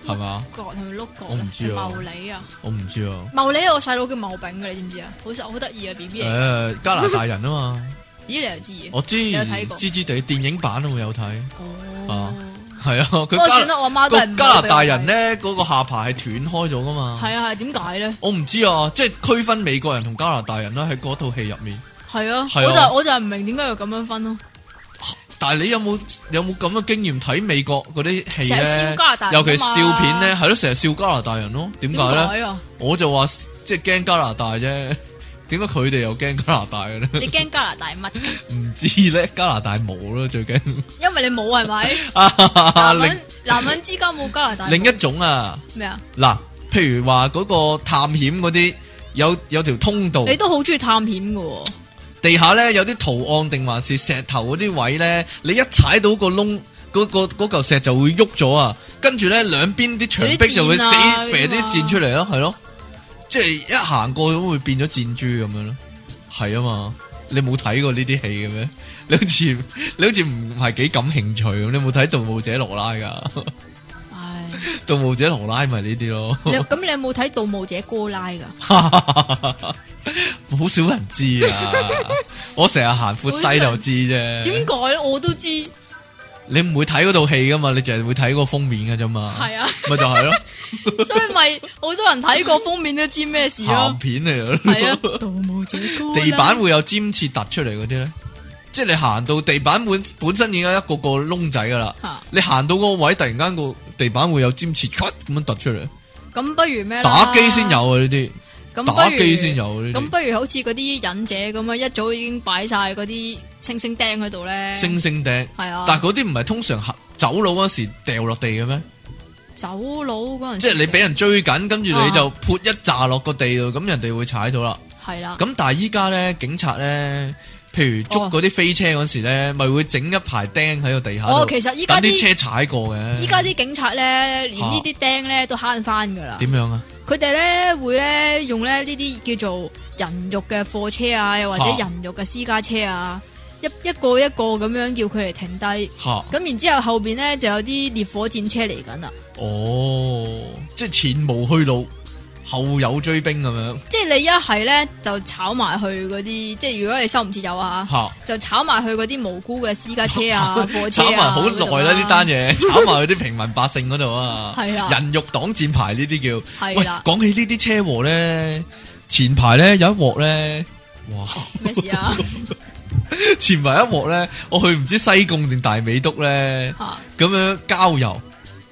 Speaker 1: 係嘛？
Speaker 2: 角係咪碌角？
Speaker 1: 我唔知啊
Speaker 2: 茂利啊，
Speaker 1: 我唔知啊。
Speaker 2: 茂利有個細佬叫茂炳嘅，你知唔知啊？好實好得意啊，B
Speaker 1: 誒、
Speaker 2: B 嚟，
Speaker 1: 加拿大人啊嘛，
Speaker 2: 咦你又知嘅？
Speaker 1: 我知
Speaker 2: 有睇過
Speaker 1: 知知地電影版都會有睇，
Speaker 2: 哦，
Speaker 1: 係啊，
Speaker 2: 不
Speaker 1: 佢
Speaker 2: 過算
Speaker 1: 加
Speaker 2: 啦，我媽都係
Speaker 1: 個
Speaker 2: 唔
Speaker 1: 加拿大人，咧嗰、個下巴係斷開咗噶嘛，
Speaker 2: 係啊係點解咧？
Speaker 1: 我唔知啊，即係區分美國人同加拿大人啦喺嗰套戲入面。
Speaker 2: 係啊，
Speaker 1: 係啊
Speaker 2: 我就我就係唔明點解要咁樣分咯，
Speaker 1: 但係你有冇有冇咁嘅經驗睇美國嗰啲戲
Speaker 2: 成日笑
Speaker 1: 咧
Speaker 2: 加拿大？人
Speaker 1: 尤
Speaker 2: 啊
Speaker 1: 其
Speaker 2: 嘛
Speaker 1: 是笑片咧，係咯，成日笑加拿大人咯。點
Speaker 2: 點
Speaker 1: 解咧？
Speaker 2: 解啊？
Speaker 1: 我就話即係驚加拿大啫， 點解佢哋又驚加拿大嘅咧？
Speaker 2: 你驚加拿大乜㗎？
Speaker 1: 唔知咧，加拿大冇咯，最驚。
Speaker 2: 因為你冇係咪？
Speaker 1: 啊
Speaker 2: 男
Speaker 1: 另
Speaker 2: 人男人之間冇加拿大
Speaker 1: 另一種啊，
Speaker 2: 咩啊？
Speaker 1: 嗱，譬如話嗰個探險嗰啲，有有條通道，
Speaker 2: 你都好中意探險嘅喎，
Speaker 1: 地下咧有啲圖案定還是石頭嗰啲位咧，你一踩到個窿。嗰、個嗰嚿石就會喐咗啊，跟住咧兩邊啲牆壁就會
Speaker 2: 有
Speaker 1: 死
Speaker 2: 啲箭啊
Speaker 1: 射
Speaker 2: 嗰啲
Speaker 1: 啲
Speaker 2: 嘛
Speaker 1: 箭出嚟咯，係咯，即係一行過咁會變咗箭豬咁樣咯，係啊嘛，你冇睇過呢啲戲嘅咩？ 你好似你好似唔係幾感興趣咁，你有冇睇《盜墓者羅拉》噶？
Speaker 2: 唉，
Speaker 1: 《盜墓者羅拉》咪呢啲咯。
Speaker 2: 你咁你有冇睇《盜墓者哥拉》噶？
Speaker 1: 好少人知啊！我成日行闊西就知
Speaker 2: 點
Speaker 1: 啫。
Speaker 2: 解咧？我都知，
Speaker 1: 你唔會睇嗰套戲噶嘛？你淨係會睇個封面噶啫嘛。
Speaker 2: 係啊，
Speaker 1: 咪就係 咯，
Speaker 2: 所以咪好多人睇過封面都知咩事咯
Speaker 1: 鹹。片嚟
Speaker 2: 係啊，
Speaker 1: 咯。
Speaker 2: 《盜墓者哥拉》
Speaker 1: 地板會有尖刺突出嚟嗰啲咧，即係你行到地板本本身已經有一個個窿仔噶啦。
Speaker 2: 嚇
Speaker 1: 你行到嗰個位，突然間個地板會有尖刺咁樣突出嚟，
Speaker 2: 咁，不如咩啦
Speaker 1: 打機先，有啊呢啲，
Speaker 2: 咁不如
Speaker 1: 打機先。有啊呢
Speaker 2: 咁
Speaker 1: 啲。
Speaker 2: 不如好似嗰啲忍者咁啊，一早已經擺晒嗰啲星星釘喺度咧。
Speaker 1: 星星釘，
Speaker 2: 係啊，
Speaker 1: 但係嗰啲唔係通常行走佬嗰時掉落地嘅咩？
Speaker 2: 走佬嗰陣時，
Speaker 1: 即係你俾人追緊，跟住你
Speaker 2: 啊
Speaker 1: 就潑一炸落個地度，咁人哋會踩到啦。
Speaker 2: 係啦，
Speaker 1: 咁但係依家咧，警察咧，譬如捉
Speaker 2: 哦
Speaker 1: 嗰啲飛車嗰時咧，咪會整一排釘喺個地下度，，
Speaker 2: 哦其實依
Speaker 1: 等
Speaker 2: 家
Speaker 1: 啲
Speaker 2: 啲
Speaker 1: 車踩過嘅。
Speaker 2: 依家啲警察咧，連呢啲釘咧都慳翻噶啦。
Speaker 1: 點樣啊？
Speaker 2: 佢哋咧會咧用咧呢啲叫做人肉嘅貨車啊，又或者
Speaker 1: 嚇
Speaker 2: 人肉嘅私家車啊，一一個一個咁樣叫佢哋停低。
Speaker 1: 吓，
Speaker 2: 咁然之後後邊咧就有啲烈火戰車嚟緊啦，
Speaker 1: 哦，即係前無去路，後有追兵咁樣
Speaker 2: 即係你一係咧就炒埋去嗰啲，即係如果你收唔切油啊，
Speaker 1: 吓。
Speaker 2: 就炒埋去嗰啲無辜嘅私家車啊、貨 車
Speaker 1: 炒
Speaker 2: 啊，
Speaker 1: 埋好耐啦呢單
Speaker 2: 嘢，
Speaker 1: 嘢，炒埋去啲平民百姓嗰度啊，
Speaker 2: 係啊
Speaker 1: 人肉擋箭牌呢啲叫。
Speaker 2: 係
Speaker 1: 喂，
Speaker 2: 啦，
Speaker 1: 講起呢啲車禍咧，前排咧有一鑊咧，哇！
Speaker 2: 咩事啊？
Speaker 1: 前排一鑊咧，我去唔知西貢定大美督咧，
Speaker 2: 嚇，好
Speaker 1: 咁樣郊遊，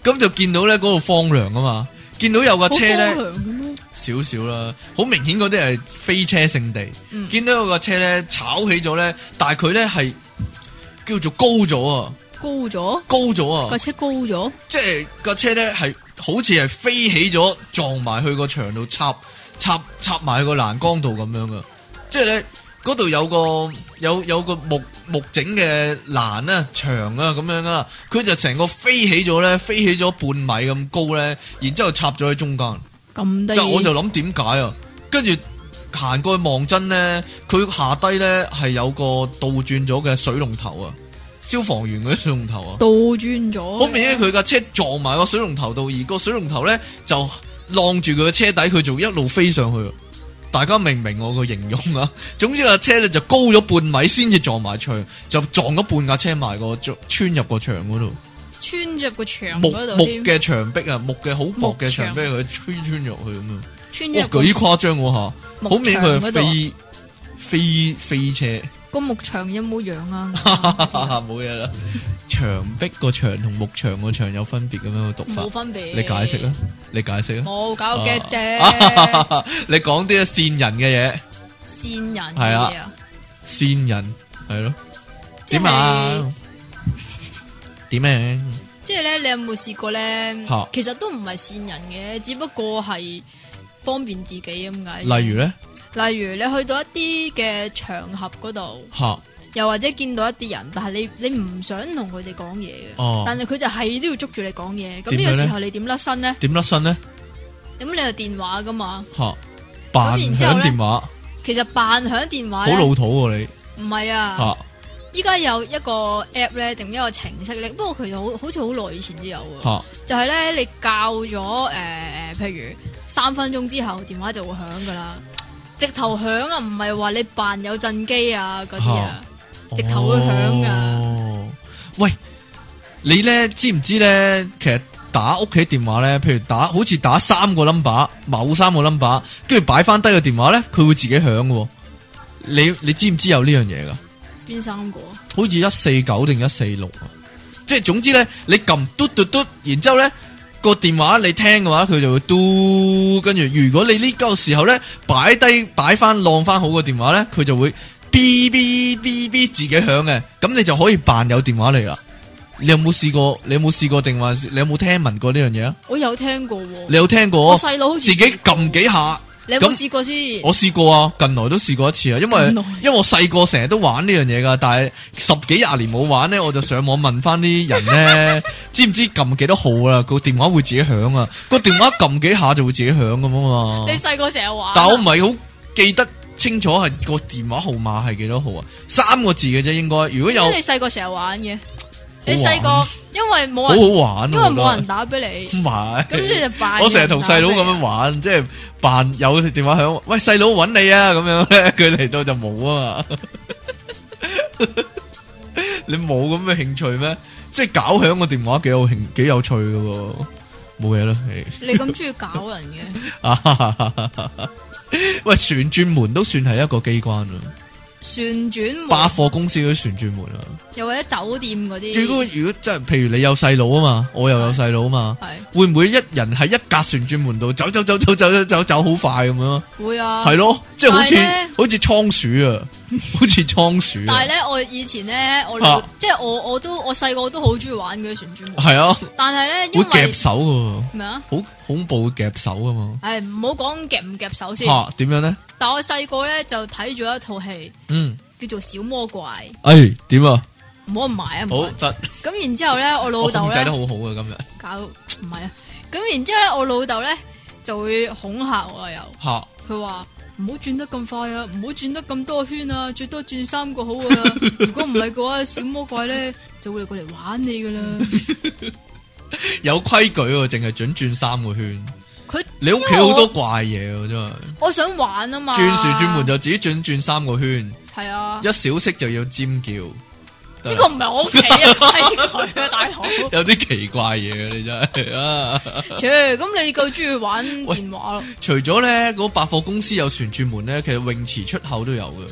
Speaker 1: 咁就見到咧嗰度荒涼啊嘛，見到有架
Speaker 2: 荒
Speaker 1: 車咧
Speaker 2: 涼嘅咩？
Speaker 1: 少少啦，好明顯嗰啲係飛車聖地，
Speaker 2: 嗯
Speaker 1: 見到有架車咧炒起咗咧，但係佢咧係叫做高咗啊，
Speaker 2: 高咗
Speaker 1: 高咗啊
Speaker 2: 架，車高咗，
Speaker 1: 即係架車咧係好似係飛起咗，撞埋去個牆度插插插埋去個欄杆度咁樣噶。即係咧嗰度有個有有個木木整嘅欄啊牆啊咁樣啦，佢就成個飛起咗咧，飛起咗半米咁高咧，然之後插咗喺中間。
Speaker 2: 咁得
Speaker 1: 就我
Speaker 2: 意
Speaker 1: 就諗點解啊？跟住行過去望真咧，佢下低咧係有個倒轉咗嘅水龍頭啊，消防員嗰啲水龍頭啊。
Speaker 2: 倒轉咗，
Speaker 1: 好明顯佢架車撞埋個水龍頭度，而個水龍頭咧就晾住佢個車底，佢仲一路飛上去。大家明唔明我個形容啊？ 總之架車咧就高咗半米先至撞埋牆，就撞咗半架車埋個穿入個牆嗰度，
Speaker 2: 穿入個牆
Speaker 1: 木
Speaker 2: 嗰度
Speaker 1: 木
Speaker 2: 添，
Speaker 1: 嘅牆壁啊，木嘅好薄嘅牆
Speaker 2: 木牆
Speaker 1: 壁，佢穿穿入去咁樣，
Speaker 2: 穿
Speaker 1: 哇
Speaker 2: 入個
Speaker 1: 幾誇張喎嚇！
Speaker 2: 木
Speaker 1: 好明顯佢
Speaker 2: 牆嗰
Speaker 1: 係
Speaker 2: 度啊
Speaker 1: 飛飛飛車，
Speaker 2: 個木牆有冇樣啊？
Speaker 1: 冇嘢啦。牆壁個牆同木牆個牆有分別咁樣嘅讀法
Speaker 2: 冇。分別。
Speaker 1: 你解釋啊！！你解釋啊！
Speaker 2: 冇搞 get 啫，
Speaker 1: 啊 你講啲線人嘅嘢，
Speaker 2: 線
Speaker 1: 係
Speaker 2: 人係
Speaker 1: 啊
Speaker 2: 啊，
Speaker 1: 線人係咯，
Speaker 2: 即係
Speaker 1: 點啊？点咩？
Speaker 2: 即系咧，你有冇試過咧
Speaker 1: 嚇？
Speaker 2: 其實都唔係善人嘅，只不過係方便自己咁解。
Speaker 1: 例如咧，
Speaker 2: 例如你去到一啲嘅場合嗰度，
Speaker 1: 吓
Speaker 2: 又或者見到一啲人，但係你你唔想同佢哋講嘢嘅，
Speaker 1: 哦
Speaker 2: 但係佢就係都要捉住你講嘢。咁
Speaker 1: 點樣
Speaker 2: 呢個
Speaker 1: 呢
Speaker 2: 時候你點甩身咧？
Speaker 1: 点甩身咧？
Speaker 2: 咁你有電話噶嘛？
Speaker 1: 吓扮
Speaker 2: 然之後
Speaker 1: 响
Speaker 2: 呢
Speaker 1: 电话，
Speaker 2: 其實扮響電
Speaker 1: 好
Speaker 2: 話咧，
Speaker 1: 老土喎你
Speaker 2: 唔係啊。
Speaker 1: 吓
Speaker 2: 依家有一個 app 咧，定一個程式咧，不過其實好好似好耐以前都有啊。
Speaker 1: 吓
Speaker 2: 就係咧，你教咗诶、呃譬如三分鐘之後電話就會響噶啦，直頭響啊，唔係話你扮有震機啊嗰啲啊，直頭會響㗎
Speaker 1: 哦喂，你咧知唔知咧？其实打屋企電話咧，譬如打好似打三個 number，某三個 number，跟住擺翻低個電話咧，佢會自己響嘅喎。你你知唔知有呢樣嘢噶？
Speaker 2: 邊三個？啊
Speaker 1: 好似一四九定一四六啊！即係總之咧，你撳嘟嘟嘟，然之后咧個電話你聽嘅話，佢就會嘟。跟住如果你呢個時候咧擺低擺翻晾翻好個電話咧，佢就會哔哔哔哔自己響嘅。咁你就可以扮有電話嚟啦。你有冇試過？你有冇試過定還是你有冇聽聞過呢樣嘢啊？
Speaker 2: 我有聽過喎，
Speaker 1: 你有聽過
Speaker 2: 我？細佬好似
Speaker 1: 自己
Speaker 2: 試過
Speaker 1: 撳，幾下。
Speaker 2: 你有冇
Speaker 1: 咁
Speaker 2: 試過先？
Speaker 1: 我試過啊，近來都試過一次啊，因為
Speaker 2: 近來
Speaker 1: 因為我細個成日都玩呢樣嘢噶，但係十幾廿年冇玩呢，我就上網問翻啲人 呢，知唔知撳幾多號啊？個電話會自己響啊，個電話撳幾下就會自己響咁啊嘛
Speaker 2: 你。細個成日玩啊，
Speaker 1: 但我唔係好記得清楚係個電話號碼係幾多號啊？三個字嘅啫，應該。如果
Speaker 2: 因
Speaker 1: 有
Speaker 2: 為你細個成日玩嘅，你
Speaker 1: 好玩
Speaker 2: 細個因為
Speaker 1: 好
Speaker 2: 冇人，
Speaker 1: 好玩啊，
Speaker 2: 因為
Speaker 1: 我覺得
Speaker 2: 冇人打俾你，
Speaker 1: 唔係，
Speaker 2: 咁所以就扮
Speaker 1: 我成日同細佬咁
Speaker 2: 有人打俾啊
Speaker 1: 樣
Speaker 2: 你
Speaker 1: 玩，即係扮有電話響，喂細佬揾你啊咁樣咧， 佢嚟到就冇啊 嘛。你冇咁嘅興趣咩？即係搞響個電話幾有興幾有趣嘅喎，冇嘢啦。唉
Speaker 2: 你咁中意搞人 嘅，
Speaker 1: 喂，旋轉門都算係一個機關啦，
Speaker 2: 旋轉
Speaker 1: 百
Speaker 2: 門
Speaker 1: 貨公司嗰啲旋轉門啊。
Speaker 2: 又或者酒店嗰
Speaker 1: 如果
Speaker 2: 啲，
Speaker 1: 如果真係，譬如你有細佬啊嘛，我又有細佬啊嘛，
Speaker 2: 係
Speaker 1: 會唔會一人喺一格旋轉門度走走走走走走走走好快咁樣啊？
Speaker 2: 會啊，
Speaker 1: 系咯，即系好似
Speaker 2: 但係呢
Speaker 1: 好似仓鼠啊， 好似仓鼠
Speaker 2: 但系
Speaker 1: 啊，
Speaker 2: 咧，我以前咧，我老
Speaker 1: 啊
Speaker 2: 即系我我都我细个都好中意玩嗰啲旋转木，
Speaker 1: 系啊，
Speaker 2: 但系咧
Speaker 1: 会
Speaker 2: 因
Speaker 1: 夹
Speaker 2: 为
Speaker 1: 手噶，
Speaker 2: 咩啊？
Speaker 1: 好恐怖夹手噶嘛。
Speaker 2: 唉，唔好讲夹唔夹手先。
Speaker 1: 吓点样咧？
Speaker 2: 但我细个咧就睇咗一套戏
Speaker 1: 嗯，
Speaker 2: 叫做《小魔怪》，
Speaker 1: 诶点啊？
Speaker 2: 唔好唔埋啊！
Speaker 1: 好
Speaker 2: 唔好
Speaker 1: 得，
Speaker 2: 咁然之后咧，我老
Speaker 1: 我
Speaker 2: 豆
Speaker 1: 控制
Speaker 2: 咧
Speaker 1: 得好好啊，今日
Speaker 2: 搞唔系啊，咁然之后咧，我老豆咧就会恐吓我啊又，
Speaker 1: 吓
Speaker 2: 佢话。唔好转得咁快啊！唔好转得咁多圈啊！最多转三个好噶 啦。如果唔系嘅话，小魔怪咧就会过嚟玩 你噶啦。
Speaker 1: 有规矩喎，净系准转三个圈。
Speaker 2: 佢
Speaker 1: 你屋企好多怪嘢喎，真系
Speaker 2: 我想玩啊嘛，
Speaker 1: 转旋转门就自己转转三个圈，
Speaker 2: 系啊，
Speaker 1: 一小息就要尖叫。
Speaker 2: 呢個唔係我屋企嘅規矩啊， 大佬。
Speaker 1: 有啲奇怪嘢啊，你真系啊！
Speaker 2: 切，咁你夠中意玩電話咯？
Speaker 1: 除咗咧嗰百貨公司有旋轉門咧，其實泳池出口都有嘅。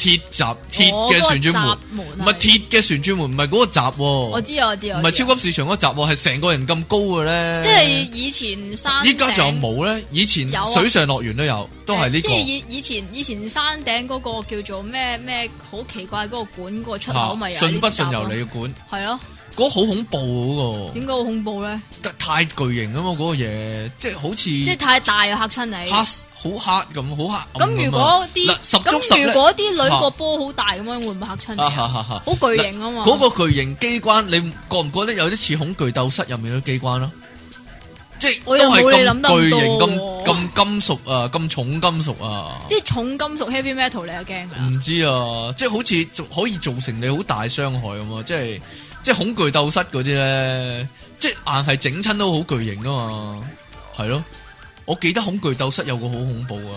Speaker 1: 鐵閘鐵
Speaker 2: 我
Speaker 1: 嘅旋
Speaker 2: 哦嗰個
Speaker 1: 轉
Speaker 2: 閘
Speaker 1: 門，
Speaker 2: 門
Speaker 1: 唔
Speaker 2: 啊
Speaker 1: 係，鐵嘅旋轉門，唔係嗰個閘喎，
Speaker 2: 我
Speaker 1: 唔
Speaker 2: 知啊，我知啊，
Speaker 1: 係
Speaker 2: 我知啊
Speaker 1: 超級市場嗰個閘喎，係成個人咁高嘅咧。
Speaker 2: 即係以前山頂
Speaker 1: 依家就冇咧，以前
Speaker 2: 有啊
Speaker 1: 水上樂園都有，都係呢
Speaker 2: 即係
Speaker 1: 個
Speaker 2: 以以前以前山頂嗰個叫做咩咩好奇怪嗰個館嗰個出口咪有
Speaker 1: 嚇
Speaker 2: 呢啲
Speaker 1: 信不信由
Speaker 2: 閘啊
Speaker 1: 你嘅哦管，
Speaker 2: 係咯？
Speaker 1: 嗰個好恐怖嗰
Speaker 2: 點解好恐怖咧？
Speaker 1: 個，太巨型啊嘛嗰個嘢，即係好
Speaker 2: 即係
Speaker 1: 似
Speaker 2: 太大又啊嚇親你。
Speaker 1: 黑好黑咁，好黑暗
Speaker 2: 咁如
Speaker 1: 啊嘛
Speaker 2: 果啲
Speaker 1: 嗱十足十
Speaker 2: 咁如
Speaker 1: 呢
Speaker 2: 果啲女個波好大咁樣，會唔會嚇親你
Speaker 1: 啊
Speaker 2: 啊？
Speaker 1: 哈哈哈
Speaker 2: 好巨型啊嘛！
Speaker 1: 嗰個巨型機關，你覺唔覺得有啲似恐懼鬥室入面嗰啲機關咯？即係
Speaker 2: 我又
Speaker 1: 都係
Speaker 2: 冇你諗得
Speaker 1: 咁巨
Speaker 2: 咁多
Speaker 1: 型、咁
Speaker 2: 喎
Speaker 1: 咁金屬啊，咁重金屬啊，
Speaker 2: 即係重金屬 heavy metal，你又驚㗎啦？
Speaker 1: 唔知啊，即係好似做可以造成你好大傷害咁啊！即係即係恐懼鬥室嗰啲咧，即係硬係整親都好巨型噶嘛，係咯。我記得恐懼鬥室有個好恐怖啊！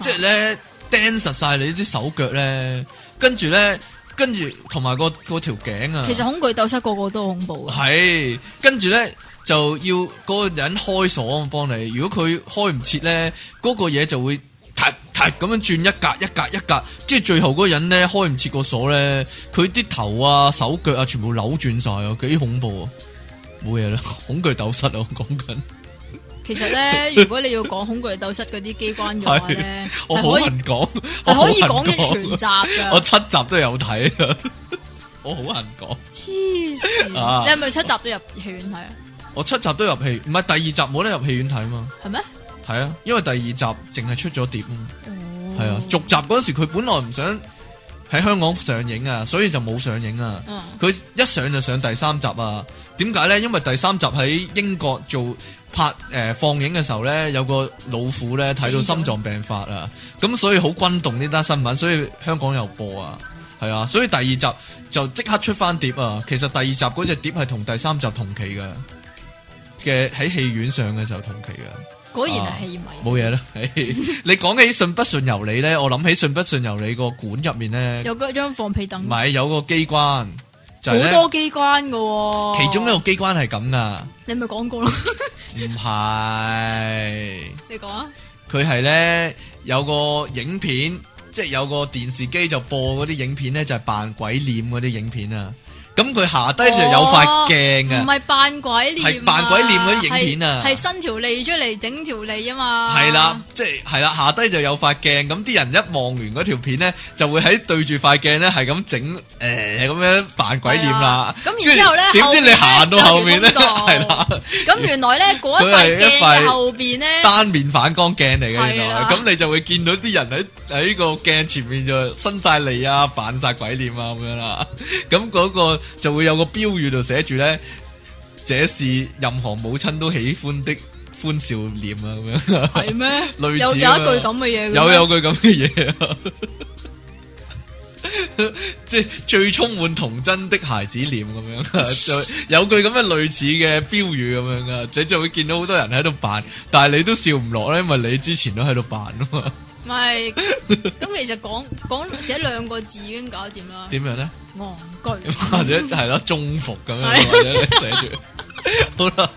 Speaker 1: 即系咧釘實晒你啲手腳咧，跟住咧，跟住同埋個個條頸啊，
Speaker 2: 其實恐懼鬥室個個都好恐
Speaker 1: 啊
Speaker 2: 怖嘅，
Speaker 1: 系，跟住咧就要嗰個人開鎖幫你。如果佢開唔切咧，嗰、個嘢就會突突咁樣轉一格一格一格，跟住最後嗰個人咧開唔切個鎖咧，佢啲頭啊、手腳啊全部扭轉晒啊，幾恐怖啊！冇嘢啦， 恐懼鬥室啊，我講緊，
Speaker 2: 其 實咧，如果你要講恐懼鬥室嗰啲機關嘅話咧，
Speaker 1: 我
Speaker 2: 係
Speaker 1: 好
Speaker 2: 可以
Speaker 1: 難講，我
Speaker 2: 係可以
Speaker 1: 好
Speaker 2: 講
Speaker 1: 難
Speaker 2: 嘅全集
Speaker 1: 我
Speaker 2: 㗎。
Speaker 1: 七集都有睇啊， 我好難講。
Speaker 2: 黐線！
Speaker 1: 啊
Speaker 2: 你係咪七集都入戲院睇啊？
Speaker 1: 我七集都入戲，唔係第二集冇得入戲院睇嘛？
Speaker 2: 係咩？
Speaker 1: 係啊，因為第二集淨係出咗碟啊嘛。
Speaker 2: 哦，
Speaker 1: 係啊，續集嗰陣時佢本來唔想喺香港上映啊，所以就冇上映啊。
Speaker 2: 嗯
Speaker 1: 佢一上就上第三集啊！點解呢？因為第三集喺英國做拍誒、呃放映嘅時候呢，有個老虎呢睇到
Speaker 2: 死咗
Speaker 1: 心臟病發啊，咁所以好轟動呢單新聞，所以香港又播啊，係啊，所以第二集就即刻出翻碟啊！其實第二集嗰只碟係同第三集同期嘅，嘅喺戲院上嘅時候同期嘅，
Speaker 2: 果然係戲迷。
Speaker 1: 冇嘢啦。 嘿你講起信不信由你呢，我諗起信不信由你個館入面呢，
Speaker 2: 有嗰張放屁凳
Speaker 1: 唔，係有個機關就係、呢
Speaker 2: 好多機關噶喎。
Speaker 1: 其中一個機關係咁噶，
Speaker 2: 你咪講過咯，
Speaker 1: 唔係
Speaker 2: 你講啊。
Speaker 1: 佢係咧有個影片，即係有個電視機就播嗰啲影片咧，就係、扮鬼臉嗰啲影片啊。咁佢下低就有塊
Speaker 2: 哦
Speaker 1: 鏡
Speaker 2: 唔
Speaker 1: 啊，
Speaker 2: 係扮鬼臉啊，
Speaker 1: 係扮鬼臉嗰啲影片啊
Speaker 2: 係係伸條脷出嚟整條脷啊嘛。
Speaker 1: 係啦、即係係啦，下低就有塊鏡，咁啲人一望完嗰條片咧，就會喺對住塊鏡咧，係咁整誒咁樣扮鬼臉啦。
Speaker 2: 係啊咁然之後呢
Speaker 1: 跟住點知你行到後
Speaker 2: 後
Speaker 1: 面
Speaker 2: 面
Speaker 1: 咧，
Speaker 2: 呢就
Speaker 1: 係啦。
Speaker 2: 咁原來咧嗰一
Speaker 1: 佢係
Speaker 2: 塊
Speaker 1: 一塊
Speaker 2: 鏡嘅後邊咧，
Speaker 1: 單面反光鏡嚟嘅，原
Speaker 2: 係
Speaker 1: 來
Speaker 2: 啦
Speaker 1: 咁你就會見到啲人喺喺個鏡前面就伸晒脷啊，扮晒鬼臉啊咁樣啦。 咁嗰個就會有個標語度寫住咧，這是任何母親都喜歡的歡笑臉啊咁樣。
Speaker 2: 係咩？
Speaker 1: 類似
Speaker 2: 有有一
Speaker 1: 啊嘛
Speaker 2: 句咁嘅嘢嘅咩
Speaker 1: 有有句咁嘅嘢啊， 即係最充滿童真的孩子臉咁 樣，啊就有句咁嘅類似嘅標語咁樣噶，你就會見到好多人喺度扮，但係你都笑唔落咧，啊因為你之前都喺度扮啊嘛。
Speaker 2: 唔係，咁其實講講寫兩個字已經搞掂啦。
Speaker 1: 點樣咧？
Speaker 2: 戇 居，
Speaker 1: 或者係咯，中伏咁樣，啊
Speaker 2: 係
Speaker 1: 或者你寫住 好啦。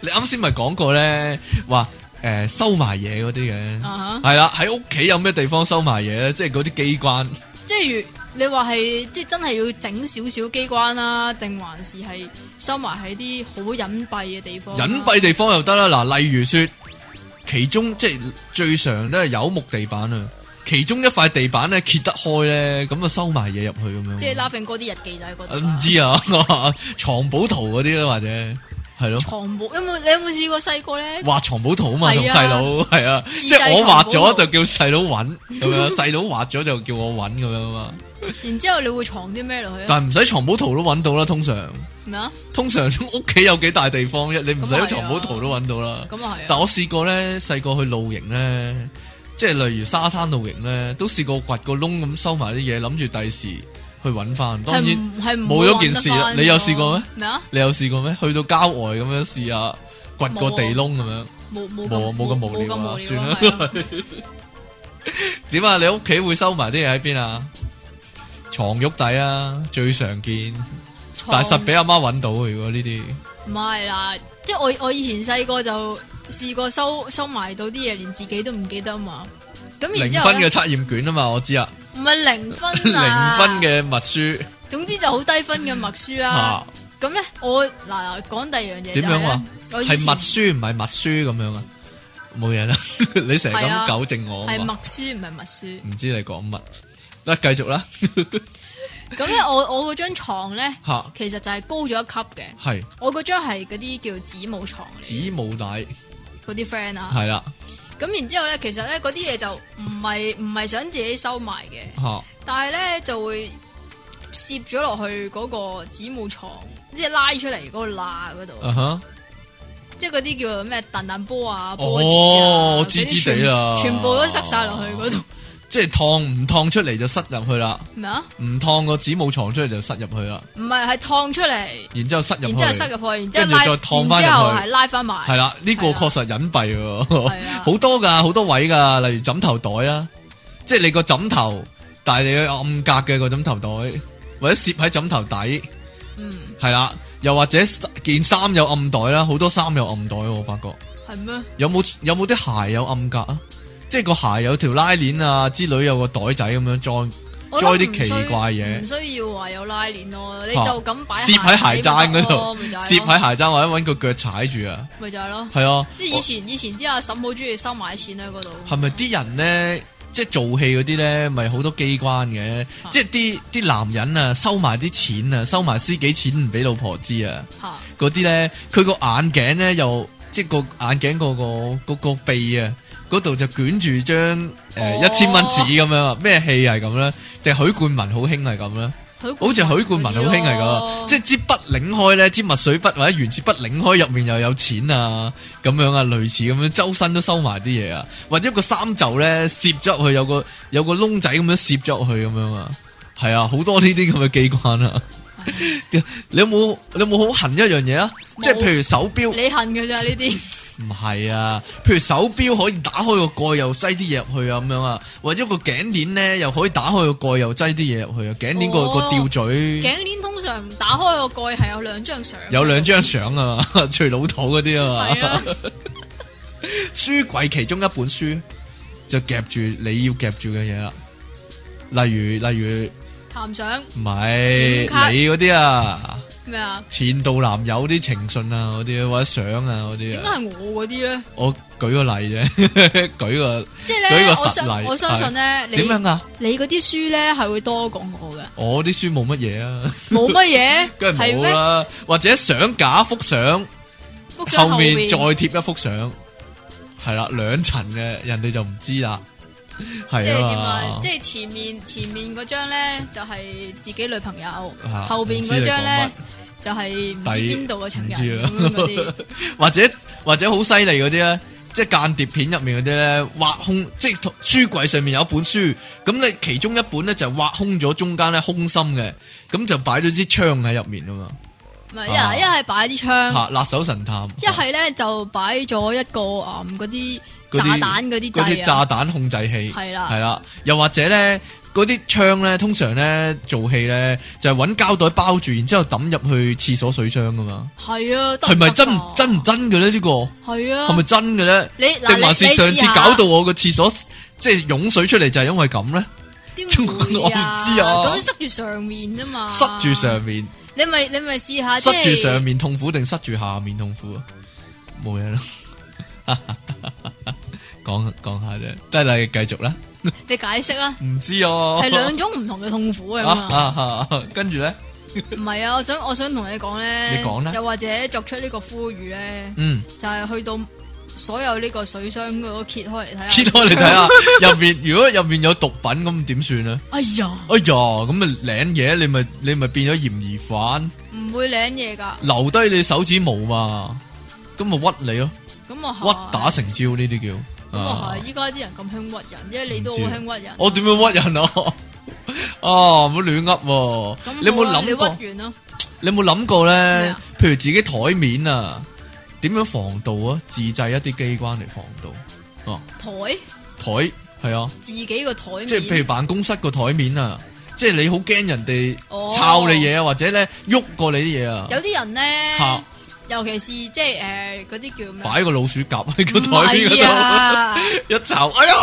Speaker 1: 你啱先咪講過咧，話誒、呃收埋嘢嗰啲嘅，
Speaker 2: 啊哈
Speaker 1: 係啦、喺屋企有咩地方收埋嘢咧？即係嗰啲機關。
Speaker 2: 即係如你話係，即係真係要整少少機關啦，定還是係收埋喺啲好隱蔽嘅地方？啊
Speaker 1: 隱蔽地方又得啦，嗱，例如說，其中即係最常都係有木地板啊，其中一塊地板咧揭得開咧，咁啊收埋嘢入去咁樣。
Speaker 2: 即係拉炳嗰啲日記就喺嗰
Speaker 1: 啊
Speaker 2: 度啦。
Speaker 1: 唔知啊， 藏寶圖嗰啲啦，或者係 咯，
Speaker 2: 藏寶有冇？你有冇試過細個咧？
Speaker 1: 畫藏寶圖啊嘛，
Speaker 2: 係
Speaker 1: 同
Speaker 2: 啊
Speaker 1: 細佬係啊，
Speaker 2: 自製
Speaker 1: 即係我畫
Speaker 2: 藏
Speaker 1: 咗
Speaker 2: 寶圖
Speaker 1: 就叫細佬揾咁樣， 細佬畫咗就叫我揾咁樣啊嘛，
Speaker 2: 然之後你會藏啲咩落去啊？
Speaker 1: 但係唔使藏寶圖都揾到啦，通常
Speaker 2: 咩啊？
Speaker 1: 通常屋企有幾大地方啫，你唔
Speaker 2: 咁係
Speaker 1: 使
Speaker 2: 啊
Speaker 1: 藏寶圖都揾到啦。
Speaker 2: 咁啊係啊。
Speaker 1: 但我試過咧，細個去露營咧，即係例如沙灘露營咧，都試過掘個窿咁收埋啲嘢，諗住第時去揾翻。當然
Speaker 2: 係唔係唔
Speaker 1: 冇咗件事啦
Speaker 2: 啦。
Speaker 1: 你有試過咩？
Speaker 2: 咩啊？
Speaker 1: 你有試過咩？去到郊外咁樣試下掘個地窿咁樣，
Speaker 2: 冇冇
Speaker 1: 冇啊
Speaker 2: 咁
Speaker 1: 冇咁無聊啊
Speaker 2: 冇，咁無
Speaker 1: 算
Speaker 2: 聊
Speaker 1: 啦
Speaker 2: 啊。係啊。
Speaker 1: 點啊？你屋企會收埋啲嘢喺邊啊？床褥底啊，最常見，但係實俾阿媽揾到嘅。如果呢啲
Speaker 2: 唔係啦，即係我我以前細個就試過收收埋到啲嘢，連自己都唔記得啊嘛。咁然
Speaker 1: 零
Speaker 2: 之後
Speaker 1: 分嘅
Speaker 2: 咧，
Speaker 1: 測驗卷啊嘛，我知啊，
Speaker 2: 唔係零
Speaker 1: 零
Speaker 2: 分啊，
Speaker 1: 分。嘅默書啊
Speaker 2: 總之就好低分嘅默書啦
Speaker 1: 嚇。
Speaker 2: 咁咧，我嗱講第二樣嘢就
Speaker 1: 點樣
Speaker 2: 係
Speaker 1: 話
Speaker 2: 呢我以前
Speaker 1: 係默書唔係默書咁樣啊，冇嘢啦。 你成日
Speaker 2: 係
Speaker 1: 咁
Speaker 2: 啊
Speaker 1: 糾正我啊
Speaker 2: 係
Speaker 1: 嘛，
Speaker 2: 默書唔係默書。
Speaker 1: 唔知你講乜？嗱，繼續啦，
Speaker 2: 咁咧，我 我嗰張床咧，
Speaker 1: 吓
Speaker 2: 其實就係高咗一級嘅。
Speaker 1: 係
Speaker 2: 我嗰張係嗰啲叫子母床嚟
Speaker 1: 子母奶
Speaker 2: 嗰啲 friend 啊。
Speaker 1: 係啦
Speaker 2: 咁然之後咧，其實咧嗰啲嘢就唔係唔係想自己收埋嘅。
Speaker 1: 吓，
Speaker 2: 但系咧就會攝咗落去嗰個子母床，即係拉出嚟嗰個罅嗰度，
Speaker 1: 啊哈，
Speaker 2: 即係嗰啲叫做咩彈彈波啊、波子啊
Speaker 1: 哦，我
Speaker 2: 嗰
Speaker 1: 知
Speaker 2: 啲
Speaker 1: 知地啦，
Speaker 2: 全全部都塞晒落去嗰 度，，
Speaker 1: 即係燙唔燙出嚟就塞入去啦，
Speaker 2: 咩啊？
Speaker 1: 唔燙個子母床出嚟就塞入去啦，
Speaker 2: 唔係係燙出嚟，
Speaker 1: 然之後塞入
Speaker 2: 然之後塞
Speaker 1: 去。
Speaker 2: 入去，然之後
Speaker 1: 跟
Speaker 2: 拉，
Speaker 1: 住再
Speaker 2: 然
Speaker 1: 燙返入去
Speaker 2: 之後係拉翻
Speaker 1: 系
Speaker 2: 埋，
Speaker 1: 啦，呢個
Speaker 2: 係啊
Speaker 1: 確實隱蔽
Speaker 2: 係
Speaker 1: 喎，
Speaker 2: 啊
Speaker 1: 好多噶，好多位噶，例如枕頭袋啊，即係你個枕頭，但係你有暗格嘅個枕頭袋，或者攝喺枕頭底，
Speaker 2: 嗯，
Speaker 1: 係啦，又或者件衫有暗袋啦，好多衫有暗袋喎，我發覺
Speaker 2: 係咩？
Speaker 1: 有冇有冇啲鞋有暗格啊？即係個鞋有條拉鏈啊之類，有個袋仔咁樣裝，
Speaker 2: 我諗唔
Speaker 1: 載啲奇
Speaker 2: 需
Speaker 1: 怪嘢
Speaker 2: 唔需要話有拉鏈咯，你
Speaker 1: 啊
Speaker 2: 就咁擺
Speaker 1: 攝喺鞋踭嗰度
Speaker 2: 度，咪就係
Speaker 1: 攝
Speaker 2: 咯
Speaker 1: 喺鞋踭或者揾個腳踩住啊，
Speaker 2: 咪就係咯，
Speaker 1: 係啊，
Speaker 2: 啊即係以前以前啲阿嬸好中意收埋啲錢喺嗰度，
Speaker 1: 係咪啲人咧即係做戲嗰啲咧，咪好多機關嘅，
Speaker 2: 啊
Speaker 1: 即係啲啲男人啊，收埋啲錢啊，收埋私己錢唔俾老婆知啊，
Speaker 2: 吓
Speaker 1: 嗰啲咧，佢個眼鏡咧又即係個眼鏡個個嗰個鼻啊，嗰度就捲住張
Speaker 2: 哦
Speaker 1: 誒一千蚊紙咁樣啊，咩戲係咁咧？定係許冠文好興係咁咧？好似許冠文好興啊
Speaker 2: 啊
Speaker 1: 係噶，即係支筆擰開咧，支墨水筆或者原子筆擰開，入面又有錢啊，咁樣啊，類似咁樣，周身都收埋啲嘢啊，或者個衫袖咧攝咗入去，有個有個窿仔咁樣攝咗入去咁樣啊，係啊，好多呢啲咁嘅機關啊。 你有冇你有冇好恨一樣嘢啊？即係
Speaker 2: 冇
Speaker 1: 譬如手錶，
Speaker 2: 你恨嘅咋呢啲？
Speaker 1: 唔係啊，譬如手錶可以打開個蓋又擠啲嘢入去啊咁樣啊，或者個頸鏈咧又可以打開個蓋又擠啲嘢入去啊，頸鏈個個
Speaker 2: 哦
Speaker 1: 吊嘴。
Speaker 2: 頸鏈通常打開個蓋係有兩張相，
Speaker 1: 有兩張相啊 嘛，最老土嗰啲 啊
Speaker 2: 係
Speaker 1: 嘛
Speaker 2: 啊，，
Speaker 1: 書櫃其中一本書就夾住你要夾住嘅嘢啦，例如例如
Speaker 2: 談相
Speaker 1: 唔
Speaker 2: 閃卡
Speaker 1: 係你嗰啲啊，
Speaker 2: 咩啊？
Speaker 1: 前度男友啲情信啊嗰啲啊或者相啊嗰啲
Speaker 2: 點解
Speaker 1: 啊，
Speaker 2: 係我嗰啲咧？
Speaker 1: 我舉個例啫， 舉個
Speaker 2: 即係
Speaker 1: 舉
Speaker 2: 咧，
Speaker 1: 個
Speaker 2: 我
Speaker 1: 實
Speaker 2: 相
Speaker 1: 例
Speaker 2: 我相信咧，你
Speaker 1: 點樣啊？
Speaker 2: 你嗰啲書咧係會多過我 嘅，
Speaker 1: 我啲書冇乜嘢啊，
Speaker 2: 冇乜嘢，
Speaker 1: 梗係
Speaker 2: 係
Speaker 1: 冇
Speaker 2: 咩？
Speaker 1: 啦，或者相假幅相。
Speaker 2: 幅相
Speaker 1: 后
Speaker 2: 後
Speaker 1: 面
Speaker 2: 面
Speaker 1: 再貼一幅相，係啦，兩層嘅，人哋就唔知啦，
Speaker 2: 即
Speaker 1: 係
Speaker 2: 係
Speaker 1: 啊
Speaker 2: 點啊
Speaker 1: 嘛？
Speaker 2: 即係前面前面嗰張咧就係自己女朋友
Speaker 1: 啊，
Speaker 2: 後邊嗰張咧就係唔知
Speaker 1: 第
Speaker 2: 邊度嘅情
Speaker 1: 唔
Speaker 2: 人
Speaker 1: 知啊
Speaker 2: 咁 樣嗰啲。
Speaker 1: 或者或者好犀利嗰啲咧，即係間諜片入面嗰啲咧，挖空即係書櫃上面有一本書，咁你其中一本咧就挖空咗中間咧空心嘅，咁就擺咗支槍喺入面啊嘛，
Speaker 2: 唔係一
Speaker 1: 啊
Speaker 2: 係一係擺啲槍，
Speaker 1: 嚇辣手神探，
Speaker 2: 嗯
Speaker 1: 啊
Speaker 2: 一係咧就擺咗一個嗯嗰啲
Speaker 1: 嗰
Speaker 2: 炸
Speaker 1: 啲
Speaker 2: 彈嗰啲
Speaker 1: 嗰啲
Speaker 2: 掣啊
Speaker 1: 炸，彈控制器
Speaker 2: 係啦
Speaker 1: 係啦，又或者咧嗰啲槍咧，通常咧做戲咧就係揾膠袋包住，然之後抌入去廁所水箱噶嘛，
Speaker 2: 係啊，得
Speaker 1: 係咪
Speaker 2: 得
Speaker 1: 真
Speaker 2: 㗎
Speaker 1: 真唔？真嘅咧？呢個
Speaker 2: 係啊，
Speaker 1: 係咪真嘅咧？
Speaker 2: 你嗱
Speaker 1: 定
Speaker 2: 你
Speaker 1: 還是
Speaker 2: 你
Speaker 1: 上
Speaker 2: 試
Speaker 1: 次
Speaker 2: 下
Speaker 1: 搞 到我個廁所即係湧水出嚟就係因為咁咧，
Speaker 2: 點
Speaker 1: 我唔
Speaker 2: 會
Speaker 1: 知啊
Speaker 2: 咁塞住上面啫嘛，
Speaker 1: 塞住上，面，
Speaker 2: 你咪你咪試啊下，即
Speaker 1: 塞住
Speaker 2: 係
Speaker 1: 上面痛苦定塞住下面痛苦啊？冇嘢啦， 講講下啫，得啦，你繼續啦，
Speaker 2: 你解釋啊，
Speaker 1: 唔知啊，
Speaker 2: 係兩種唔同嘅痛苦啊嘛。
Speaker 1: 啊啊跟住咧，
Speaker 2: 唔係啊，我想我想同你講咧，
Speaker 1: 你講啦
Speaker 2: 又或者作出呢個呼籲咧，
Speaker 1: 嗯，
Speaker 2: 就係去到所有呢個水箱嗰度揭開嚟睇下，
Speaker 1: 揭開嚟睇。下，入面如果入面有毒品咁點算啊？
Speaker 2: 哎呀，
Speaker 1: 哎呀，咁咪領嘢，你咪你咪變咗嫌疑犯，
Speaker 2: 唔會領嘢㗎，
Speaker 1: 留低你手指毛嘛，咁咪屈你咯，
Speaker 2: 咁啊係
Speaker 1: 屈打成招呢啲叫。
Speaker 2: 咁啊
Speaker 1: 啊
Speaker 2: 係，依家啲人咁興屈人，因為你都好
Speaker 1: 唔知啊
Speaker 2: 興屈人。
Speaker 1: 我點？樣屈人啊？ 哦，唔好亂噏喎。
Speaker 2: 咁
Speaker 1: 你有冇
Speaker 2: 好啊
Speaker 1: 諗過？
Speaker 2: 你屈完咯，
Speaker 1: 你有冇諗過
Speaker 2: 咩
Speaker 1: 咧
Speaker 2: 啊？
Speaker 1: 譬如自己台面啊，點樣防盜啊？自製一啲機關嚟防盜。哦，
Speaker 2: 台
Speaker 1: 台係啊。
Speaker 2: 自己個台面，
Speaker 1: 即係譬如辦公室個台面啊，即係你好驚人哋
Speaker 2: 哦
Speaker 1: 抄你嘢啊，或者咧喐過你啲嘢啊
Speaker 2: 有，啲人咧
Speaker 1: 嚇，
Speaker 2: 尤其是即係誒嗰啲叫咩？
Speaker 1: 擺個老鼠夾喺
Speaker 2: 唔
Speaker 1: 個台面
Speaker 2: 係
Speaker 1: 嗰
Speaker 2: 啊，
Speaker 1: 度，一抄，哎呀，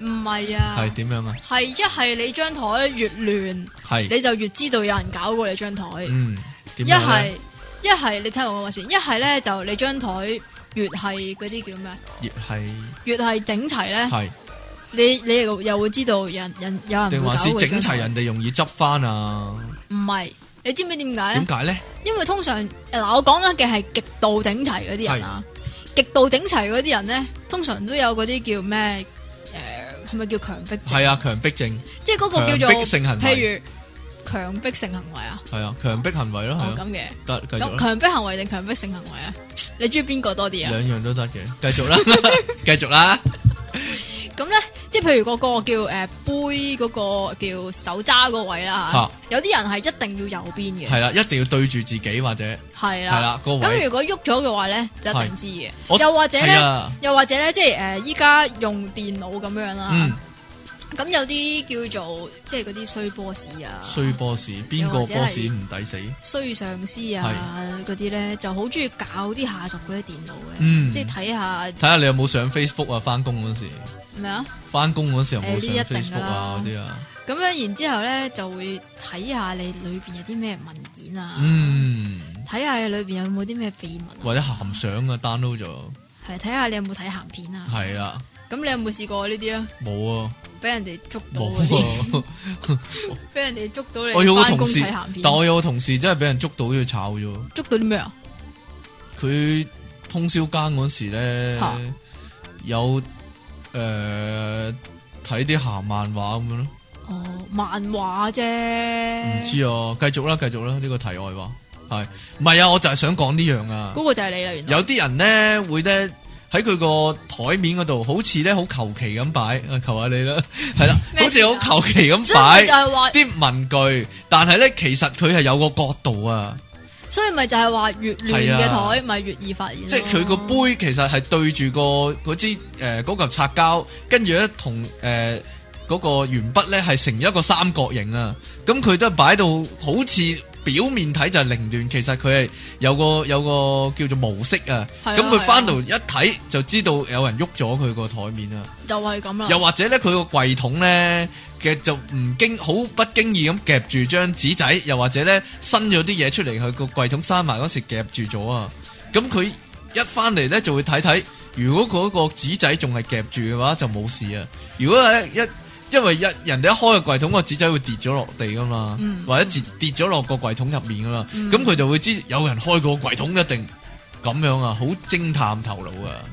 Speaker 2: 唔係啊，
Speaker 1: 係點樣啊？
Speaker 2: 係一係你張台越亂，
Speaker 1: 係，
Speaker 2: 你就越知道有人搞過你張台。
Speaker 1: 嗯，點
Speaker 2: 一
Speaker 1: 樣呢
Speaker 2: 係一係你聽我講先，一係咧就你張台越係嗰啲叫咩？啊
Speaker 1: 亦係
Speaker 2: 越係整齊咧，
Speaker 1: 係，
Speaker 2: 你你又又會知道有人人有人會
Speaker 1: 定
Speaker 2: 搞
Speaker 1: 還是
Speaker 2: 過你
Speaker 1: 整
Speaker 2: 張台
Speaker 1: 齊？人哋容易執翻啊？
Speaker 2: 唔係，啊你知唔知點解
Speaker 1: 點
Speaker 2: 咧？
Speaker 1: 解咧？
Speaker 2: 因為通常嗱，我講緊嘅係極度整齊嗰啲人啊，極度整齊嗰啲人咧，通常都有嗰啲叫咩？誒、係咪叫強迫症？
Speaker 1: 係啊，強迫症
Speaker 2: 即係嗰個叫
Speaker 1: 強迫
Speaker 2: 做
Speaker 1: 性行為
Speaker 2: 譬如強迫性行為啊，
Speaker 1: 係啊，強迫行為咯，
Speaker 2: 哦
Speaker 1: 係啊，
Speaker 2: 咁嘅。
Speaker 1: 得繼續
Speaker 2: 咁
Speaker 1: 啦，
Speaker 2: 強迫行為定強迫性行為啊？你中意邊個多啲啊？
Speaker 1: 兩樣都得嘅，繼續 啦，繼續啦，
Speaker 2: 咁咧，即係譬如嗰個叫誒、呃杯嗰個叫手揸嗰位啦嚇
Speaker 1: 嚇
Speaker 2: 有啲人係一定要右邊嘅，
Speaker 1: 係啦，一定要對住自己或者
Speaker 2: 係
Speaker 1: 係
Speaker 2: 啦。
Speaker 1: 啦個
Speaker 2: 咁
Speaker 1: 位，
Speaker 2: 如果喐咗嘅話咧，就一定
Speaker 1: 係
Speaker 2: 知
Speaker 1: 我
Speaker 2: 嘅。又或者
Speaker 1: 係
Speaker 2: 咧，
Speaker 1: 啊，
Speaker 2: 又或者咧，即係誒依家用電腦咁樣啦，
Speaker 1: 嗯。
Speaker 2: 咁有啲叫做即係嗰啲衰 boss 啊、
Speaker 1: 衰 boss，邊個
Speaker 2: 又或者
Speaker 1: boss
Speaker 2: 係
Speaker 1: 唔抵死？
Speaker 2: 衰上司啊嗰啲咧，就好中意搞啲下屬嗰啲電腦嘅，
Speaker 1: 嗯
Speaker 2: 即係睇下
Speaker 1: 睇下你有冇上 Facebook 啊？翻工嗰時，
Speaker 2: 咩啊？
Speaker 1: 翻工嗰時有冇
Speaker 2: 誒呢
Speaker 1: 上
Speaker 2: 一定㗎
Speaker 1: Facebook 啊？
Speaker 2: 啦
Speaker 1: 嗰啲啊，
Speaker 2: 咁樣然之後咧就會睇下你裏邊有啲咩文件啊，
Speaker 1: 嗯，
Speaker 2: 睇下你裏邊有冇啲咩秘密啊，
Speaker 1: 或者鹹相啊 download 咗，
Speaker 2: 係睇下你有冇睇鹹片啊。
Speaker 1: 係啦，
Speaker 2: 咁你有冇試過呢啲啊？
Speaker 1: 冇啊，
Speaker 2: 俾人哋捉到嗰啲，
Speaker 1: 冇啊！
Speaker 2: 俾人哋捉到你
Speaker 1: 我有個
Speaker 2: 翻
Speaker 1: 同
Speaker 2: 工睇
Speaker 1: 事
Speaker 2: 咸，片
Speaker 1: 但，我有個同事真係俾人捉到要炒咗。
Speaker 2: 捉到啲咩啊？
Speaker 1: 佢通宵更嗰時咧
Speaker 2: 嚇，
Speaker 1: 有誒睇啲鹹漫畫咁樣咯。
Speaker 2: 哦，漫畫啫，嗯
Speaker 1: 唔知啊，繼續啦，繼續啦，呢個題外話係唔係啊？我就係想講呢樣啊。
Speaker 2: 嗰個就係你啦，原來
Speaker 1: 有啲人咧會咧喺佢個台面嗰度，好似咧好求其咁擺，啊求下你啦， 係啦，
Speaker 2: 咩
Speaker 1: 好似
Speaker 2: 事啊
Speaker 1: 好求其咁
Speaker 2: 所以咪
Speaker 1: 擺
Speaker 2: 就係話，
Speaker 1: 啲文具，但係咧其實佢係有個角度啊，
Speaker 2: 所以咪就係話越亂嘅
Speaker 1: 係啊
Speaker 2: 台咪越易發現咯，
Speaker 1: 即係佢個杯其實係對住個嗰支誒嗰嚿擦膠，跟住咧同誒嗰個鉛筆咧係成一個三角形啊，咁佢都係擺到好似。表面睇就係凌亂，其實佢係有個有個叫做模式啊。
Speaker 2: 係啊
Speaker 1: 咁佢翻
Speaker 2: 係
Speaker 1: 到一睇就知道有人喐咗佢個台面啊。
Speaker 2: 就係咁啦，
Speaker 1: 又或者咧，佢個櫃桶咧嘅就唔經好不經意咁夾住張紙仔，又或者咧伸咗啲嘢出嚟，佢個櫃桶閂埋嗰時夾住咗啊！咁佢一翻嚟咧就會睇睇，如果嗰個紙仔仲係夾住嘅話，就冇事啊！如果係一因為一人哋一開個櫃桶，個紙仔會跌咗落地噶嘛，
Speaker 2: 嗯
Speaker 1: 或者跌跌咗落個櫃桶入面噶嘛，
Speaker 2: 嗯
Speaker 1: 咁佢、就會知有人開過個櫃桶一定咁樣啊，好偵探頭腦啊，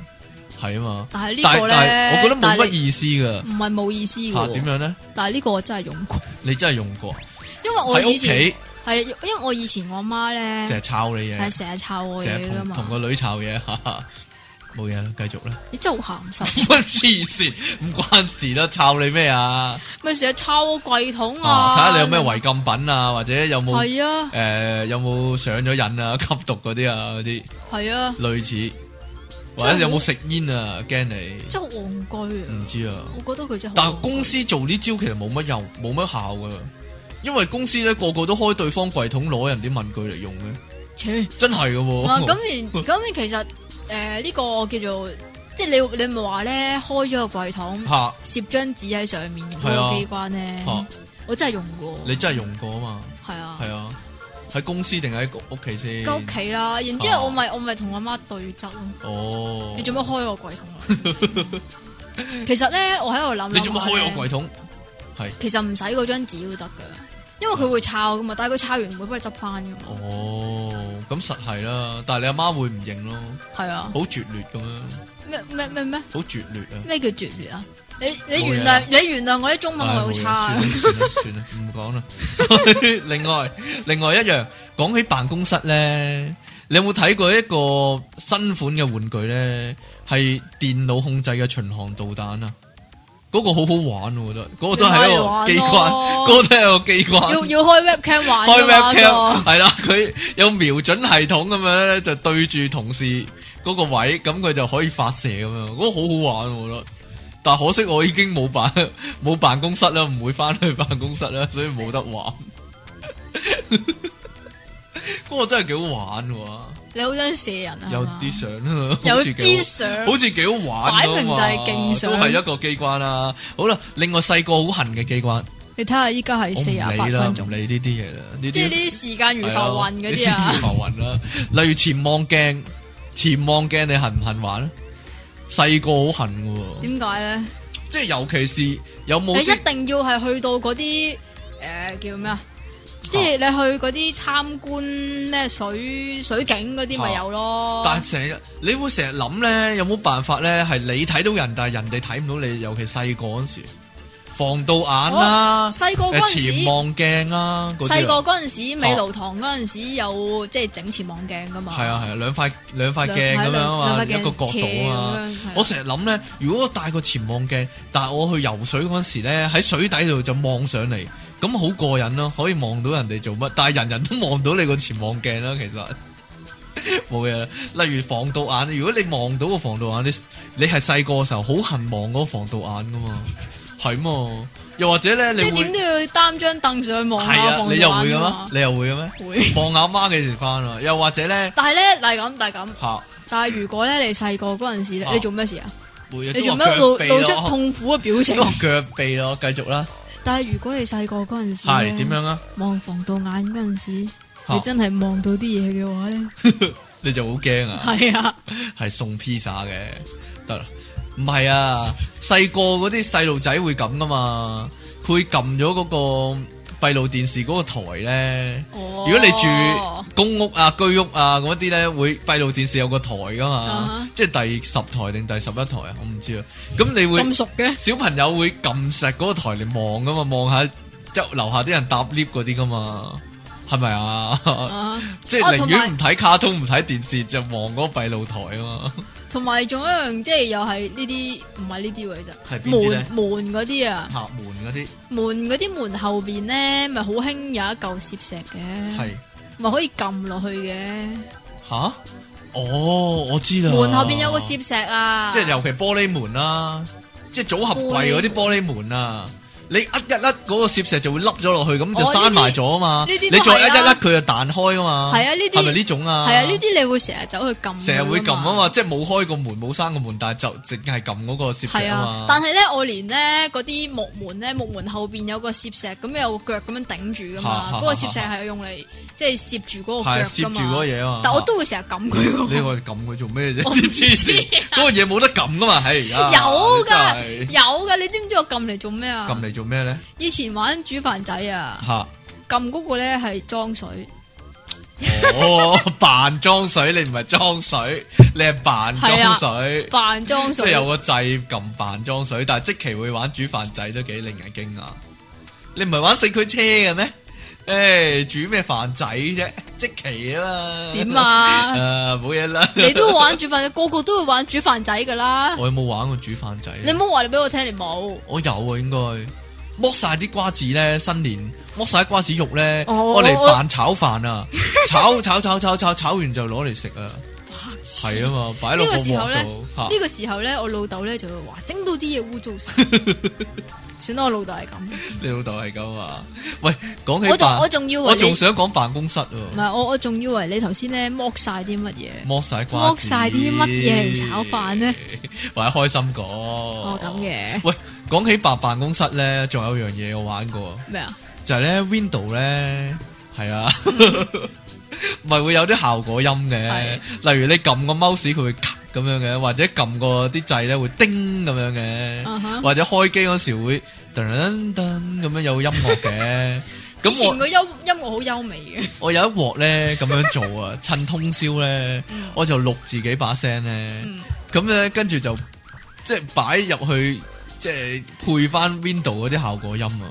Speaker 1: 係啊嘛。
Speaker 2: 但係
Speaker 1: 但
Speaker 2: 呢
Speaker 1: 係
Speaker 2: 個
Speaker 1: 但係
Speaker 2: 咧，
Speaker 1: 我覺得冇
Speaker 2: 但係
Speaker 1: 乜
Speaker 2: 你
Speaker 1: 意思噶。
Speaker 2: 唔係冇意思
Speaker 1: 吓
Speaker 2: 嘅
Speaker 1: 點
Speaker 2: 喎，
Speaker 1: 樣咧？
Speaker 2: 但係呢個我真係用過，
Speaker 1: 你真係用過
Speaker 2: 因為我
Speaker 1: 喺屋
Speaker 2: 以前
Speaker 1: 企
Speaker 2: 係因為我以前我媽
Speaker 1: 成日
Speaker 2: 咧
Speaker 1: 抄你嘢
Speaker 2: 係，成日抄我
Speaker 1: 成日
Speaker 2: 嘢噶
Speaker 1: 同同
Speaker 2: 嘛，
Speaker 1: 個女抄嘢，哈哈冇嘢啦，繼續啦。
Speaker 2: 你真係好鹹濕。
Speaker 1: 乜黐線，唔關事啦，抄你咩啊？
Speaker 2: 咪成日抄我櫃桶啊！
Speaker 1: 啊，睇下你有咩違禁品啊，或者有冇
Speaker 2: 係啊，
Speaker 1: 誒有冇上咗癮啊、 吸毒嗰啲啊嗰啲
Speaker 2: 係啊，
Speaker 1: 類似，
Speaker 2: 真係
Speaker 1: 或者有冇
Speaker 2: 好
Speaker 1: 食煙啊？驚你
Speaker 2: 真係好戇居啊！
Speaker 1: 唔知啊。
Speaker 2: 我覺得佢真係好戇居。
Speaker 1: 但係公司做呢招其實冇乜用，冇乜效噶，因為公司咧個個都開對方櫃桶攞人啲文具嚟用嘅，
Speaker 2: 切
Speaker 1: 真係噶喎。
Speaker 2: 啊咁連咁你其實誒呢個叫做即係你你咪話咧開咗個櫃桶
Speaker 1: 吓
Speaker 2: 攝張紙喺上面嗰
Speaker 1: 係啊
Speaker 2: 個機關咧
Speaker 1: 吓，，
Speaker 2: 我真係用過，
Speaker 1: 你真係用過啊嘛？
Speaker 2: 係啊
Speaker 1: 係，啊，喺公司定喺屋企先？
Speaker 2: 喺屋企啦。然之後我
Speaker 1: 啊
Speaker 2: 咪我咪同我媽對質咯，
Speaker 1: 哦，
Speaker 2: 你做乜開我 櫃桶啊？其實咧我喺度諗，
Speaker 1: 你做乜開我
Speaker 2: 櫃？
Speaker 1: 櫃桶？係
Speaker 2: 其實唔使嗰張紙都得噶，因為佢會抄噶嘛，但係佢抄完會幫你執翻噶嘛，
Speaker 1: 哦，咁實係啦，但係你阿媽會唔認咯，
Speaker 2: 係啊。
Speaker 1: 好決裂咁樣，
Speaker 2: 咩咩咩咩
Speaker 1: 好決裂啊！
Speaker 2: 咩叫拙劣啊？你你
Speaker 1: 冇嘢
Speaker 2: 原
Speaker 1: 啦
Speaker 2: 諒你原諒我啲中文我係好差
Speaker 1: 唉
Speaker 2: 啊，
Speaker 1: 冇嘢算啦算啦算啦，唔講啦。 另外另外一樣，講起辦公室咧，你有冇睇過一個新款嘅玩具咧？係電腦控制嘅巡航導彈啊！嗰、個好好玩喎，我覺得嗰、個都係一個機
Speaker 2: 你買嚟
Speaker 1: 關
Speaker 2: 玩，咯
Speaker 1: 嗰、個都係一個機關。
Speaker 2: 要要開 webcam 玩
Speaker 1: 開
Speaker 2: 㗎
Speaker 1: webcam
Speaker 2: 嘛嗰
Speaker 1: 係啦，佢有瞄準系統咁樣咧，就對住同事嗰個位，咁佢就可以發射咁樣，嗰個好好玩我覺得。但可惜我已經冇辦 冇辦公室啦，唔會翻去辦公室啦，所以冇得玩。 嗰個真係幾好玩喎，
Speaker 2: 個你好想射人啊？
Speaker 1: 有
Speaker 2: 係嘛
Speaker 1: 啲相啊，
Speaker 2: 啊有
Speaker 1: 好似幾
Speaker 2: 啲
Speaker 1: 好
Speaker 2: 相，
Speaker 1: 好似幾好玩
Speaker 2: 擺
Speaker 1: 㗎
Speaker 2: 明就
Speaker 1: 嘛
Speaker 2: 係勁想
Speaker 1: 都係一個機關啦。好啦，另外細個好痕嘅機關，
Speaker 2: 你睇下依家係
Speaker 1: 我唔
Speaker 2: 四廿八
Speaker 1: 理啦，
Speaker 2: 分
Speaker 1: 唔
Speaker 2: 鐘，
Speaker 1: 理呢啲嘢啦，呢
Speaker 2: 即係
Speaker 1: 啲
Speaker 2: 呢啲啊時
Speaker 1: 啊
Speaker 2: 間如浮雲嗰啲
Speaker 1: 係咯
Speaker 2: 啊
Speaker 1: 啲，浮雲啦，例如潛望鏡，潛望鏡你恨唔恨玩咧？啊細個好恨嘅喎，
Speaker 2: 點解咧？
Speaker 1: 即係尤其是有冇
Speaker 2: 你
Speaker 1: 啲
Speaker 2: 一啊定要係去到嗰啲誒叫咩啊？即係你去嗰啲參觀咩水水景嗰啲咪有咯？
Speaker 1: 但係成日你會成日諗咧，有冇辦法咧？係你睇到人，但係人哋睇唔到你，尤其細個嗰時，防盜眼啦，
Speaker 2: 哦細個
Speaker 1: 誒
Speaker 2: 嗰陣時
Speaker 1: 潛。望鏡啦，嗰
Speaker 2: 細
Speaker 1: 啲
Speaker 2: 個
Speaker 1: 啊
Speaker 2: 嗰陣時，美勞堂嗰陣時有即係整潛望鏡噶嘛？
Speaker 1: 係啊係啊，兩塊兩塊
Speaker 2: 兩，
Speaker 1: 鏡咁樣啊嘛，
Speaker 2: 兩塊
Speaker 1: 一個角
Speaker 2: 斜
Speaker 1: 度
Speaker 2: 咁
Speaker 1: 啊嘛。
Speaker 2: 樣係啊
Speaker 1: 我成日諗咧，如果我戴個潛望鏡，但係我去游水嗰陣時咧，喺水底度就望上嚟，咁好過癮咯，可以望到人哋做乜，但係人人都望到你個潛望鏡啦，其實 冇嘢啦。例如防盜眼，如果你望到個防盜眼，你你係細個嘅時候好恨望嗰個防盜眼噶嘛，係嘛？又或者咧，你
Speaker 2: 即係點
Speaker 1: 會
Speaker 2: 都要擔張凳上望
Speaker 1: 係
Speaker 2: 啊，
Speaker 1: 啊，你又會
Speaker 2: 噶
Speaker 1: 嘅咩？你又會嘅咩？
Speaker 2: 會。
Speaker 1: 望阿媽幾時翻啊？又或者咧
Speaker 2: 但係咧，嗱咁，但係咁，
Speaker 1: 吓，
Speaker 2: 但係如果咧，你細個嗰陣時咧，
Speaker 1: 啊
Speaker 2: 你做咩事啊？
Speaker 1: 每日
Speaker 2: 你
Speaker 1: 都
Speaker 2: 做
Speaker 1: 話
Speaker 2: 咩
Speaker 1: 腳哦
Speaker 2: 露
Speaker 1: 臂
Speaker 2: 露出
Speaker 1: 咯，
Speaker 2: 痛苦嘅表情啊
Speaker 1: 都？ 話腳臂咯，繼續啦，
Speaker 2: 但係如果你細個嗰陣時
Speaker 1: 係點
Speaker 2: 咧，
Speaker 1: 樣哦啊？
Speaker 2: 望防盜眼嗰陣時，
Speaker 1: 嚇
Speaker 2: 你真係望到啲嘢嘅話咧，
Speaker 1: 你就好驚啊！
Speaker 2: 係啊，
Speaker 1: 係送披薩嘅，得啦，唔係啊，細個嗰啲細路仔會咁噶嘛，佢會撳咗嗰個閉路電視嗰個台咧。
Speaker 2: 哦，
Speaker 1: 如果你住公屋啊、居屋啊嗰啲咧，會閉路電視有個台噶嘛
Speaker 2: 啊哈
Speaker 1: 即係第十台定第十一台啊，我唔知啊。咁你會
Speaker 2: 咁熟嘅，
Speaker 1: 小朋友會撳實嗰個台嚟望噶嘛，望下即係樓下啲人搭 lift 嗰啲噶嘛，係咪啊？
Speaker 2: 啊，
Speaker 1: 即係
Speaker 2: 哦
Speaker 1: 寧
Speaker 2: 同
Speaker 1: 願
Speaker 2: 埋
Speaker 1: 唔睇卡通唔睇電視，就望嗰個閉路台啊嘛。
Speaker 2: 同埋仲有一樣，即係又係呢啲唔係呢啲喎，其
Speaker 1: 係
Speaker 2: 實
Speaker 1: 邊啲咧
Speaker 2: 門門嗰啲啊，
Speaker 1: 拍門嗰啲
Speaker 2: 門嗰啲門後邊咧，咪好興有一嚿攝石嘅，
Speaker 1: 係啊
Speaker 2: 咪可以撳落去嘅。
Speaker 1: 吓？哦，我知啦。
Speaker 2: 門後邊有個攝石啊，
Speaker 1: 即係尤其玻璃門啦，即係組合櫃嗰啲玻璃門啊。你一一甩嗰個攝石就會凹咗落去，咁就
Speaker 2: 哦
Speaker 1: 閂
Speaker 2: 呢啲
Speaker 1: 埋咗啊嘛。
Speaker 2: 呢啲
Speaker 1: 你
Speaker 2: 都
Speaker 1: 再
Speaker 2: 係
Speaker 1: 一
Speaker 2: 啊
Speaker 1: 一甩佢就彈開啊嘛。
Speaker 2: 係啊呢啲
Speaker 1: 係咪呢種啊？
Speaker 2: 係啊，呢啲你嗯會成日走去撳，
Speaker 1: 成日會撳啊。嘛，即係冇開個門冇閂個門，但係就淨係撳嗰個攝
Speaker 2: 系
Speaker 1: 石
Speaker 2: 啊
Speaker 1: 啊，
Speaker 2: 但
Speaker 1: 嘛。
Speaker 2: 係咧，我連咧嗰啲木門咧，木門後邊有個攝石，咁有個腳咁樣頂住噶
Speaker 1: 嚇
Speaker 2: 嘛
Speaker 1: 嚇，
Speaker 2: 嗰個攝石係用嚟即係攝住嗰
Speaker 1: 係
Speaker 2: 個
Speaker 1: 啊
Speaker 2: 腳噶
Speaker 1: 攝住嗰個
Speaker 2: 嘛。
Speaker 1: 嘢啊嘛
Speaker 2: 但我都會成日撳佢喎。
Speaker 1: 你話撳佢做咩啫？
Speaker 2: 我唔知啊
Speaker 1: 黐線嗰個嘢冇得撳噶嘛，係而家
Speaker 2: 有噶
Speaker 1: 真係
Speaker 2: 有噶，你知唔知我撳嚟做咩啊
Speaker 1: 撳？嚟做咩咧？
Speaker 2: 以前玩煮飯仔啊，
Speaker 1: 吓。
Speaker 2: 撳嗰個咧係裝水，
Speaker 1: 哦，扮裝水，你唔係裝水，你係扮裝水，
Speaker 2: 扮啊裝
Speaker 1: 即係
Speaker 2: 水。
Speaker 1: 有個啊掣撳扮裝水。但係即期會玩煮飯仔都幾令人驚訝。你唔係玩四驅車嘅咩？誒、煮咩飯仔啫？即期啊嘛。
Speaker 2: 點？啊？
Speaker 1: 誒冇嘢啦。
Speaker 2: 你都玩煮飯，個個都會玩煮飯仔噶啦。
Speaker 1: 我有冇玩過煮飯仔？啊
Speaker 2: 你唔好話你俾我聽，你冇。
Speaker 1: 我有啊，應該剝晒啲瓜子咧，新年剝晒啲瓜子肉咧，
Speaker 2: 哦
Speaker 1: 我嚟扮炒飯啊，炒炒炒炒炒炒完就攞嚟食啊。係啊 嘛，擺落
Speaker 2: 呢
Speaker 1: 個
Speaker 2: 個時候
Speaker 1: 鑊
Speaker 2: 咧，
Speaker 1: 度嚇
Speaker 2: 呢個時候咧，我老豆咧就會話整到啲嘢污糟晒。 算啦，我老豆係咁。
Speaker 1: 你老豆係咁啊？喂，講
Speaker 2: 我
Speaker 1: 起
Speaker 2: 仲
Speaker 1: 辦
Speaker 2: 我仲以為
Speaker 1: 我仲
Speaker 2: 你
Speaker 1: 想講辦公室
Speaker 2: 唔
Speaker 1: 喎，
Speaker 2: 係我，我仲以為你頭先咧剝晒啲乜嘢。
Speaker 1: 剝晒瓜子
Speaker 2: 剝晒啲乜嘢嚟炒 飯呢？
Speaker 1: 或者開心果
Speaker 2: 哦
Speaker 1: 哦
Speaker 2: 咁嘅
Speaker 1: 喂，講起辦辦公室咧，仲有樣嘢我玩過。
Speaker 2: 咩啊？
Speaker 1: 就係咧 window 咧，係啊，咪會有啲效果音嘅，例如你撳個 mouse 佢會咔咁樣嘅，或者撳個啲掣咧會叮咁樣嘅
Speaker 2: 啊哈
Speaker 1: 或者開機嗰時會噔噔噔咁樣有音樂嘅。
Speaker 2: 以
Speaker 1: 咁
Speaker 2: 前
Speaker 1: 我
Speaker 2: 個優音樂好優美 嘅。
Speaker 1: 我有一鑊咧咁樣做啊，趁通宵咧，我就錄自己把聲咧，
Speaker 2: 嗯
Speaker 1: 咁咧跟住就即係擺入去。即係配翻 window 嗰啲效果音 啊！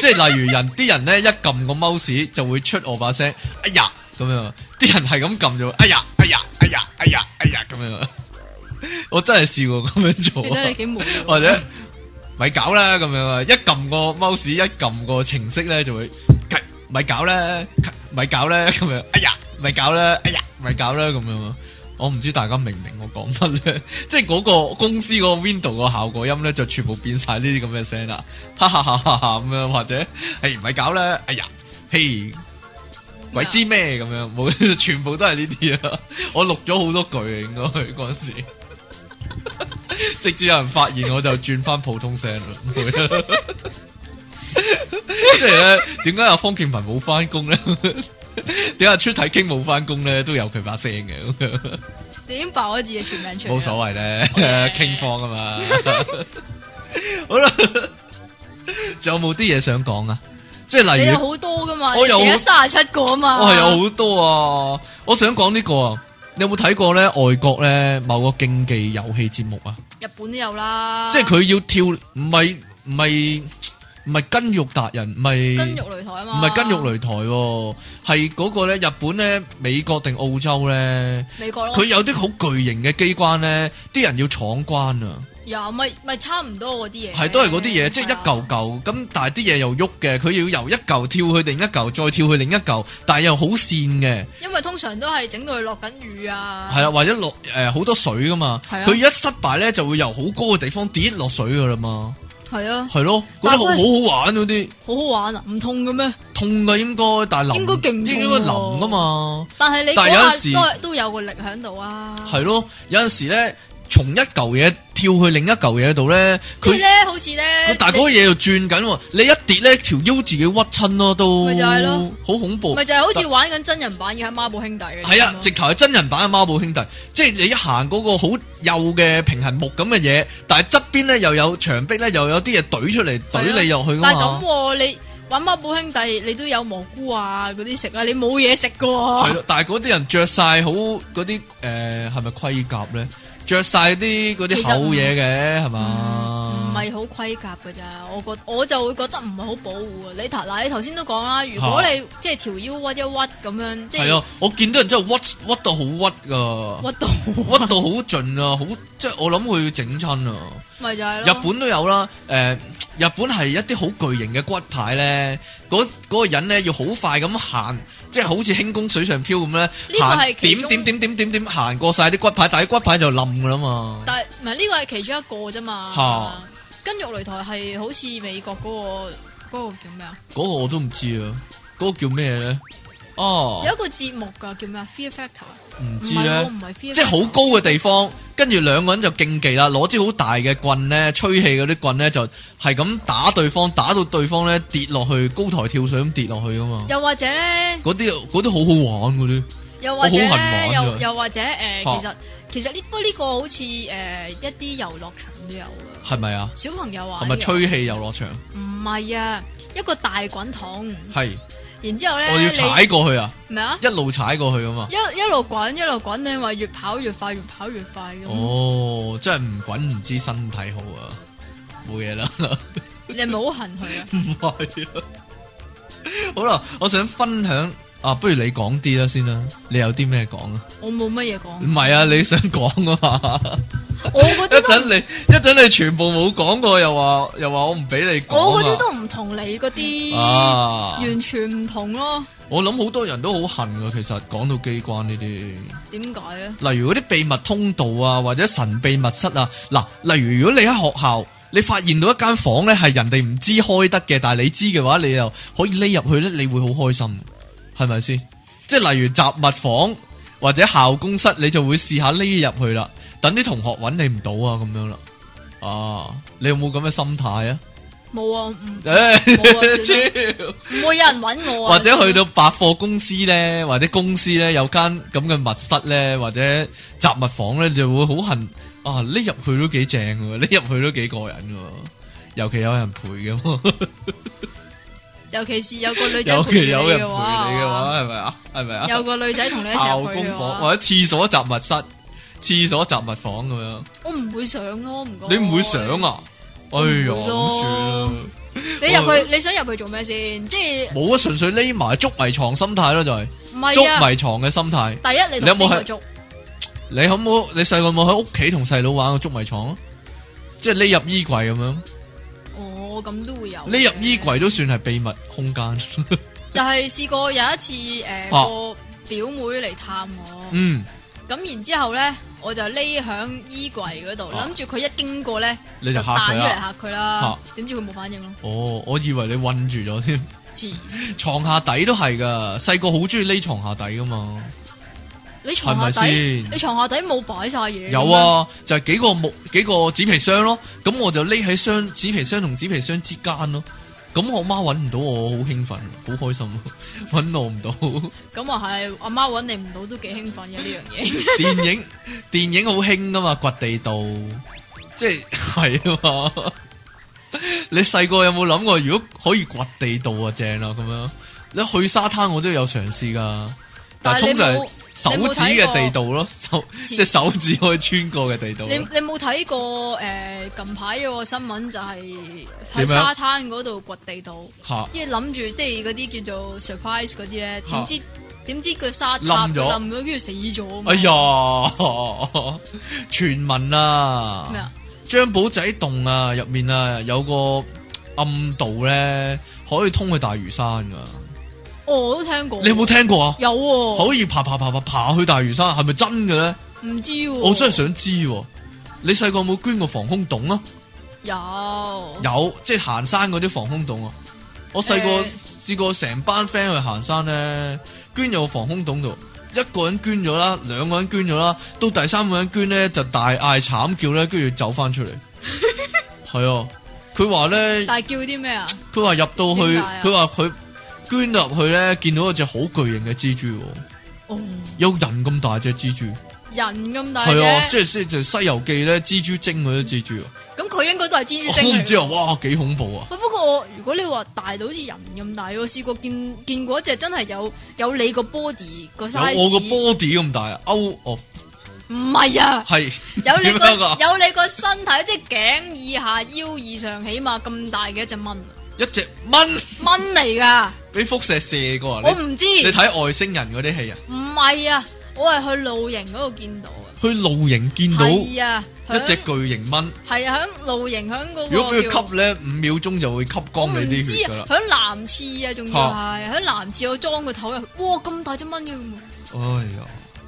Speaker 1: 即係例如人啲人咧一撳個 mouse 就會出我把聲，哎呀咁樣啊，啲人係咁撳就哎呀哎呀哎呀哎呀哎呀咁樣啊！我真係試過咁樣做
Speaker 2: 你
Speaker 1: 啊，
Speaker 2: 睇你幾無 聊。
Speaker 1: 或者咪搞啦咁樣啊！一撳個 mouse 一撳個程式咧就會咔咪搞啦，咔咪搞啦咁樣，哎呀咪搞啦，哎呀咪搞啦咁樣啊！我唔知大家明唔明我講乜咧，即係嗰個公司個 window 個效果音咧，就全部變晒呢啲咁嘅聲啦，哈哈哈哈哈咁樣，或者係咪搞咧？哎呀，嘿，鬼知咩咁樣，冇 全部都係呢啲啊！ 我錄咗好多句啊，應該嗰陣時， 直至有人發現我就轉翻普通聲啦， 唔會啦。即係咧，點解阿方建文冇翻工咧？ 點解出體傾冇翻工咧？都有佢把聲嘅咁樣。
Speaker 2: 你已經爆咗自己全名出嚟啦。
Speaker 1: 冇所謂咧，
Speaker 2: 嘅
Speaker 1: 傾方啊嘛。 好啦，仲有冇啲嘢想講啊？即係
Speaker 2: 你
Speaker 1: 例
Speaker 2: 有
Speaker 1: 如，
Speaker 2: 好多噶嘛？
Speaker 1: 我
Speaker 2: 你
Speaker 1: 有
Speaker 2: 成咗三十七個啊嘛。
Speaker 1: 我係有好多啊！我想講呢個啊，你有冇睇過咧？外國咧某個競技遊戲節目啊，
Speaker 2: 日本都有啦。
Speaker 1: 即係佢要跳，唔係唔係唔係筋肉達人，唔係
Speaker 2: 筋肉擂台啊
Speaker 1: 唔
Speaker 2: 嘛。
Speaker 1: 係筋肉擂台喎，係嗰個咧日本咧美國定澳洲咧，
Speaker 2: 美國咯。
Speaker 1: 佢有啲好巨型嘅機關咧，啲人要闖關啊！
Speaker 2: 又咪咪差唔多嗰啲嘢，
Speaker 1: 係都係嗰啲嘢，即係一
Speaker 2: 啊
Speaker 1: 嚿嚿咁，但係啲嘢又喐嘅，佢要由一嚿跳去另一嚿，再跳去另一嚿，但係又好跣嘅，
Speaker 2: 因為通常都係整到佢落緊雨啊，
Speaker 1: 係啦，或者落誒好多水噶嘛，
Speaker 2: 係啊
Speaker 1: 佢一失敗咧就會由好高嘅地方跌落水噶啦嘛，
Speaker 2: 係啊，
Speaker 1: 係咯，覺得
Speaker 2: 但係
Speaker 1: 好好好玩嗰啲，
Speaker 2: 好好玩啊，唔痛嘅咩？
Speaker 1: 痛噶應該，但係淋
Speaker 2: 應該勁痛
Speaker 1: 應該
Speaker 2: 喎
Speaker 1: 淋噶嘛，
Speaker 2: 但係你
Speaker 1: 但係有陣時
Speaker 2: 嗰下都都有個力喺度啊，
Speaker 1: 係咯，有陣時咧從一嚿嘢跳去另一嚿嘢度咧，
Speaker 2: 即
Speaker 1: 佢
Speaker 2: 係。咧，好似咧
Speaker 1: 但係嗰個嘢又轉緊喎，你一跌咧，條腰自己屈親咯，都
Speaker 2: 咪就係咯，
Speaker 1: 好恐怖。
Speaker 2: 咪就係好似玩緊真人版嘅喺孖寶兄弟嘅。
Speaker 1: 系啊
Speaker 2: 咁，
Speaker 1: 直頭係真人版嘅孖寶兄弟，即係你行嗰個好幼嘅平衡木咁嘅嘢，但係側邊咧又有牆壁咧，又有啲嘢懟出嚟
Speaker 2: 係
Speaker 1: 懟
Speaker 2: 啊
Speaker 1: 你入去噶
Speaker 2: 但係咁
Speaker 1: 嘛。
Speaker 2: 喎，你玩孖寶兄弟，你都有蘑菇啊嗰啲食啊，你冇嘢食噶
Speaker 1: 係
Speaker 2: 喎。
Speaker 1: 咯，但係嗰啲人着晒好嗰啲诶，系咪盔甲咧？着晒啲嗰啲
Speaker 2: 其實
Speaker 1: 厚嘢嘅係
Speaker 2: 唔
Speaker 1: 嘛？
Speaker 2: 係好盔甲噶咋，我覺我就會覺得唔係好保護啊。你頭嗱，你頭先都講啦，如果
Speaker 1: 嚇
Speaker 2: 你即係條腰屈一屈咁樣，即
Speaker 1: 系
Speaker 2: 係
Speaker 1: 啊，我見到人真係屈屈到好屈噶，
Speaker 2: 屈到，
Speaker 1: 屈到好盡啊，好即係我諗會整親啊。
Speaker 2: 咪就係
Speaker 1: 日
Speaker 2: 咯。
Speaker 1: 本都有啦，誒、日本係一啲好巨型嘅骨牌咧，嗰、嗰個人咧要好快咁行，即係好似輕功水上漂咁咧，
Speaker 2: 個
Speaker 1: 行
Speaker 2: 係其
Speaker 1: 點
Speaker 2: 中
Speaker 1: 點點點點點行過晒啲骨牌，但係啲骨牌就冧噶啦嘛，
Speaker 2: 但係唔係呢個係其中一個啫嘛
Speaker 1: 嚇。
Speaker 2: 跟肉擂台係好似美國嗰個嗰個叫咩啊？
Speaker 1: 嗰、個我都唔知啊，嗰、個叫咩咧？哦
Speaker 2: 有，一個節目㗎，叫咩啊？Fear Factor。
Speaker 1: 唔
Speaker 2: 唔
Speaker 1: 知
Speaker 2: 係
Speaker 1: 咧
Speaker 2: 喎，唔。係
Speaker 1: 即
Speaker 2: Fear，
Speaker 1: 係好高嘅地方，跟住兩個人就競技啦，攞支好大嘅棍咧，吹氣嗰啲棍咧，就係咁打對方，打到對方咧跌落去，高台跳水咁跌落去噶嘛
Speaker 2: Factor。。又或者咧，
Speaker 1: 嗰啲嗰啲好好玩嗰啲，
Speaker 2: 又或者
Speaker 1: 我好恨玩
Speaker 2: 咧，
Speaker 1: 㗎
Speaker 2: 又又或者诶，
Speaker 1: 嚇
Speaker 2: 呃其實其實呢不過呢個好似诶一啲遊樂場都有㗎，
Speaker 1: 係咪啊？
Speaker 2: 小朋友玩
Speaker 1: 係咪
Speaker 2: 嘅
Speaker 1: 吹氣遊樂場？
Speaker 2: 唔係啊，一個大滾筒，
Speaker 1: 係，
Speaker 2: 然之後咧
Speaker 1: 我要踩
Speaker 2: 嗯你
Speaker 1: 過去啊，
Speaker 2: 咩啊？
Speaker 1: 一路踩過去啊嘛。
Speaker 2: 一一路滾一路滾，你話越跑越快，越跑越快咁，
Speaker 1: 哦，真係唔滾唔知身體好啊，冇嘢啦，
Speaker 2: 你係咪好恨佢啊？
Speaker 1: 唔係啦。好啦，我想分享啊，不如你講啲啦先啦，你有啲咩講啊？
Speaker 2: 我冇乜嘢
Speaker 1: 唔
Speaker 2: 講，
Speaker 1: 係啊，你想講啊嘛？
Speaker 2: 我嗰
Speaker 1: 一
Speaker 2: 啲都
Speaker 1: 陣啊你一陣你全部冇講過，又話又話我唔俾你講啊
Speaker 2: 我嗰啲都唔同你嗰啲，
Speaker 1: 啊！
Speaker 2: 完全唔同咯。
Speaker 1: 我諗好多人都好恨噶，其實講到機關呢啲。
Speaker 2: 點解啊咧？
Speaker 1: 例如嗰啲秘密通道啊，或者神秘密室啊，嗱，例如如果你喺學校，你發現到一間房咧係人哋唔知開得嘅，但係你知嘅話，你又可以匿入去咧，你會好開心，係咪先？即係例如雜物房或者校工室，你就會試下匿入去啦，等啲同學揾你唔到啊，咁樣啦。啊，你有冇咁嘅心態啊？
Speaker 2: 冇啊，唔
Speaker 1: 誒
Speaker 2: 冇唔會有人揾我啊。
Speaker 1: 或者去到百貨公司咧，或者公司咧有間咁嘅密室咧，或者雜物房咧，就會好恨啊！匿入去都幾正喎， 匿入去都幾過癮喎，尤其有人陪 嘅喎，
Speaker 2: 尤其是有個女仔
Speaker 1: 尤
Speaker 2: 陪住
Speaker 1: 其
Speaker 2: 你
Speaker 1: 有人陪你
Speaker 2: 嘅
Speaker 1: 嘅
Speaker 2: 話，
Speaker 1: 話，係咪啊？係咪啊？
Speaker 2: 有個女仔同你一
Speaker 1: 校
Speaker 2: 齊去
Speaker 1: 工
Speaker 2: 嘅
Speaker 1: 房
Speaker 2: 話，
Speaker 1: 或者廁所雜物室、廁所雜物房咁樣，
Speaker 2: 我唔會上咯，唔該。
Speaker 1: 你唔會想？啊？哎呀，
Speaker 2: 唔會
Speaker 1: 咁
Speaker 2: 咯
Speaker 1: 算啦，
Speaker 2: 你入去，你想入去做咩先？即係
Speaker 1: 冇啊，純粹匿埋捉迷藏心態咯，就係
Speaker 2: 唔
Speaker 1: 捉
Speaker 2: 係啊？
Speaker 1: 迷藏嘅心態。
Speaker 2: 第一，你
Speaker 1: 你有
Speaker 2: 同
Speaker 1: 冇
Speaker 2: 邊個
Speaker 1: 喺
Speaker 2: 做？
Speaker 1: 你可唔可你細個有冇喺屋企同細佬玩過捉迷藏啊？即係匿入衣櫃咁樣，
Speaker 2: 哦，咁都會有。
Speaker 1: 匿入衣，櫃都算係秘密空間。
Speaker 2: 就係試過有一次誒
Speaker 1: 啊
Speaker 2: 個表妹嚟探我，
Speaker 1: 嗯，
Speaker 2: 咁然之後咧，我就匿響衣櫃嗰度，
Speaker 1: 啊
Speaker 2: 諗住佢一經過咧，
Speaker 1: 你就嚇佢
Speaker 2: 彈咗嚟
Speaker 1: 啦。
Speaker 2: 嚇佢
Speaker 1: 啊
Speaker 2: 啦。點知佢冇反應咯，
Speaker 1: 哦，我以為你困住咗添，
Speaker 2: 黐線！
Speaker 1: 床下底都係噶，細個好中意匿床下底噶嘛。
Speaker 2: 你
Speaker 1: 係咪
Speaker 2: 床下底，
Speaker 1: 先
Speaker 2: 你床下底冇擺晒嘢。
Speaker 1: 有，啊，就係幾個木幾個紙皮箱咯，咁我就匿喺箱紙皮箱同紙皮箱之間咯。咁我媽揾唔到我，好興奮，好開心， 揾我唔到。
Speaker 2: 咁啊係，阿媽揾你唔到都幾興奮嘅呢樣 嘢。
Speaker 1: 電影電影好興噶嘛，掘地道，即係係啊嘛。你細個有冇諗過，如果可以掘地道啊，正啦咁樣。你去沙灘我都有嘗試噶，但
Speaker 2: 但
Speaker 1: 係
Speaker 2: 係
Speaker 1: 通
Speaker 2: 你
Speaker 1: 常係
Speaker 2: 冇
Speaker 1: 手指嘅地道咯，手即係手指可以穿過嘅地道咯。
Speaker 2: 你你冇睇過誒、呃近排有個新聞就係
Speaker 1: 點樣
Speaker 2: 喺沙灘嗰度掘地道，
Speaker 1: 吓
Speaker 2: 跟住諗住即係嗰啲叫做 surprise 嗰啲咧，
Speaker 1: 嚇
Speaker 2: 點知點知個沙塔
Speaker 1: 冧咗
Speaker 2: 冧咗，跟住死咗啊嘛。
Speaker 1: 哎呀，傳聞啊
Speaker 2: 咩啊？
Speaker 1: 張寶仔洞啊，入面啊有個暗道咧，可以通去大嶼山噶。
Speaker 2: 哦，我都聽過。
Speaker 1: 你有冇聽過啊？
Speaker 2: 有喎、
Speaker 1: 可以爬爬爬爬爬去大嶼山，係咪真嘅咧？
Speaker 2: 唔知喎、
Speaker 1: 我真係想知喎。你細個有冇捐過防空洞啊？
Speaker 2: 有
Speaker 1: 有，即係行山嗰啲防空洞啊。我細個
Speaker 2: 誒
Speaker 1: 試過成班 friend 去行山咧，捐入個防空洞度，一個人捐咗啦，兩個人捐咗啦，到 第三個人捐咧就大嗌慘叫咧，跟住走翻出嚟。係啊，佢話咧，
Speaker 2: 但系叫啲咩啊？
Speaker 1: 佢話入到去
Speaker 2: 點解啊，
Speaker 1: 佢話佢捐入去咧，見到一隻好巨型嘅蜘蛛喎，
Speaker 2: 哦，
Speaker 1: 有人咁大隻蜘蛛，
Speaker 2: 人咁大
Speaker 1: 係啊，
Speaker 2: 啫，
Speaker 1: 即係即係就係《西遊記》咧，蜘蛛精嗰啲蜘蛛啊，
Speaker 2: 咁佢應該都係蜘蛛精
Speaker 1: 我
Speaker 2: 嚟
Speaker 1: 唔知啊，
Speaker 2: 㗎。
Speaker 1: 哇，幾恐怖啊！
Speaker 2: 喂，不過我如果你話大到好似人咁大，我試過見見過一隻真係有有你個 body 個
Speaker 1: 有
Speaker 2: size，
Speaker 1: 我個 body 咁大啊，歐哦，
Speaker 2: 唔係啊，
Speaker 1: 係
Speaker 2: 有你個
Speaker 1: 點樣啊
Speaker 2: 有你個身體，即係頸以下、腰以上，起碼咁大嘅一隻蚊，
Speaker 1: 一隻蚊
Speaker 2: 蚊嚟噶，
Speaker 1: 俾輻射射過
Speaker 2: 我
Speaker 1: 啊！
Speaker 2: 唔知，
Speaker 1: 你你睇外星人嗰啲戲啊，
Speaker 2: 唔係啊，我係去露營嗰度見到嘅，
Speaker 1: 去露營見到一
Speaker 2: 係啊，響
Speaker 1: 隻巨型蚊，
Speaker 2: 係啊，響露營響嗰個
Speaker 1: 如果俾
Speaker 2: 叫
Speaker 1: 佢吸咧，五秒鐘就會吸
Speaker 2: 我
Speaker 1: 光
Speaker 2: 唔
Speaker 1: 你啲
Speaker 2: 知
Speaker 1: 血噶
Speaker 2: 啊
Speaker 1: 啦，。
Speaker 2: 響男廁啊，仲要係響男廁，我裝個頭入去，哇咁大隻蚊嘅，
Speaker 1: 哎呀！